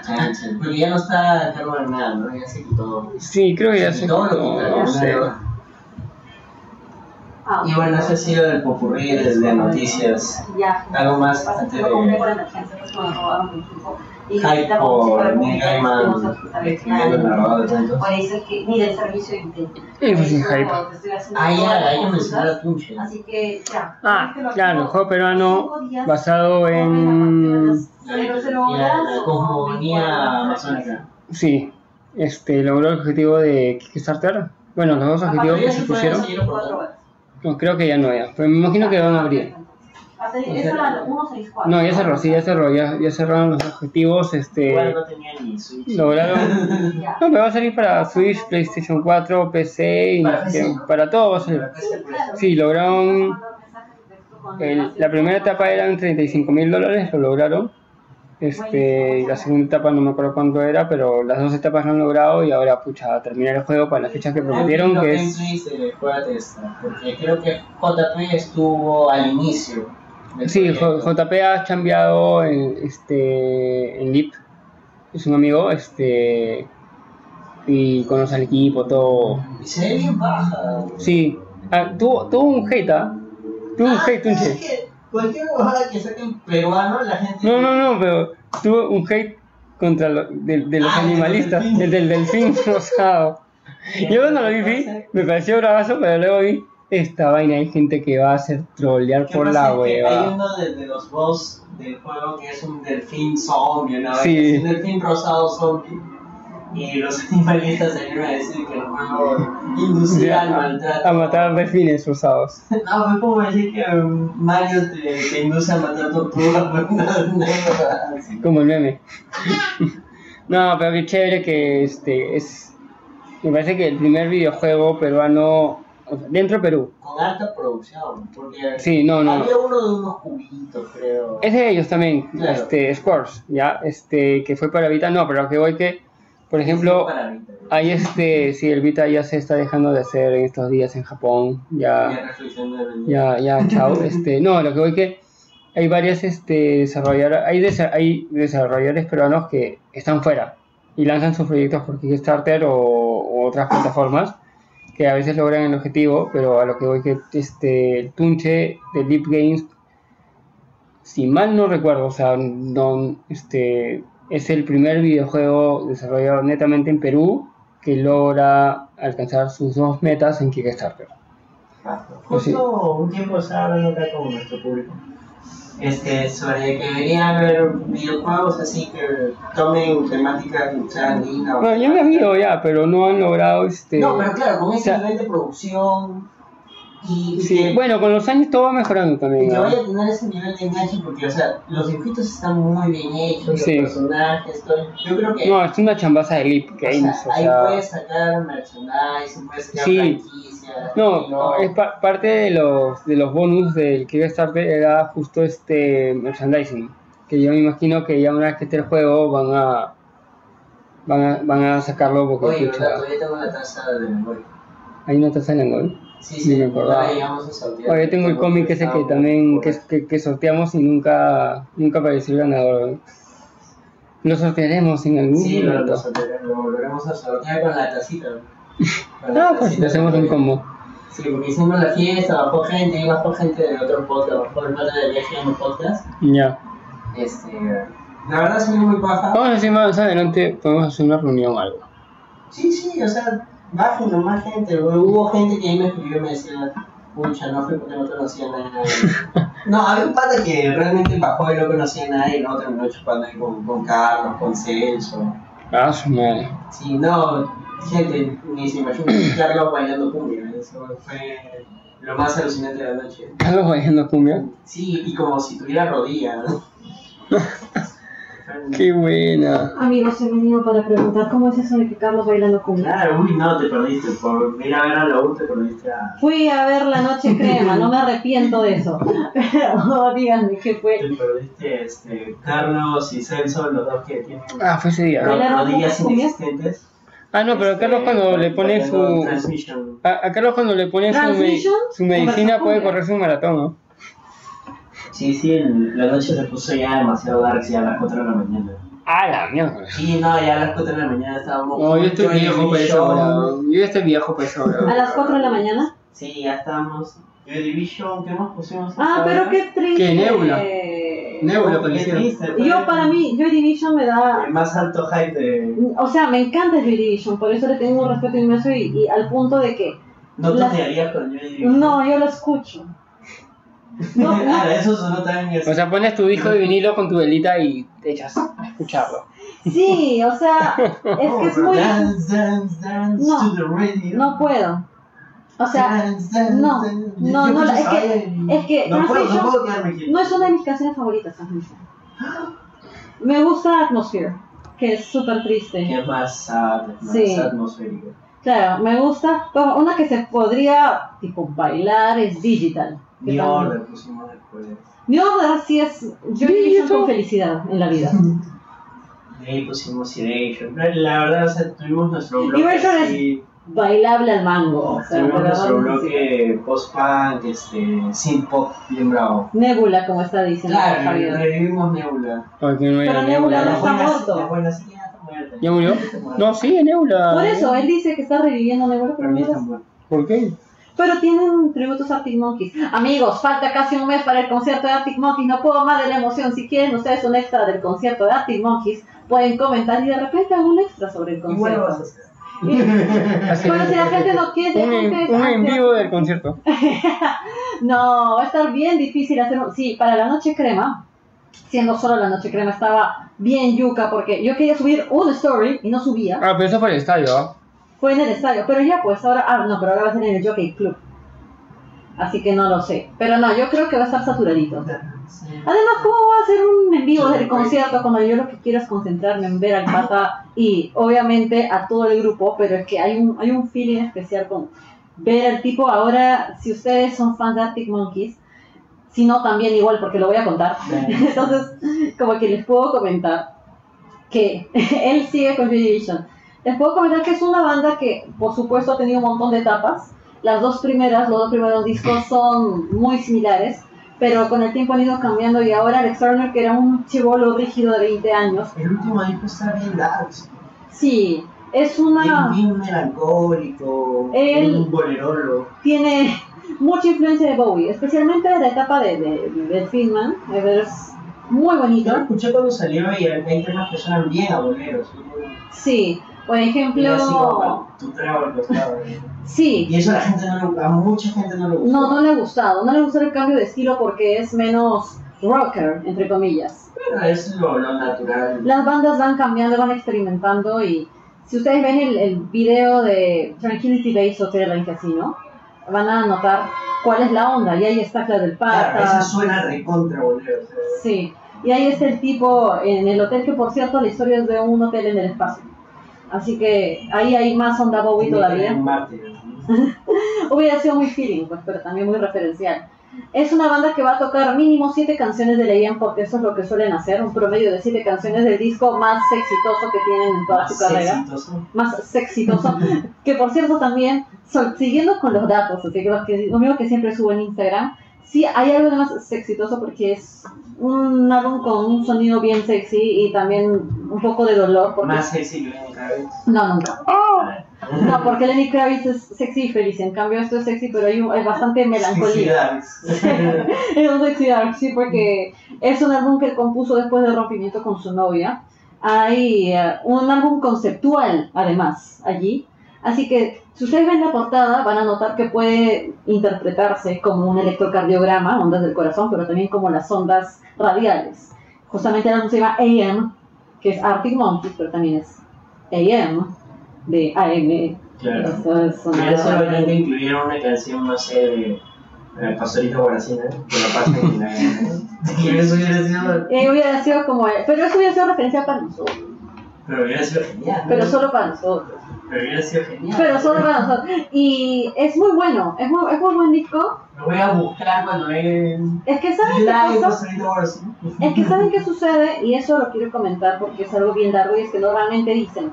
chancha, porque ya no está a cargo de nada, ¿no? Ya se quitó.
Sí, creo que ya
se
sé.
quitó lo que
no sé.
Ah,
Y bueno, eso ha sido el popurrí de, de noticias.
ya.
Algo más antes
Lo compré
de.
por emergencia, pues, me robaron mi equipo.
Y
Hype
la música
por
de
Neil Gaiman,
no se sabe
que es el
nada.
narrador de cuentos.
pues,
Por eso es que, mira, el servicio de inteligencia.
Eh, pues, sin
Eso,
hype.
te estoy haciendo
Ah, ya,
todas las
ahí me
cosas.
la pinche.
Así que, ya.
Ah, claro, juego peruano
Cinco días,
basado en...
cero, cero
Y la-
horas,
la
o-
cosmogonía amazónica.
Sí, este, logró el objetivo de Kickstarter. Bueno, los dos objetivos que Ah, se pusieron.
Cuatro horas.
No, creo que ya no ya. Pero me imagino que van a abrir.
Hasta ahí, eso era lo 164.
No, ya cerró, sí, ya cerró. Ya, ya cerraron los objetivos. Este,
Igual no tenía ni Switch.
lograron...
Ya.
No, pero va a salir para Switch, PlayStation 4, PC y
Para
para,
PC.
todo va a salir. [laughs]
Pues,
Sí, lograron... el- la primera etapa eran 35 mil dólares, lo lograron. Este, y la segunda etapa no me acuerdo cuánto era, pero las dos etapas lo han logrado y ahora, pucha, a terminar el juego para las fechas que prometieron,
Lo
que
en
es...
Switch, eh, juégate esta, porque creo que JP estuvo al inicio. del
Sí, J-
proyecto.
JP ha chambeado en, este, en Leap, es un amigo, este, y conoce al equipo, todo.
Y se ve bien baja.
Sí, ah, tuvo, tuvo un hate, ¿ah? Tuvo un
Ah,
hate, un
es
hate.
que Cualquier bajada que saquen peruano, la gente.
No, no, no, pero tuvo un hate contra lo- de, de los
Ah,
animalistas,
el
el del delfín [laughs] rosado. Yo cuando lo vi, vi, me pareció bravazo, pero luego vi esta vaina. Hay gente que va a hacer trolear
¿Qué
por
pasa
la
es que Hay
hueva.
uno de, de los boss del juego que es un delfín zombie, una vaina
Sí.
así, un delfín rosado zombie. Y los [laughs] animalistas salieron a decir que el juego inducía al maltrato.
A matar delfines rosados.
No, fue como decir que um, Mario te, te induce a matar tortugas [laughs] por una una- así.
Como el meme. [laughs] no, pero qué chévere que este es. Me parece que el primer videojuego peruano. o sea, dentro de Perú.
Con alta producción, porque
Sí, no, no.
había uno de unos cubitos, creo.
Es de ellos también,
Claro.
este, Scores, ¿ya? Este, que fue para Vita, no, pero lo que voy que, por ejemplo,
Sí, para Vita, ¿no?
hay este, sí, el Vita ya se está dejando de hacer en estos días en Japón,
Ya
ya,
reflexioné, ¿no?
ah, ya, ya, chao, este, no, lo que voy que hay varias, este, desarrollador, hay, desa- hay desarrolladores peruanos que están fuera y lanzan sus proyectos por Kickstarter o, u otras plataformas que a veces logran el objetivo, pero a lo que voy que, este, el Tunche de Deep Games si mal no recuerdo, o sea, no, este, es el primer videojuego desarrollado netamente en Perú que logra alcanzar sus dos metas en Kickstarter.
Justo
Sí.
Ah, pues un tiempo estaba hablando acá con nuestro público este, sobre que deberían haber videojuegos así que tomen temática lucha andina. o-
Bueno, ya me habido ya, pero no han logrado este.
No, pero claro, con ese
o sea-
nivel de producción y, y
sí,
que,
Bueno, con los años todo va mejorando
y
también.
que
¿no?
vaya a tener ese nivel de enganche, porque, o sea, los dibujitos están muy bien hechos,
Sí.
los personajes, todo. Yo creo que.
No, es una chambaza de Leap
o sea,
Games. o
ahí pues,
sea,
puedes sacar merchandising, puedes sacar
Sí.
franquicias.
No,
no.
es pa- parte de los, de los bonus del Kickstarter era justo este merchandising. Que yo me imagino que ya una vez que esté el juego van a van a, van a sacarlo porque
Oye,
pucha,
¿verdad? Todavía tengo la taza de memoria.
ahí no ¿eh? te salen gol.
Sí, sí,
Ni me acordaba.
ahora llegamos a sortear.
Oye, yo tengo el cómic ese que también que, que- que sorteamos y nunca nunca apareció el ganador. ¿no? Lo sortearemos en algún
Sí, lo, lo
momento.
sortearemos, lo volveremos a sortear con la tacita.
[laughs]
Con la
Ah, pues
tacita
hacemos
de-
un combo.
Sí, porque hicimos la fiesta, bajó gente, y bajó gente del otro podcast, bajó el pata de viaje en el podcast.
Ya.
Este, la verdad salió muy baja.
Vamos a decir más adelante, podemos hacer una reunión o algo.
Sí, sí, o sea, bajen nomás gente. Hubo gente que ahí me escribió y me decía, pucha, no fue porque no conocía a nadie. no, había un pata que realmente bajó y no conocía a nadie, y luego terminó chupando ahí con, con Carlos, con Celso.
Ah, su madre.
Sí, no, gente, ni se imagina Carlos bailando cumbia, eso fue lo más alucinante de la noche.
Carlos bailando cumbia.
Sí, y como si tuviera rodillas.
Qué buena.
Amigos, he venido para preguntar cómo es eso de que Carlos bailando cumbia.
Claro, uy, no, te perdiste, por ir a ver a la U te perdiste a...
Fui a ver la noche crema, no me arrepiento de eso. [laughs] Pero [laughs] díganme qué fue.
Te perdiste este, Carlos y Celso, los dos que tienen
Ah, fue ese día.
ro- rodillas
¿Bailaron cumbia?
inexistentes.
Ah, no, pero
Este,
Carlos cuando le pone
bailando
su...
Transmission.
A, a Carlos cuando le pone su, me-
¿Transmission?
su medicina
¿Conversación?
puede correr su maratón, ¿no?
Sí, sí, el- la noche se puso ya demasiado dark, ya a las 4 de la mañana.
Ah, la mierda.
Sí, no, ya a las 4 de la mañana estábamos...
No, yo estoy
juntos y
viejo pues, para esa
show.
hora. ¿no? Yo ya estoy viejo pues, para esa hora.
A las 4 de la mañana.
Sí, ya estamos. Joy Division, ¿qué más pusimos?
Ah, pero Ah, qué triste.
Qué nebula. Nebula aparecieron.
triste. fue
Yo, para mí, Joy Division me da.
El más alto hype de.
O sea, me encanta Joy Division, por eso le tengo un respeto inmenso y, y al punto de que.
No
La-
totearía con Joy Division.
No, yo lo escucho.
[laughs]
No, no.
Ah, eso sonó también.
O sea, pones tu disco de vinilo con tu velita y te echas a escucharlo.
Sí, o sea, es que
[laughs]
es muy.
Dance, dance, dance
No.
to the radio.
No puedo. O sea,
Dance, dance,
no,
dance.
no,
Yo
no,
escucho
es
esa
que-
vaina y-
es que
No puedo, no
Translation-
puedo quedarme aquí.
no es una de mis canciones favoritas, Transmission. Me gusta Atmosphere, que es súper triste.
Qué más sad, más
Sí.
atmosférico.
Claro, me gusta. pero Una que se podría, tipo, bailar es Digital. que
Ni
también-
orden pusimos después.
Mi Order sí es Joy Division con felicidad en la vida.
De ahí pusimos Irration. Pero La verdad, o sea, tuvimos nuestro bloque.
Erasure es-
así-
Bailable al mango. O sea,
tuvimos
la
nuestro
verdad, sí.
bloque post-punk, este, sin pop, bien bravo.
Nebula, como está diciendo
Claro,
Javier.
revivimos Nebula.
Porque no
Pero
era
Nebula no
La
Nebula.
está
buena-
muerto.
La buena sí, ya está muerta.
¿Ya murió?
Ya está muerta.
No, sí, Nebula.
Por eso, él dice que está reviviendo Nebula,
Para
pero
mí
no
está
es-
muerta.
¿Por qué?
Pero tienen tributos a Arctic Monkeys. Amigos, falta casi un mes para el concierto de Arctic Monkeys. No puedo más de la emoción. Si quieren ustedes un extra del concierto de Arctic Monkeys, pueden comentar y de repente algún extra sobre el
Igual lo
concierto.
vas a hacer. [laughs]
Así
Bueno, si la gente no quiere,
un,
gente,
en, un en
hace-
vivo del concierto.
No, va a estar bien difícil hacer un... Sí, para la noche crema, siendo solo la noche crema, estaba bien yuca porque yo quería subir un story y no subía.
Ah, pero eso fue el estadio, ¿ah?
Fue en el estadio, pero ya pues ahora... Ah, no, pero ahora va a ser en el Jockey Club. Así que no lo sé. Pero no, yo creo que va a estar saturadito.
Sí.
Además, ¿cómo va a hacer un en vivo del concierto cuando yo lo que quiero es concentrarme en ver al pata y obviamente a todo el grupo? Pero es que hay un, hay un feeling especial con ver al tipo. Ahora, si ustedes son fans de Arctic Monkeys, si no, también igual, porque lo voy a contar. Entonces, como que les puedo comentar que [laughs] él sigue con Joy Division. Les puedo comentar que es una banda que, por supuesto, ha tenido un montón de etapas. Las dos primeras, los dos primeros discos son muy similares, pero con el tiempo han ido cambiando y ahora Alex Turner, que era un chivolo rígido de 20 años,
El último disco está bien dark.
sí, es
Bien,
una...
bien melancólico.
El-
Un bolerolo.
tiene mucha influencia de Bowie, especialmente de la etapa de, de, de Feedman, es muy
Yo lo
bonito.
escuché cuando salió y hay temas que suenan bien a boleros.
Sí, por
Y así
ejemplo...
como tu trago al costado. ¿eh?
Sí,
Y eso a la gente no le- a mucha gente no le gusta.
No, no le ha gustado. No le gusta el cambio de estilo porque es menos rocker, entre comillas.
Pero es lo, lo natural.
Las bandas van cambiando, van experimentando y si ustedes ven el, el video de Tranquility Base Hotel en Casino, van a notar cuál es la onda. Y ahí está Claro del Pata.
Claro, eso suena recontra bolero. o sea,
Sí, y ahí es el tipo en el hotel, que por cierto la historia es de un hotel en el espacio. Así que ahí hay más onda Bowie
tiene que
todavía.
tener un mártir, ¿no?
Hubiera sido muy feeling, pues, pero también muy referencial. Es una banda que va a tocar mínimo siete canciones de Leían porque eso es lo que suelen hacer, un promedio de siete canciones del disco más exitoso que tienen en [laughs] toda su
Sí,
carrera.
exitoso.
Más exitoso. que por cierto también, so- siguiendo con los datos, así que lo, que lo mismo que siempre subo en Instagram, sí hay algo de más exitoso porque es un álbum con un sonido bien sexy y también un poco de dolor. Porque...
Más sexy que Lenny Kravitz.
No, nunca. No, porque Lenny Kravitz es sexy y feliz, en cambio esto es sexy, pero hay, un- hay bastante melancolía.
Felicidades.
Es un sexy dark, sí, porque es un álbum que él compuso después del rompimiento con su novia. Hay eh, un álbum conceptual, además, allí. Así que, si ustedes ven la portada, van a notar que puede interpretarse como un electrocardiograma, ondas del corazón, pero también como las ondas radiales. Justamente el álbum se llama AM, que es Arctic Monkeys, pero también es AM, de
[laughs]
AM.
Claro.
Eso es una-
Mira, solamente incluyeron una canción, no sé, de eh, Pastorito Guaracina, que la pasan en la. ¿eh?
[laughs]
Y eso hubiera sido.
Eh, hubiera sido como... Pero eso hubiera sido referencia para nosotros.
Pero hubiera sido genial. ¿no?
Pero solo para nosotros.
Pero hubiera sido genial.
Pero solo para nosotros. Y es muy bueno, es muy, es muy buen disco.
Lo voy a buscar cuando ven.
Es que saben qué
Live
pasó?
Pastorito Guaracina.
es que saben qué sucede, y eso lo quiero comentar porque es algo bien largo y es que normalmente dicen,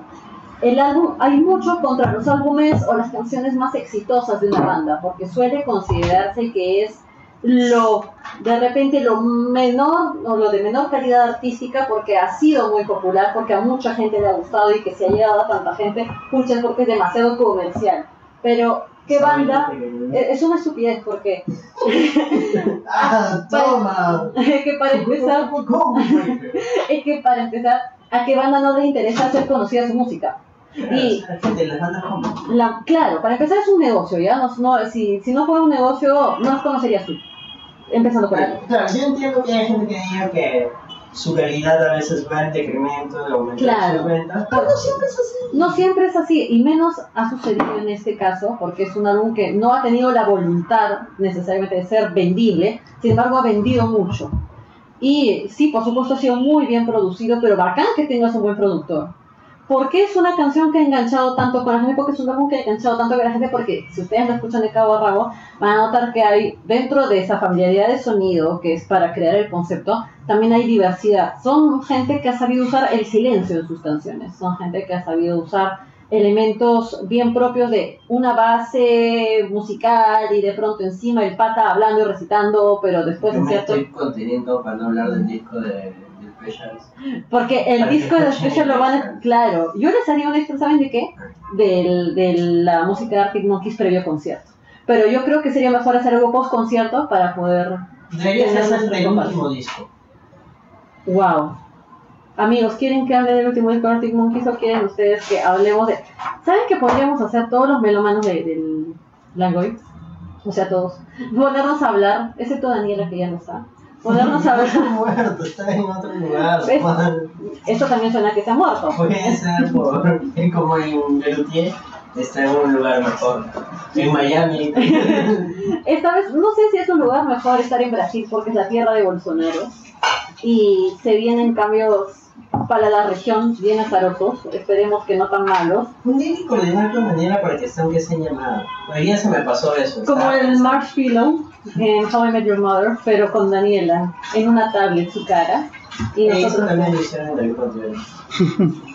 el álbum, hay mucho contra los álbumes o las canciones más exitosas de una banda, porque suele considerarse que es lo, de repente lo menor o lo de menor calidad artística porque ha sido muy popular, porque a mucha gente le ha gustado y que se ha llegado a tanta gente, muchas porque es demasiado comercial. Pero qué banda. Eh, Es una estupidez porque [laughs]
¡Ah, toma!
es que para
[laughs]
empezar,
¿Cómo, güey?
es que para empezar, a qué banda no les interesa hacer conocida su música. Y
Gente, las bandas como.
la- claro, para empezar es un negocio, ya no, no- si, si no fuera un negocio, no las conocerías tú. Empezando por ahí.
Claro, yo entiendo que hay gente que diga que su calidad a veces va en decremento, de aumentar
Claro.
sus ventas, pero no siempre es así.
No siempre es así, y menos ha sucedido en este caso, porque es un álbum que no ha tenido la voluntad necesariamente de ser vendible, sin embargo ha vendido mucho. Y sí, por supuesto ha sido muy bien producido, pero bacán que tengas un buen productor. ¿Por qué es una canción que ha enganchado tanto con la gente? Porque es un álbum que ha enganchado tanto con la gente, porque si ustedes lo escuchan de cabo a rabo, van a notar que hay, dentro de esa familiaridad de sonido, que es para crear el concepto, también hay diversidad. Son gente que ha sabido usar el silencio en sus canciones, son gente que ha sabido usar elementos bien propios de una base musical y de pronto encima el pata hablando y recitando, pero después
Yo
en
me
cierto...
estoy conteniendo para no hablar del disco de, de Specials.
Porque el
Para que
disco de
escuchen
Special lo van a...
Special.
Claro, yo les haría un extra, ¿saben de qué? Del- De la música de Arctic Monkeys previo a concierto. Pero yo creo que sería mejor hacer algo post concierto para poder...
Debería
Tenemos
ser del
preocupación.
último disco.
¡Wow! Amigos, ¿quieren que hable del último disco de Arctic Monkeys o quieren ustedes que hablemos de... ¿Saben que podríamos hacer todos los melomanos de- del Langoy? O sea, todos. Ponernos a hablar, excepto Daniela que ya no está. Ponernos
[laughs]
a
Está
hablar...
muerto, está en otro lugar.
¿Ves?
man.
Esto también suena que se ha muerto.
Puede ser por, como en Berutier, está en un lugar mejor. En
[laughs]
Miami.
Esta vez, no sé si es un lugar mejor estar en Brasil porque es la tierra de Bolsonaro y se vienen cambios para la región bien azarosos, esperemos que no tan malos,
Un día hay que coordinar tu manera para que estén aunque sea en llamada. Hoy día se me pasó eso.
como
estaba
el Marshmallow en How I Met Your Mother, pero con Daniela en una tablet su cara y
Eh, Eso
nosotros
también lo hicieron en David Contreras.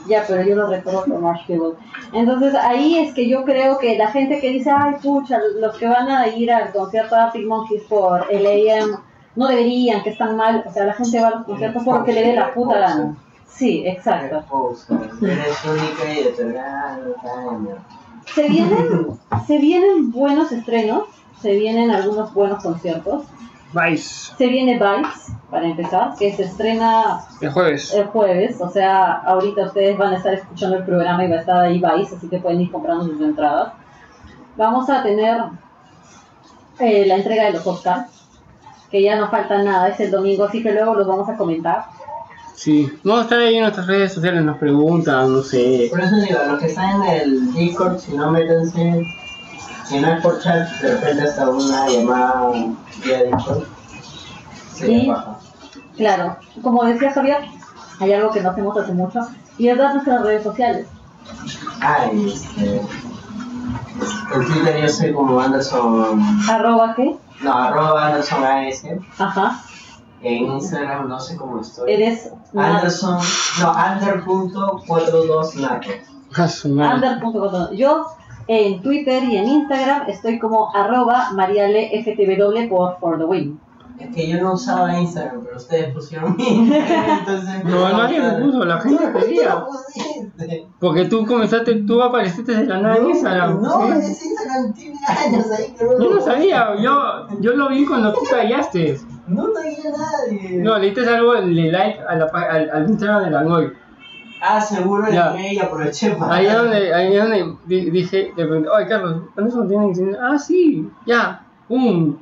Ya, pero yo lo recuerdo por Marshmallow. Entonces ahí es que yo creo que la gente que dice, ay, pucha, los que van a ir al concierto de Arctic Monkeys por el AM no deberían, que están mal. O sea, la gente va a los conciertos por lo que le dé la puta gana. Sí, exacto.
Eres única y determinada.
Se [laughs] vienen, se vienen buenos estrenos, se vienen algunos buenos conciertos.
Vice,
Se viene Vibes, para empezar, que se estrena
el jueves.
el jueves, o sea, ahorita ustedes van a estar escuchando el programa y va a estar ahí Vice, así que pueden ir comprando sus entradas. Vamos a tener eh, la entrega de los Oscars, que ya no falta nada, es el domingo, así que luego los vamos a comentar.
Sí. Vamos a estar ahí en nuestras redes sociales, nos preguntan, no sé.
Por eso digo, los que están en el Discord, si no métanse, si no es por chat, de repente hasta una llamada vía Discord.
Sí.
Se baja.
Claro, como decía Javier, hay algo que no hacemos hace mucho, y es dar nuestras redes sociales.
Ay, este. En Twitter yo soy como Anderson.
Arroba que,
No, arroba Anderson AS.
ajá,
En Instagram no sé cómo estoy.
eres
Anderson, no, under.42nato.
A Ah, su madre.
Under.com. Yo en Twitter y en Instagram estoy como arroba marialeftw por For the Win.
Es que yo no usaba Instagram, pero ustedes pusieron mi
[laughs]
Instagram, entonces...
No, nadie lo puso,
[laughs]
la gente lo
lo
pedía.
pusiste.
Porque tú comenzaste, tú apareciste de la nada en Instagram.
No,
Sí.
ese Instagram tiene años ahí, que
Yo
lo
no sabía, yo, yo lo vi cuando tú callaste.
No tagué a nadie.
No, le diste algo de like a la, pa- al, al Instagram de Langoy.
Ah, seguro
Ya.
entre ella aproveché para...
Ahí es donde, ahí es donde di- dije, le pregunté, oye Carlos, ¿Anderson tiene Instagram? Ah, sí, ya, pum.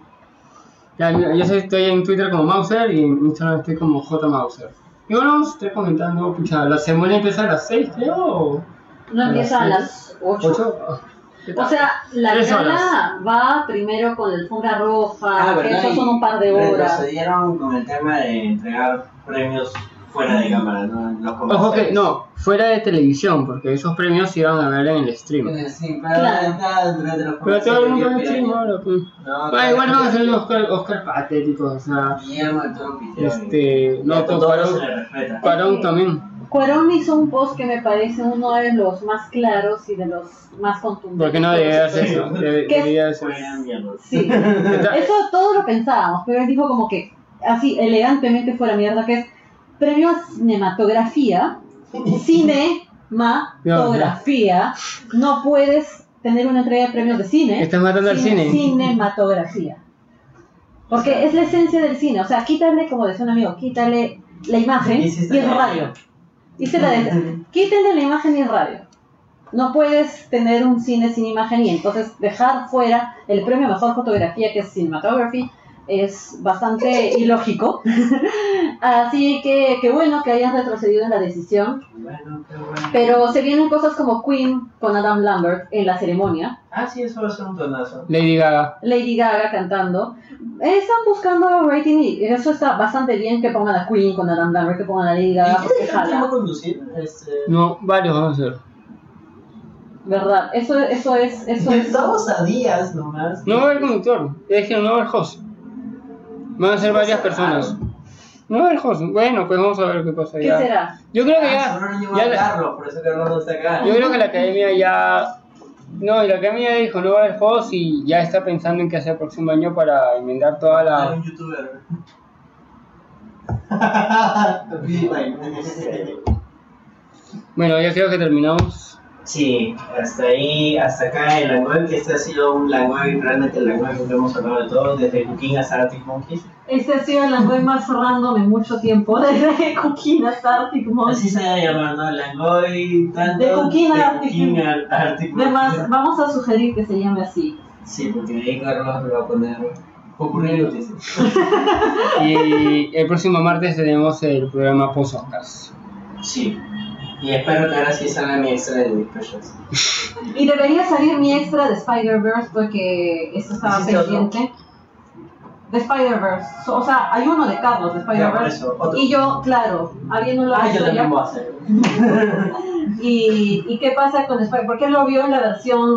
Ya, mira, yo sé- estoy en Twitter como Mauser y en Instagram estoy como J Mauser. Y bueno, os estoy comentando, pucha, la semana empieza a las 6, creo.
No
A
empieza a las
las
8.
8. ¿Qué tal?
O sea, la
Tres
gala va primero con la alfombra roja,
Ah,
que
¿verdad?
eso
Y
son un par de horas.
Retrocedieron con el tema de entregar premios fuera de cámara, ¿no? En los
Ojo que,
comerciales.
no, fuera de televisión, porque esos premios se iban a ver en el stream.
Sí, pero
Claro.
está dentro de los
Pero todo el mundo en el
comerciales,
stream
yo
ahora,
creo.
pues.
No,
Ah, igual
claro,
van a ser los Oscar, Oscar patéticos, o sea,
Guillermo del Toro Pitero,
este,
y- y
no,
a
pues
todos se
Cuarón,
le respeta.
Cuarón también,
Cuarón hizo un post que me parece uno de los más claros y de los más contundentes.
porque no debería hacer eso,
Sí.
debe-
¿Qué?
debería ser.
Buena mierda.
Sí.
[laughs] Está-
Eso todo lo pensábamos, pero él dijo como que así elegantemente fuera mierda que es premio a cinematografía, cinematografía. No puedes
tener una entrega de premios de cine.
Estás matando al cine.
Cinematografía. Porque es la esencia del cine. O sea, quítale, como decía un amigo, quítale la imagen
Hiciste
y el
la-
radio. Hice la de... Quítale la imagen y el radio. No puedes tener un cine sin imagen y entonces dejar fuera el premio a mejor fotografía que es cinematography es bastante ilógico. Así que, que bueno que hayan retrocedido en la decisión.
Bueno, qué bueno.
Pero se vienen cosas como Queen con Adam Lambert en la ceremonia.
Ah, sí, eso va a ser un tonazo.
Lady Gaga.
Lady Gaga cantando. Eh, Están buscando rating y eso está bastante bien que pongan a Queen con Adam Lambert, que pongan a Lady Gaga porque
¿Y quién va a
jala,
conducir? Este...
No, varios vamos a hacer.
¿verdad? Eso, eso es, eso es.
Estamos a días nomás.
No va a haber conductor, es que no va a haber host. Van a ser varias personas. No va a haber host. Bueno, pues vamos a ver qué pasa
¿Qué
ya.
será?
Yo creo que
Ah,
ya.
solo no lleva
ya
a
la-
Carlos, por eso Carlos no está acá.
yo creo que la academia ya. No, y la academia dijo no va a haber host y ya está pensando en qué hacer el próximo año para enmendar toda
Ah,
la.
un youtuber. [laughs]
Bueno, ya creo que terminamos.
Sí, hasta ahí, hasta acá el Langweb, que este ha sido un Langweb, realmente el Langweb que hemos hablado de todo, desde Cooking hasta Arctic Monkeys.
Este ha sido el langoy más random en mucho tiempo, [laughs] desde Coquina hasta Arctic Monkeys.
Así se va a llamar, ¿no? Langweb, tanto.
De Cooking a
de
Arctic.
Cooking a Arctic
Además,
Monkeys.
vamos a sugerir que se llame así.
Sí, porque ahí Carlos lo va a poner. Ocurrido, dice.
Y el próximo martes tenemos el programa Posocas.
Sí. Y espero que ahora sí salga mi extra de mis precios.
Y debería salir mi extra de Spider-Verse porque esto estaba
¿Hiciste otro?
pendiente. De Spider-Verse. So- O sea, hay uno de Carlos de
Ya, por
Spider-Verse.
eso, otro.
Y yo, claro, habiéndolo
Ah, yo
visto ya.
también voy a hacer.
¿Y, y qué pasa con Spider-Man? ¿Por qué lo vio en la versión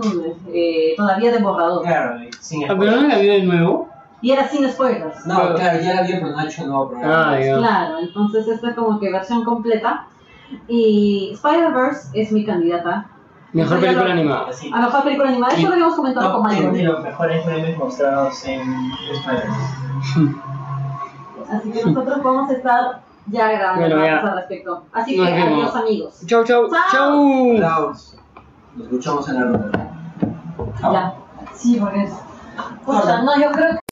eh, todavía de borrador?
Claro, sin
Ah, pero no la vi de nuevo.
Y era sin spoilers.
No, claro, ya la vi, pero no ha hecho un nuevo programa.
Ah, ya.
Claro, entonces esta es como que versión completa. Y Spider-Verse es mi candidata
Mejor película animada.
Así.
a mejor película animada. Esto lo habíamos comentado con
Top 10 de
Michael.
los mejores memes mostrados en España.
Así que nosotros vamos a estar ya grabando
Bueno, ya.
al respecto. Así
Nos
que
vemos.
adiós, amigos.
Chau, chau,
Chau.
chau.
Nos escuchamos en la ronda.
Ya. Sí, porque es. Pucha, no, yo creo que.